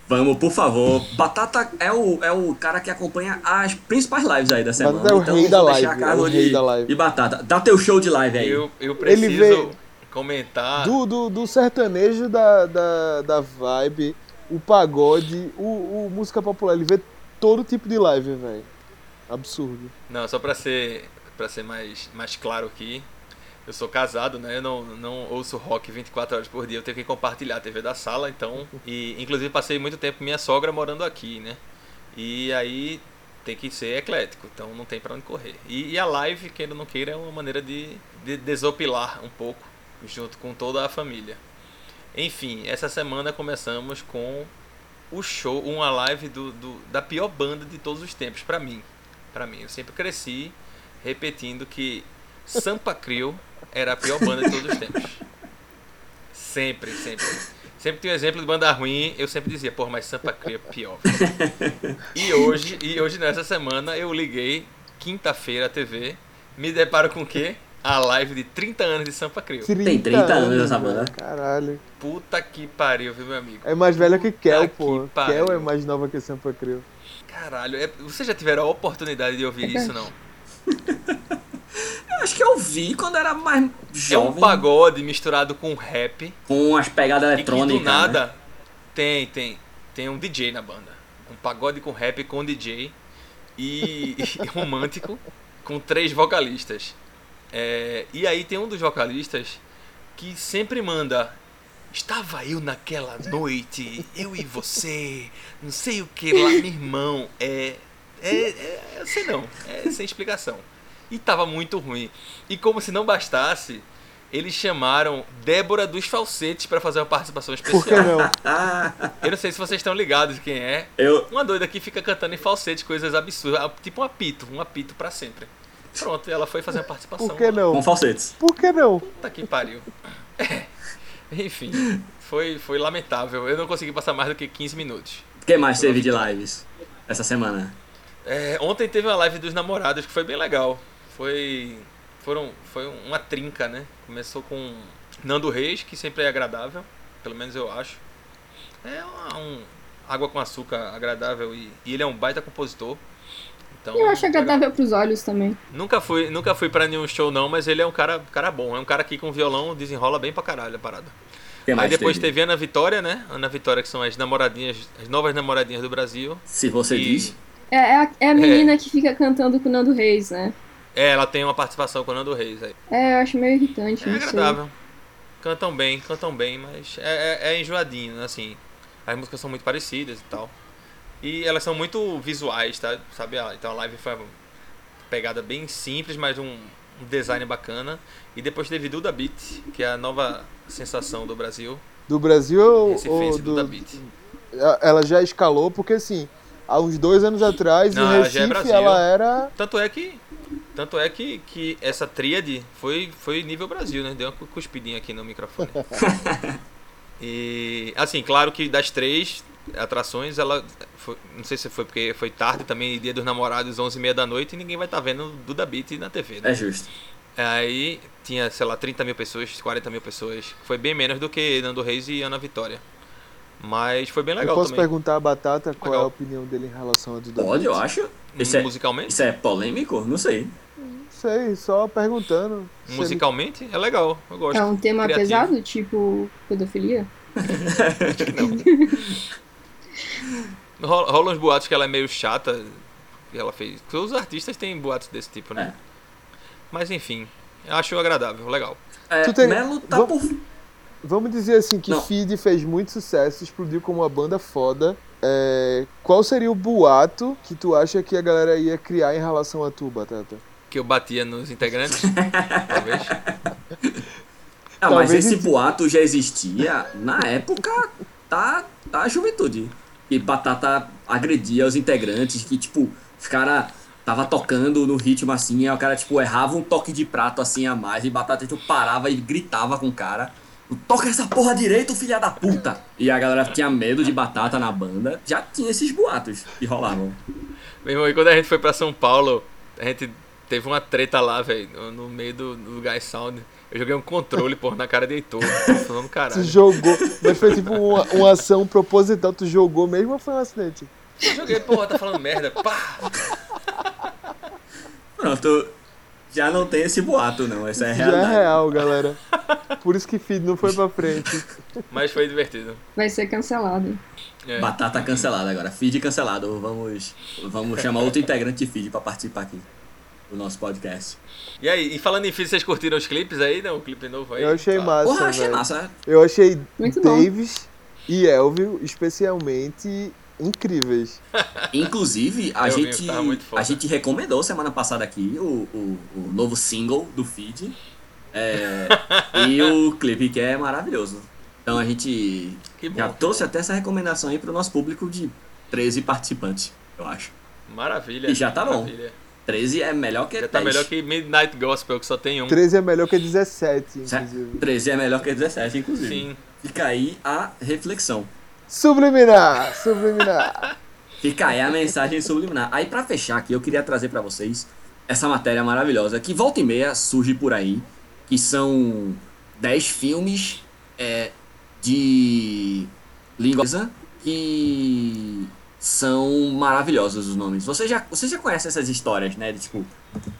Speaker 1: Vamos, por favor. Batata é o, é o cara que acompanha as principais lives aí da semana.
Speaker 2: Batata é o
Speaker 1: então
Speaker 2: rei
Speaker 1: eu
Speaker 2: da
Speaker 1: vou deixar
Speaker 2: live,
Speaker 1: a cargo
Speaker 2: é o rei
Speaker 1: de,
Speaker 2: da live.
Speaker 1: de Batata. Dá teu show de live aí.
Speaker 4: Eu, eu
Speaker 2: Ele
Speaker 4: preciso
Speaker 2: veio-
Speaker 4: comentar.
Speaker 2: Do, do, do sertanejo da, da, da vibe, o pagode, o, o música popular, ele vê todo tipo de live, velho. Absurdo.
Speaker 4: Não, só pra ser, pra ser mais, mais claro aqui, eu sou casado, né? Eu não, não ouço rock 24 horas por dia, eu tenho que compartilhar a TV da sala, então. E inclusive passei muito tempo com minha sogra morando aqui, né? E aí tem que ser eclético, então não tem pra onde correr. E, e a live, queira ou não queira, é uma maneira de, de desopilar um pouco, junto com toda a família. Enfim, essa semana começamos com o show, uma live do, do- da pior banda de todos os tempos, pra mim. Pra mim, eu sempre cresci repetindo que Sampa Crio era a pior banda de todos os tempos. Sempre, sempre. Sempre tinha um exemplo de banda ruim, eu sempre dizia, porra, mas Sampa Crio é pior. E hoje, e hoje nessa semana, eu liguei quinta-feira a TV, me deparo com o quê? A live de 30 anos de Sampa Crio.
Speaker 1: 30 anos essa
Speaker 2: velho.
Speaker 1: banda.
Speaker 2: Caralho.
Speaker 4: Puta que pariu, viu, meu amigo?
Speaker 2: É mais velha que Kel, pô.
Speaker 4: que pariu.
Speaker 2: Kel é mais nova que Sampa Crio.
Speaker 4: Caralho, é... vocês já tiveram a oportunidade de ouvir
Speaker 1: [laughs]
Speaker 4: isso, não?
Speaker 1: Eu acho que eu vi quando era mais
Speaker 4: É um
Speaker 1: jovem.
Speaker 4: pagode misturado com rap.
Speaker 1: com as pegadas
Speaker 4: E que do
Speaker 1: eletrônicas. né?
Speaker 4: nada tem, tem. Tem um DJ na banda. Um pagode com rap com DJ. E, [laughs] e romântico com três vocalistas. É, e aí tem um dos vocalistas que sempre manda. Estava eu naquela noite, eu e você, não sei o
Speaker 2: [laughs]
Speaker 4: que lá, meu irmão. É. É. é eu sei não, é sem explicação. E tava muito ruim. E como se não bastasse, eles chamaram Débora dos Falsetes pra fazer uma participação
Speaker 2: Por que
Speaker 4: especial.
Speaker 2: não?
Speaker 1: Ah,
Speaker 4: Eu não sei se vocês estão ligados quem é.
Speaker 1: eu,
Speaker 4: Uma doida que fica cantando em falsete coisas absurdas, tipo um apito, um apito pra sempre. Pronto, ela foi fazer uma participação.
Speaker 2: Por que não?
Speaker 1: com falsetes.
Speaker 2: Por que não?
Speaker 4: Puta que pariu. É. Enfim, foi, foi lamentável. Eu não consegui passar mais do que 15 minutos.
Speaker 1: O que mais teve de lives essa semana?
Speaker 4: É, ontem teve uma live dos namorados que foi bem legal. Foi. Foram, foi uma trinca, né? Começou com Nando Reis, que sempre é agradável, pelo menos eu acho. É uma- um água com açúcar agradável e, e ele é um baita compositor. Então,
Speaker 3: Eu acho agradável pros olhos também.
Speaker 4: Nunca fui, nunca fui pra nenhum show não, mas ele é um cara, cara bom. É um cara que com violão desenrola bem pra caralho a parada.
Speaker 1: O que
Speaker 4: Aí
Speaker 1: mais
Speaker 4: depois teve Ana Vitória, né? Ana Vitória, que são as namoradinhas, as novas namoradinhas do Brasil.
Speaker 1: Se você
Speaker 4: E-
Speaker 1: diz.
Speaker 3: É, é a, é a menina que fica cantando com o Nando Reis, né?
Speaker 4: É, ela tem uma participação com o Nando Reis aí.
Speaker 3: É, eu acho meio irritante,
Speaker 4: É
Speaker 3: não sei.
Speaker 4: agradável. Cantam bem, cantam bem, mas é, é, é enjoadinho, né? assim. As músicas são muito parecidas e tal. E elas são muito visuais, tá? Sabe? Ah, Então a live foi uma pegada bem simples, mas um, um design bacana. E depois teve Duda Beat, que é a nova sensação do Brasil.
Speaker 2: Do Brasil ou,
Speaker 4: Esse
Speaker 2: ou
Speaker 4: fez Duda
Speaker 2: do,
Speaker 4: Beat.
Speaker 2: ela já escalou, porque assim, há uns dois anos atrás,
Speaker 4: Não,
Speaker 2: em
Speaker 4: ela já é
Speaker 2: Recife,
Speaker 4: Brasil.
Speaker 2: ela era.
Speaker 4: Tanto é que. Tanto é que, que essa tríade foi, foi nível Brasil, né? Deu uma cu- cuspidinha aqui no microfone. e assim, claro que das três atrações, ela. foi- não sei se foi porque foi tarde também, dia dos namorados, 11h30 da noite, e ninguém vai estar vendo Duda Beat na TV, né?
Speaker 1: É justo.
Speaker 4: Aí tinha, sei lá, 30 mil pessoas, 40 mil pessoas. Foi bem menos do que Nando Reis e Ana Vitória. Mas foi bem legal
Speaker 2: eu posso
Speaker 4: também.
Speaker 2: perguntar a Batata qual é a
Speaker 4: Legal.
Speaker 2: opinião dele em relação a Duda
Speaker 1: Pode, eu
Speaker 2: Beat?
Speaker 1: acho. Isso é,
Speaker 4: Musicalmente?
Speaker 1: isso é polêmico? Não sei.
Speaker 2: Sei, só perguntando. se ele-
Speaker 4: Musicalmente é legal. Eu gosto.
Speaker 3: É um tema
Speaker 4: Criativo.
Speaker 3: pesado, tipo pedofilia?
Speaker 4: Rola, rola uns boatos que ela é meio chata. Que ela fez. Todos os artistas têm boatos desse tipo, né? Mas enfim, eu acho agradável, legal.
Speaker 1: É,
Speaker 2: Tu tem-
Speaker 1: Melo tá
Speaker 2: Vam-
Speaker 1: por.
Speaker 2: Vamos dizer assim que
Speaker 1: Não.
Speaker 2: Feed fez muito sucesso, explodiu como uma banda foda. É, Qual seria o boato que tu acha que a galera ia criar em relação a tu, Batata?
Speaker 4: Que eu batia nos integrantes.
Speaker 1: [laughs]
Speaker 4: talvez.
Speaker 1: Ah, mas
Speaker 2: Talvez
Speaker 1: esse
Speaker 2: exi-
Speaker 1: boato já existia na época da, da juventude. E Batata agredia os integrantes que, tipo, os cara tava tocando no ritmo assim, aí o cara, tipo, errava um toque de prato assim a mais, e Batata, tipo, parava e gritava com o cara. Toca essa porra direito, filha da puta! E a galera tinha medo de batata na banda. Já tinha esses boatos que rolavam.
Speaker 4: Meu irmão, e quando a gente foi pra São Paulo, a gente teve uma treta lá, velho, no- no meio do, do Guys Sound. Eu joguei um controle, porra, na cara de Heitor. Tô falando
Speaker 2: Tu
Speaker 4: caralho.
Speaker 2: jogou, mas foi tipo uma, uma ação proposital, tu jogou mesmo ou foi um acidente?
Speaker 4: Eu joguei, porra, tá falando merda. Pá!
Speaker 1: Pronto, já não tem esse boato, não. Essa é a
Speaker 2: Já é
Speaker 1: realidade.
Speaker 2: real, galera. Por isso que Feed não foi pra frente.
Speaker 4: Mas foi divertido.
Speaker 3: Vai ser cancelado.
Speaker 4: É.
Speaker 1: Batata cancelada agora, feed cancelado. Vamos, vamos chamar outro integrante de feed pra participar aqui do nosso podcast.
Speaker 4: E aí, e falando em filho, vocês curtiram os clipes aí, né? O clipe novo aí?
Speaker 2: Eu achei
Speaker 4: Tá.
Speaker 2: massa,
Speaker 1: Porra, achei
Speaker 2: velho.
Speaker 1: massa.
Speaker 2: Eu achei
Speaker 3: Muito bom.
Speaker 2: Davis e Elvio, especialmente incríveis.
Speaker 1: Inclusive, a
Speaker 4: Eu vi,
Speaker 1: gente,
Speaker 4: tava muito foda.
Speaker 1: a gente recomendou semana passada aqui o, o, o novo single do feed.
Speaker 4: [laughs]
Speaker 1: É, e o clipe que é maravilhoso. Então a gente
Speaker 4: Que bom.
Speaker 1: já trouxe até essa recomendação aí pro nosso público de 13 participantes, eu acho.
Speaker 4: Maravilha.
Speaker 1: E já tá bom.
Speaker 4: maravilha.
Speaker 1: 13 é melhor que
Speaker 4: Já
Speaker 1: 10.
Speaker 4: tá melhor que Midnight Gospel, que só tem um.
Speaker 2: 13 é melhor que 17, inclusive.
Speaker 1: 13 é melhor que 17, inclusive.
Speaker 4: Sim.
Speaker 1: Fica aí a reflexão. [laughs]
Speaker 2: Subliminar! Subliminar!
Speaker 1: Fica aí a mensagem subliminar. Aí pra fechar aqui, eu queria trazer pra vocês essa matéria maravilhosa que volta e meia surge por aí, que são 10 filmes é, de língua inglesa que são maravilhosos os nomes. Você já, você já conhece essas histórias, né? De, tipo,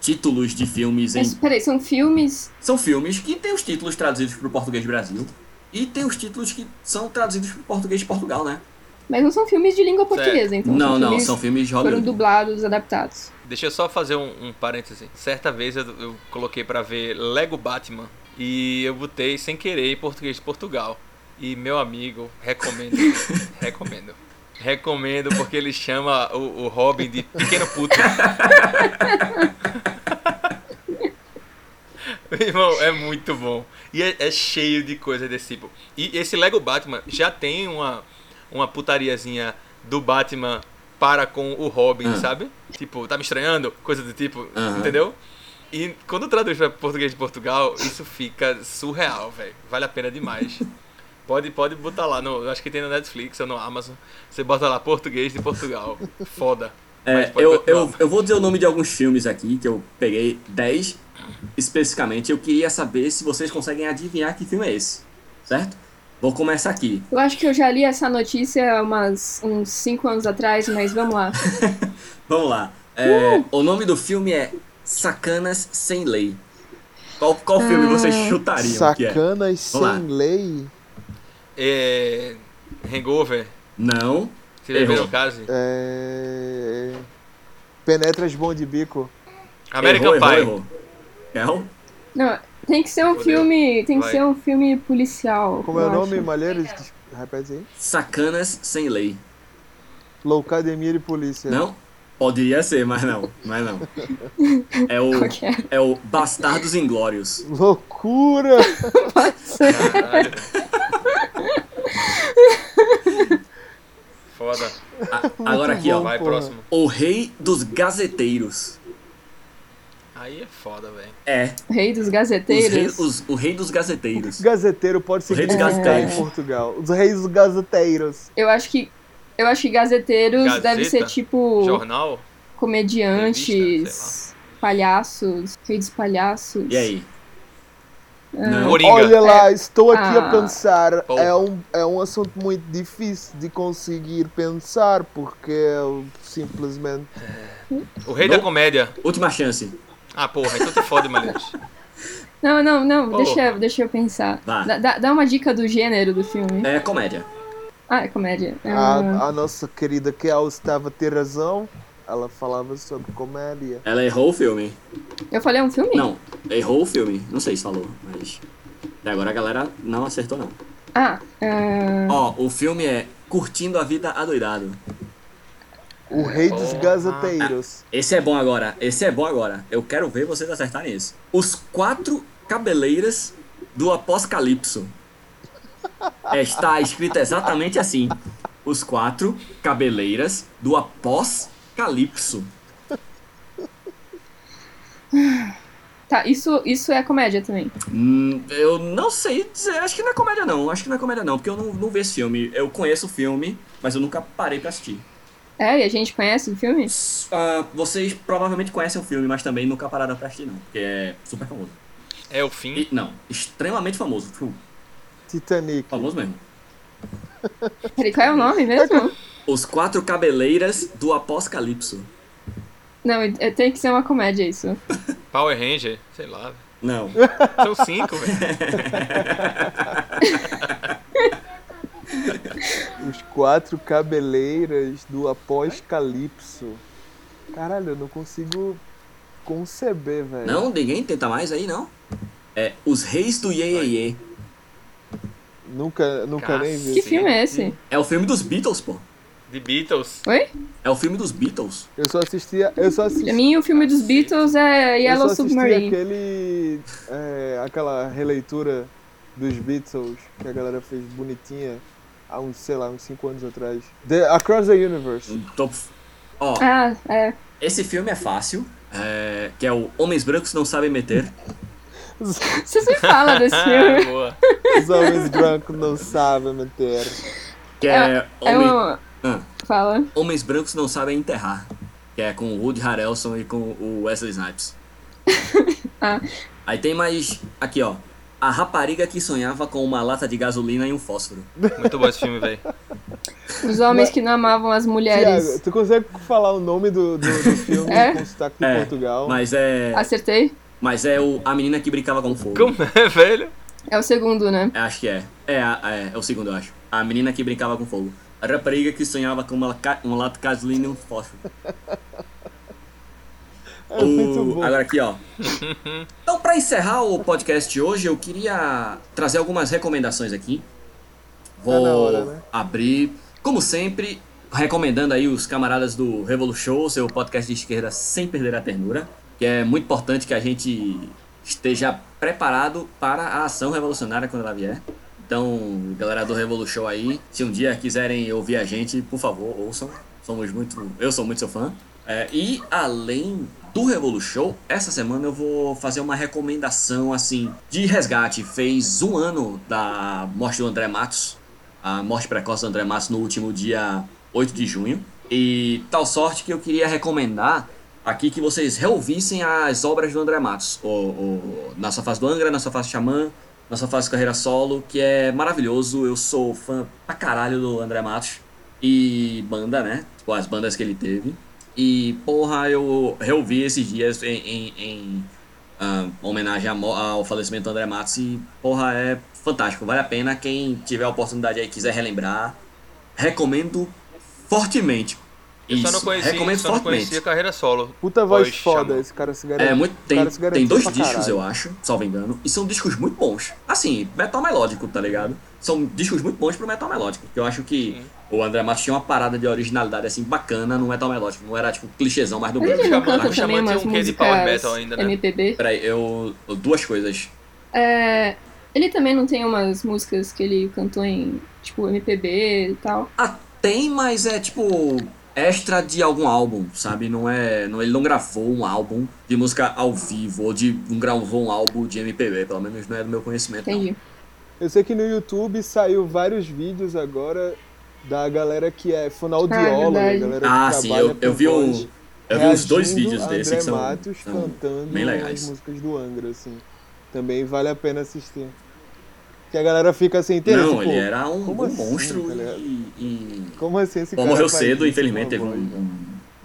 Speaker 1: títulos de filmes em
Speaker 3: Mas peraí, são filmes?
Speaker 1: são filmes que têm os títulos traduzidos para o português do Brasil e tem os títulos que são traduzidos para o português de Portugal, né? Mas
Speaker 3: Mas não são filmes de língua portuguesa, então.
Speaker 1: não, não,
Speaker 3: filmes
Speaker 1: são filmes de
Speaker 3: que Foram
Speaker 1: Hollywood.
Speaker 3: dublados, adaptados.
Speaker 4: Deixa eu só fazer um, um parêntese. Certa vez eu, eu coloquei pra ver Lego Batman e eu botei sem querer em português de Portugal. E meu amigo, recomendo, recomendo. Recomendo porque ele chama o, o Robin de pequeno puto. Meu Irmão, é muito bom. E é, é cheio de coisa desse tipo. E esse Lego Batman já tem uma, uma putariazinha do Batman para com o Robin,
Speaker 1: Ah.
Speaker 4: sabe? Tipo, tá me estranhando? Coisa do tipo,
Speaker 1: Aham.
Speaker 4: entendeu? E quando traduz pra português de Portugal, isso fica surreal, velho. Vale a
Speaker 1: [laughs]
Speaker 4: pena demais. Pode, pode botar lá, no, acho que tem no Netflix ou no Amazon. Você bota lá português de
Speaker 1: [laughs]
Speaker 4: Portugal. Foda. Mas
Speaker 1: É,
Speaker 4: pode
Speaker 1: eu,
Speaker 4: continuar.
Speaker 1: eu, eu vou dizer o nome de alguns filmes aqui, que eu peguei 10 especificamente. Eu queria saber se vocês conseguem adivinhar que filme é esse, certo? Vou começar aqui.
Speaker 3: Eu acho que eu já li essa notícia umas, uns cinco anos atrás, mas vamos lá.
Speaker 1: Vamos lá. É, O nome do filme é Sacanas Sem Lei. Qual, qual filme vocês chutariam que é?
Speaker 2: Sacanas
Speaker 1: Vamos
Speaker 2: sem lei?
Speaker 4: É. Hangover.
Speaker 1: Não.
Speaker 4: Vocês já
Speaker 1: Errou.
Speaker 4: viram o caso?
Speaker 2: É... Penetras bom de bico.
Speaker 4: American
Speaker 1: errou,
Speaker 4: Pie.
Speaker 1: Errou, errou. Errou?
Speaker 3: Não, tem que ser um
Speaker 4: Fudeu.
Speaker 3: filme. Tem que
Speaker 4: Vai.
Speaker 3: ser um filme policial.
Speaker 2: Como é o
Speaker 3: eu [laughs]
Speaker 2: nome,
Speaker 3: acho.
Speaker 2: Malheiros? Repete aí.
Speaker 1: Sacanas Sem Lei.
Speaker 2: Loucademia de polícia.
Speaker 1: Não? Poderia ser, mas não. Mas não. É o,
Speaker 3: Qual que é?
Speaker 1: é o Bastardos Inglórios.
Speaker 2: Loucura!
Speaker 4: Caralho. [laughs] Foda.
Speaker 1: A- Agora aqui, ó.
Speaker 2: bom.
Speaker 4: Vai,
Speaker 2: porra.
Speaker 4: próximo.
Speaker 1: O Rei dos Gazeteiros.
Speaker 4: Aí é foda, velho.
Speaker 1: É.
Speaker 3: O Rei dos
Speaker 1: Os rei,
Speaker 3: Gazeteiros.
Speaker 1: os- o Rei dos Gazeteiros.
Speaker 2: Gazeteiro pode
Speaker 1: Os reis dos
Speaker 2: significar em
Speaker 1: gazeteiros.
Speaker 2: Portugal. Os reis dos gazeteiros.
Speaker 3: Eu acho que. Eu acho que gazeteiros
Speaker 4: Gazeta?
Speaker 3: deve ser tipo
Speaker 4: Jornal? Revista,
Speaker 3: comediantes, palhaços, rei dos palhaços.
Speaker 1: E aí? Não.
Speaker 4: Coringa.
Speaker 2: Olha lá, estou aqui
Speaker 3: Ah.
Speaker 2: a pensar.
Speaker 4: Pô.
Speaker 2: É um, é um assunto muito difícil de conseguir pensar, porque eu simplesmente.
Speaker 4: O rei
Speaker 1: Não.
Speaker 4: da comédia.
Speaker 1: Última chance.
Speaker 4: Ah, porra, então te fode, Malheiros.
Speaker 3: Não, não, não,
Speaker 4: Pô.
Speaker 3: deixa, eu- deixa eu pensar.
Speaker 1: Vá.
Speaker 3: Dá, dá- dá uma dica do gênero do filme.
Speaker 1: É comédia.
Speaker 3: Ah, é comédia. Ah,
Speaker 2: A, a nossa querida Kel estava a ter razão. Ela falava sobre comédia.
Speaker 1: Ela errou o filme.
Speaker 2: tá.
Speaker 3: eu falei é um filme?
Speaker 1: Não, errou o filme. Não sei se falou, mas. Até agora a galera não acertou, não.
Speaker 3: Ah, ah,
Speaker 1: Ó, o filme é Curtindo a Vida Adoidado.
Speaker 2: O rei dos
Speaker 4: Porra.
Speaker 2: gazeteiros.
Speaker 1: Esse é bom agora, esse é bom agora. Eu quero ver vocês acertarem isso. Os quatro cabeleiras do apocalipso. Está escrito exatamente assim. Os quatro cabeleiras do apocalipso.
Speaker 3: tá, isso, isso é comédia também.
Speaker 1: Hum, eu não sei dizer, acho que não é comédia não, acho que não é comédia não, porque eu não, não vi esse filme. Eu conheço o filme, mas eu nunca parei pra assistir.
Speaker 3: É, e a gente conhece o filme?
Speaker 1: Ah, vocês provavelmente conhecem o filme, mas também nunca pararam pra assistir não, porque é super famoso.
Speaker 4: É o fim.
Speaker 1: E- não, extremamente famoso, tipo,
Speaker 2: Titanic.
Speaker 1: famoso mesmo.
Speaker 3: Peraí, qual é o nome mesmo?
Speaker 1: Os quatro cabeleiras do apocalipso.
Speaker 3: Não, é- tem que ser uma comédia isso.
Speaker 4: Power Ranger. Sei lá. velho.
Speaker 1: Não.
Speaker 4: São cinco, [laughs] velho.
Speaker 2: Os quatro cabeleiras do apocalipso. Caralho, eu não consigo conceber, velho.
Speaker 1: Não, ninguém tenta mais aí, não. É Os Reis do Yeyeye.
Speaker 2: Nunca, nunca nem vi.
Speaker 3: Que filme é esse?
Speaker 1: É o filme dos Beatles, pô.
Speaker 4: de Beatles.
Speaker 3: Oi?
Speaker 1: É o filme dos Beatles?
Speaker 2: Eu só assistia. Eu só
Speaker 3: Pra
Speaker 2: assistia.
Speaker 3: mim, o filme dos Beatles
Speaker 2: eu só
Speaker 3: é Yellow
Speaker 2: assisti
Speaker 3: Submarine.
Speaker 2: aquele. é, aquela releitura dos Beatles que a galera fez bonitinha há uns, sei lá, uns 5 anos atrás. The Across the Universe.
Speaker 1: Tô- Então, Ó,
Speaker 3: Ah, é.
Speaker 1: esse filme é fácil, é, que é o Homens Brancos Não Sabem Meter.
Speaker 2: Os,
Speaker 3: Você sempre fala desse
Speaker 1: [laughs]
Speaker 2: Ah,
Speaker 3: filme.
Speaker 4: Boa.
Speaker 2: os homens brancos não sabem manter.
Speaker 1: Que é,
Speaker 3: É
Speaker 1: Homem-
Speaker 3: um.
Speaker 1: Ah,
Speaker 3: Fala.
Speaker 1: Homens Brancos Não Sabem Enterrar. Que é com o Woody Harrelson e com o Wesley Snipes.
Speaker 3: [laughs] Ah.
Speaker 1: Aí tem mais. Aqui, ó. A rapariga que sonhava com uma lata de gasolina e um fósforo.
Speaker 4: Muito bom esse filme, velho.
Speaker 3: Os homens que não amavam as mulheres.
Speaker 2: Tiago, tu consegue falar o nome do, do,
Speaker 3: [laughs]
Speaker 2: do filme
Speaker 3: É?
Speaker 2: com sotaque de
Speaker 1: É,
Speaker 2: Portugal?
Speaker 1: Mas é.
Speaker 3: Acertei?
Speaker 1: Mas é o, a menina que brincava com fogo.
Speaker 4: Como é, velho?
Speaker 3: É o segundo, né?
Speaker 1: É, Acho que é. É, a- é, é o segundo, eu acho. A menina que brincava com fogo. A rapariga que sonhava com uma, ca- um lato de gasolina e um fósforo.
Speaker 2: É muito
Speaker 1: O-
Speaker 2: bom.
Speaker 1: Agora aqui, ó. Então, pra encerrar o podcast de hoje, eu queria trazer algumas recomendações aqui. Vou
Speaker 2: Tá na hora, né?
Speaker 1: abrir, como sempre, recomendando aí os camaradas do Revolu Show, seu podcast de esquerda sem perder a ternura, que é muito importante que a gente esteja preparado para a ação revolucionária quando ela vier. Então, galera do Revolu Show aí, se um dia quiserem ouvir a gente, por favor, ouçam. Somos muito, eu sou muito seu fã. É, e além do Revolu Show, essa semana eu vou fazer uma recomendação assim de resgate. Fez um ano da morte do André Matos, a morte precoce do André Matos no último dia 8 de junho. E tal sorte que eu queria recomendar aqui que vocês reouvissem as obras do André Matos. O, o Nossa Fase do Angra, Nossa Fase Xamã, Nossa Fase Carreira Solo, que é maravilhoso. Eu sou fã pra caralho do André Matos. E banda, né? Tipo, as bandas que ele teve. E, porra, eu reouvi esses dias em, em- em, ah, homenagem à mo- ao falecimento do André Matos e, porra, é fantástico. Vale a pena. Quem tiver a oportunidade aí e quiser relembrar, recomendo fortemente.
Speaker 4: Eu só não
Speaker 1: Isso,
Speaker 4: conhecia,
Speaker 1: recomendo
Speaker 4: só não conhecia carreira solo.
Speaker 2: Puta voz
Speaker 4: Pois,
Speaker 2: foda,
Speaker 4: chama.
Speaker 2: esse cara se garante.
Speaker 1: É, muito,
Speaker 2: o
Speaker 1: tem,
Speaker 2: cara se garantiu
Speaker 1: tem dois
Speaker 2: pra
Speaker 1: discos,
Speaker 2: caralho.
Speaker 1: eu acho, salvo engano, e são discos muito bons. Assim, metal melódico, tá ligado? São discos muito bons pro metal melódico. que Eu acho que o André Matos tinha uma parada de originalidade, assim, bacana no metal melódico. Não era, tipo, clichêzão, mas do
Speaker 3: Mas
Speaker 1: mesmo.
Speaker 3: ele não
Speaker 4: Xamã-
Speaker 3: canta
Speaker 4: o Xamã
Speaker 3: também
Speaker 4: tinha
Speaker 3: umas
Speaker 4: um quê de power
Speaker 3: músicas
Speaker 4: metal ainda, né?
Speaker 3: MPB.
Speaker 1: Peraí, eu... Duas coisas.
Speaker 3: É, ele também não tem umas músicas que ele cantou em, tipo, MPB e tal.
Speaker 1: Ah, tem, mas é, tipo, extra de algum álbum, sabe? Não é... Não, ele não gravou um álbum de música ao vivo, ou de... Não gravou um álbum de MPB, pelo menos não é do meu conhecimento, não.
Speaker 3: Entendi.
Speaker 2: Eu sei que no YouTube saiu vários vídeos agora da galera que é fonoaudióloga,
Speaker 3: Ah,
Speaker 2: a
Speaker 3: verdade.
Speaker 2: galera
Speaker 1: Ah,
Speaker 2: que
Speaker 1: sim,
Speaker 2: trabalha
Speaker 1: eu, eu
Speaker 2: com
Speaker 1: vi
Speaker 2: voz,
Speaker 1: um... Eu vi os dois
Speaker 2: reagindo
Speaker 1: vídeos
Speaker 2: a
Speaker 1: desse
Speaker 2: André
Speaker 1: que são,
Speaker 2: Matos
Speaker 1: são
Speaker 2: cantando
Speaker 1: bem legais.
Speaker 2: as músicas do Angra, assim. Também vale a pena assistir. Que a galera fica assim, inteira,
Speaker 1: Não,
Speaker 2: tipo,
Speaker 1: ele era um,
Speaker 2: como
Speaker 1: um
Speaker 2: assim,
Speaker 1: monstro
Speaker 2: tá ligado?
Speaker 1: e, e-
Speaker 2: como assim esse
Speaker 1: Bom,
Speaker 2: cara
Speaker 1: morreu
Speaker 2: faz
Speaker 1: cedo,
Speaker 2: isso
Speaker 1: infelizmente,
Speaker 2: com
Speaker 1: teve
Speaker 2: a
Speaker 1: um,
Speaker 2: voz, né?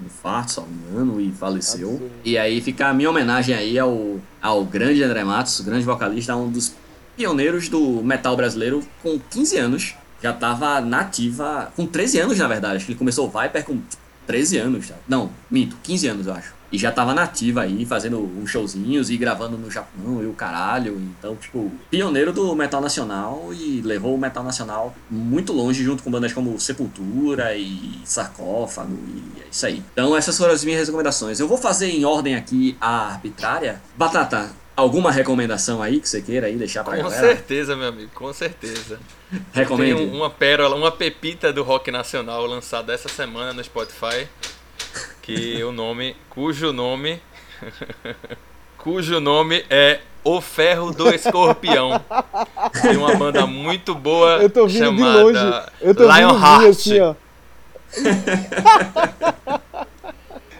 Speaker 1: um infarto, se não me engano, e faleceu.
Speaker 2: Absurdo.
Speaker 1: E aí fica a minha homenagem aí ao, ao grande André Matos, grande vocalista, um dos pioneiros do metal brasileiro com 15 anos. Já tava nativa, com 13 anos na verdade, acho que ele começou o Viper com 13 anos, tá? não, minto, 15 anos eu acho. E já tava nativa aí, fazendo uns showzinhos e gravando no Japão e o caralho. Então, tipo, pioneiro do metal nacional e levou o metal nacional muito longe, junto com bandas como Sepultura e Sarcófago e é isso aí. Então, essas foram as minhas recomendações. Eu vou fazer em ordem aqui a arbitrária. Batata, alguma recomendação aí que você queira aí deixar pra
Speaker 4: Com
Speaker 1: galera?
Speaker 4: certeza, meu amigo, com certeza. Tem
Speaker 1: Recomende.
Speaker 4: um- uma pérola, uma pepita do rock nacional lançada essa semana no Spotify, que o nome, cujo nome, [laughs] cujo nome é O Ferro do Escorpião, de uma banda muito boa
Speaker 2: Eu tô vindo
Speaker 4: chamada
Speaker 2: de longe. Eu tô vindo de
Speaker 4: Lionheart.
Speaker 2: longe, assim, ó. [laughs]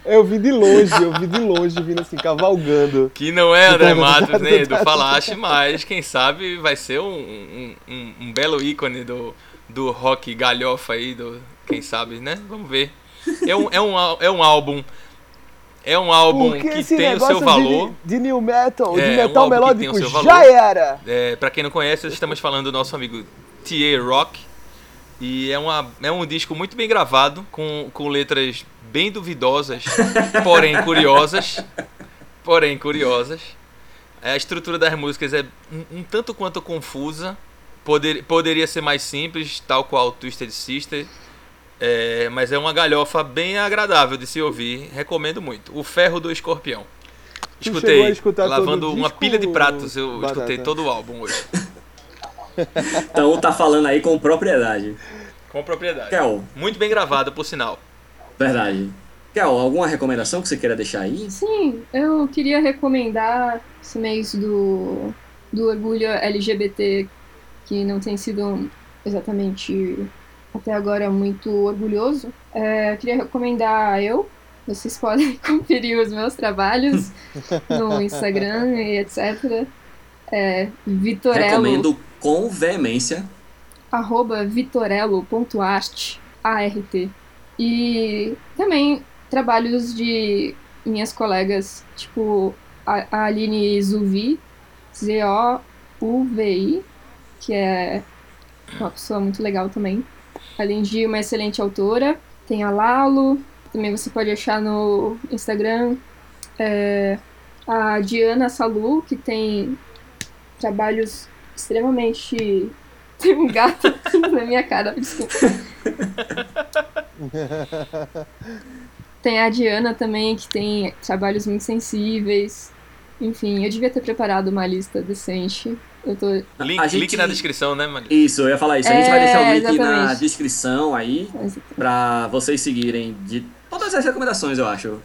Speaker 2: eu vim de longe, eu vim de longe, vindo assim, cavalgando.
Speaker 4: Que não é André
Speaker 2: Tá, tá,
Speaker 4: Matos nem
Speaker 2: tá,
Speaker 4: Edu
Speaker 2: tá.
Speaker 4: Falache, mas quem sabe vai ser um, um- um- um belo ícone do, do rock galhofa aí, do, quem sabe, né? Vamos ver. É um, é um, al- é um álbum. É um álbum
Speaker 2: Porque
Speaker 4: que
Speaker 2: esse
Speaker 4: tem o
Speaker 2: negócio
Speaker 4: seu valor.
Speaker 2: de, de new metal,
Speaker 4: É,
Speaker 2: de
Speaker 4: um
Speaker 2: metal
Speaker 4: álbum que tem o
Speaker 2: melódico,
Speaker 4: seu
Speaker 2: já
Speaker 4: valor.
Speaker 2: era!
Speaker 4: É, para quem não conhece, estamos falando do nosso amigo T.A. Rock. E é, uma, é um disco muito bem gravado, com, com letras bem duvidosas, porém curiosas. Porém curiosas. A estrutura das músicas é um, um tanto quanto confusa. Poder, poderia ser mais simples, tal qual Twisted Sister. É, mas é uma galhofa bem agradável de se ouvir. Recomendo muito. O Ferro do Escorpião.
Speaker 2: Tu chegou a
Speaker 4: Escutei,
Speaker 2: escutar todo o
Speaker 4: lavando uma
Speaker 2: disco,
Speaker 4: pilha de pratos, eu
Speaker 2: Batata?
Speaker 4: escutei todo o álbum hoje.
Speaker 1: Então tá falando aí com propriedade.
Speaker 4: Com propriedade.
Speaker 1: Kel,
Speaker 4: Muito bem gravado, por sinal.
Speaker 1: verdade. Kel, alguma recomendação que você queira deixar aí?
Speaker 3: Sim, eu queria recomendar esse mês do, do orgulho LGBT, que não tem sido exatamente até agora muito orgulhoso. É, eu queria recomendar eu. Vocês podem [laughs] conferir os meus trabalhos no Instagram e etc. É, Vitorello,
Speaker 1: Recomendo com veemência.
Speaker 3: arroba vitorello.art, A-R-T. E também trabalhos de minhas colegas, tipo a a Aline Zuvi, Z-O-U-V-I, que é uma pessoa muito legal também. Além de uma excelente autora, tem a Lalo, também você pode achar no Instagram. É, a Diana Salu, que tem trabalhos extremamente. Tem um gato na minha cara, desculpa. Tem a Diana também, que tem trabalhos muito sensíveis. Enfim, eu devia ter preparado uma lista decente. Eu tô.
Speaker 4: Link,
Speaker 1: a gente-
Speaker 4: link na descrição, né, Maria?
Speaker 1: Isso, eu ia falar isso. A gente
Speaker 3: É,
Speaker 1: vai deixar o link na
Speaker 3: exatamente.
Speaker 1: descrição aí pra vocês seguirem de todas as recomendações, eu acho.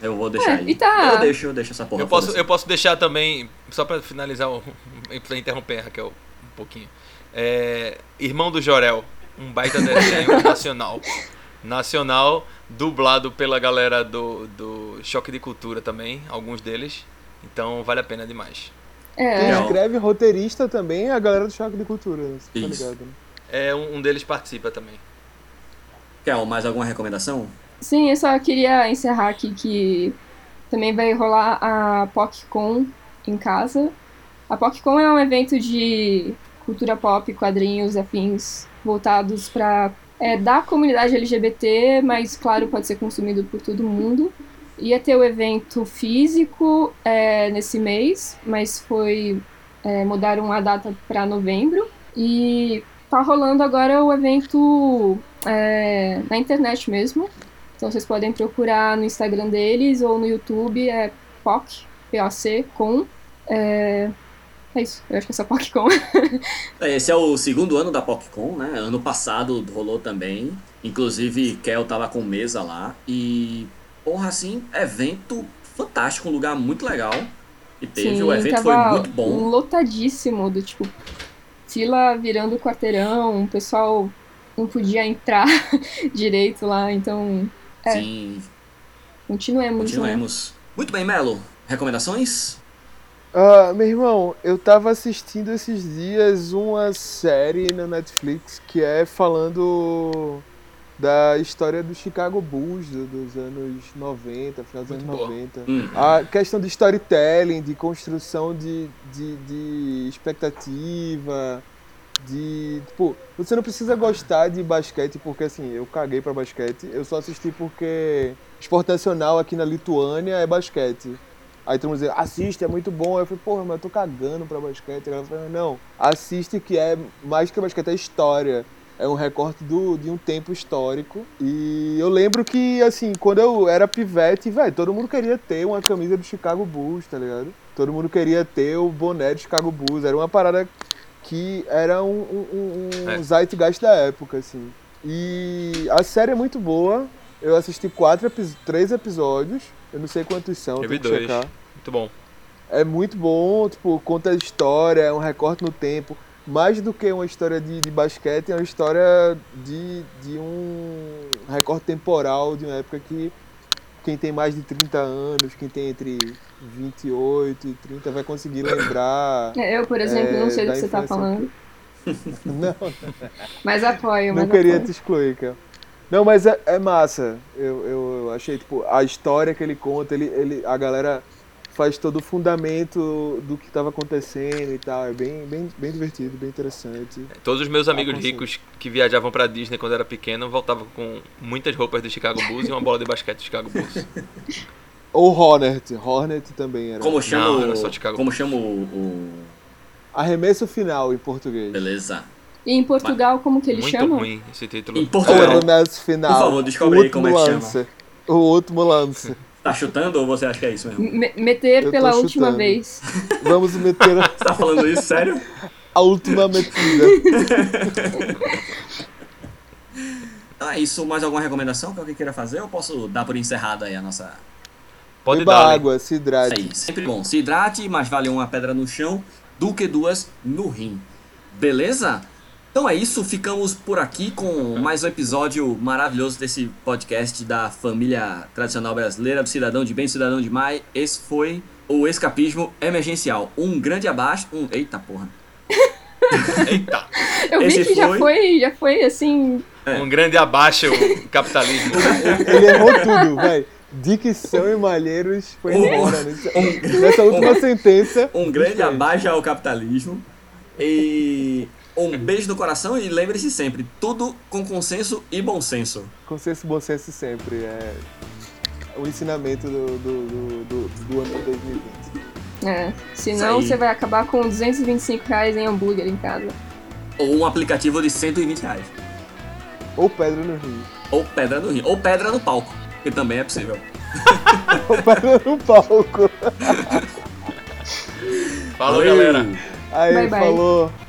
Speaker 1: Eu vou deixar
Speaker 3: É,
Speaker 1: aí.
Speaker 3: e tá-
Speaker 1: Eu deixo, eu deixo essa porra.
Speaker 4: Eu posso,
Speaker 1: foda-se.
Speaker 4: eu posso deixar também, só pra finalizar, o- [laughs] pra interromper, Raquel, um pouquinho. É, Irmão do Jorel, um baita
Speaker 1: [laughs]
Speaker 4: desenho nacional. Nacional, dublado pela galera do, do Choque de Cultura também, alguns deles. Então vale a pena demais.
Speaker 2: Quem
Speaker 3: É,
Speaker 1: Legal.
Speaker 2: escreve roteirista também é a galera do Choque de Cultura, você tá
Speaker 1: Isso.
Speaker 2: ligado? né?
Speaker 4: É, um, um deles participa também.
Speaker 1: Kel, mais alguma recomendação?
Speaker 3: sim, eu só queria encerrar aqui que também vai rolar a PocCon em casa. A PocCon é um evento de cultura pop, quadrinhos, afins, voltados pra é, da comunidade LGBT, mas claro, pode ser consumido por todo mundo. Ia ter o evento físico é, nesse mês, mas foi é, mudaram a data para novembro. E tá rolando agora o evento é, na internet mesmo. Então vocês podem procurar no Instagram deles ou no YouTube, é POC, P-O-C, com. É, é isso, eu acho que é só POC com.
Speaker 1: É, Esse é o segundo ano da PopCon, né? Ano passado rolou também. Inclusive, Kel tava com mesa lá. E, porra, assim, evento fantástico, um lugar muito legal. E teve, o evento foi
Speaker 3: tava
Speaker 1: muito bom.
Speaker 3: Lotadíssimo, do tipo, fila virando o quarteirão, o pessoal não podia entrar [laughs] direito lá, então é.
Speaker 1: Sim,
Speaker 3: continuemos. Né?
Speaker 1: continuemos. Muito bem, Melo. Recomendações?
Speaker 2: Ah, meu irmão, eu tava assistindo esses dias uma série na Netflix que é falando da história do Chicago Bulls do- dos anos 90, final dos
Speaker 4: Muito
Speaker 2: anos
Speaker 4: boa.
Speaker 2: 90.
Speaker 1: Hum.
Speaker 2: A questão de storytelling, de construção de, de, de expectativa, de. Tipo, você não precisa gostar de basquete, porque assim, eu caguei pra basquete, eu só assisti porque esporte nacional aqui na Lituânia é basquete. Aí todo mundo dizia, assiste, é muito bom. Aí eu falei, porra, mas eu tô cagando pra basquete. Aí ela falou, não, assiste que é mais que basquete, é história. É um recorte do, de um tempo histórico. E eu lembro que, assim, quando eu era pivete, velho, todo mundo queria ter uma camisa do Chicago Bulls, tá ligado? Todo mundo queria ter o boné do Chicago Bulls. Era uma parada que era um, um, um- um
Speaker 4: É.
Speaker 2: zeitgeist da época, assim. E a série é muito boa. Eu assisti quatro, epi- três episódios. Eu não sei quantos são,
Speaker 4: Eu
Speaker 2: tem
Speaker 4: vi
Speaker 2: que
Speaker 4: dois.
Speaker 2: checar.
Speaker 4: Muito bom.
Speaker 2: É muito bom, tipo, conta a história, é um recorte no tempo. Mais do que uma história de, de basquete, é uma história de, de um recorte temporal de uma época que quem tem mais de 30 anos, quem tem entre 28 e 30 vai conseguir
Speaker 3: [laughs]
Speaker 2: lembrar.
Speaker 3: É, Eu, por exemplo,
Speaker 2: É,
Speaker 3: não sei do
Speaker 2: da
Speaker 3: que você tá
Speaker 2: infância.
Speaker 3: falando,
Speaker 2: Não,
Speaker 3: mas apoio, mas
Speaker 2: Não queria
Speaker 3: apoio.
Speaker 2: te excluir, cara. Não, mas é, é massa. Eu, eu, eu achei, tipo, a história que ele conta, ele, ele, a galera faz todo o fundamento do que tava acontecendo e tal. É bem, bem, bem divertido, bem interessante.
Speaker 4: É, Todos os
Speaker 1: Ah,
Speaker 4: meus amigos
Speaker 2: com
Speaker 4: ricos que viajavam pra Disney quando era pequeno voltavam com muitas roupas do Chicago Bulls e uma bola de basquete do Chicago Bulls.
Speaker 2: Ou Hornet. Hornet também era.
Speaker 1: Como chama
Speaker 4: Não, era só
Speaker 1: o.
Speaker 4: Chicago.
Speaker 1: Como chama o. o-
Speaker 2: Arremesso final em português.
Speaker 1: Beleza.
Speaker 3: E em Portugal, como que eles
Speaker 4: Muito
Speaker 3: chamam?
Speaker 4: ruim esse título.
Speaker 1: Em
Speaker 2: Ouro
Speaker 1: Portugal.
Speaker 2: Nesse final.
Speaker 1: Por favor, descobre
Speaker 2: o
Speaker 1: aí como é que
Speaker 2: último
Speaker 1: chama.
Speaker 2: lance. O último lance.
Speaker 1: Tá chutando ou você acha que é isso mesmo?
Speaker 3: Me- meter
Speaker 2: Eu tô
Speaker 3: pela última
Speaker 2: chutando.
Speaker 3: vez.
Speaker 2: Vamos meter a,
Speaker 1: Você tá falando isso, sério?
Speaker 2: [laughs] a última metida.
Speaker 1: Então é isso. Mais alguma recomendação que alguém queira fazer? Ou posso dar por encerrada aí a nossa
Speaker 4: Pode
Speaker 2: Beba
Speaker 4: dar. né?
Speaker 2: água, se hidrate.
Speaker 1: Sim, É sempre bom. Se hidrate, mas vale uma pedra no chão do que duas no rim. Beleza? Então é isso, ficamos por aqui com mais um episódio maravilhoso desse podcast da família tradicional brasileira, do cidadão de bem, do cidadão de mai. Esse foi o Escapismo Emergencial. Um grande abaixo, um... Eita porra.
Speaker 4: Eita!
Speaker 3: Eu vi
Speaker 1: Esse
Speaker 3: que já
Speaker 1: foi-
Speaker 3: foi, já foi assim.
Speaker 4: Um grande abaixo o capitalismo.
Speaker 2: Ele errou tudo, vai. Dicção e Malheiros foi
Speaker 1: Um-
Speaker 2: embora nessa, nessa última sentença.
Speaker 1: Um grande abaixo ao capitalismo. E um beijo no coração e lembre-se sempre, tudo com consenso e bom senso.
Speaker 2: Consenso e bom senso sempre. É o ensinamento do, do, do, do- do ano de 2020.
Speaker 3: É,
Speaker 1: Isso
Speaker 3: senão
Speaker 1: aí.
Speaker 3: você vai acabar com 225 reais em hambúrguer em casa.
Speaker 1: Ou um aplicativo de 120 reais.
Speaker 2: Ou pedra no rio.
Speaker 1: Ou pedra no rim. Ou pedra no palco. Que também é possível.
Speaker 2: Ou pedra no palco.
Speaker 4: Falou,
Speaker 1: Valeu.
Speaker 4: galera.
Speaker 2: Aí,
Speaker 3: Bye, bye.
Speaker 2: falou.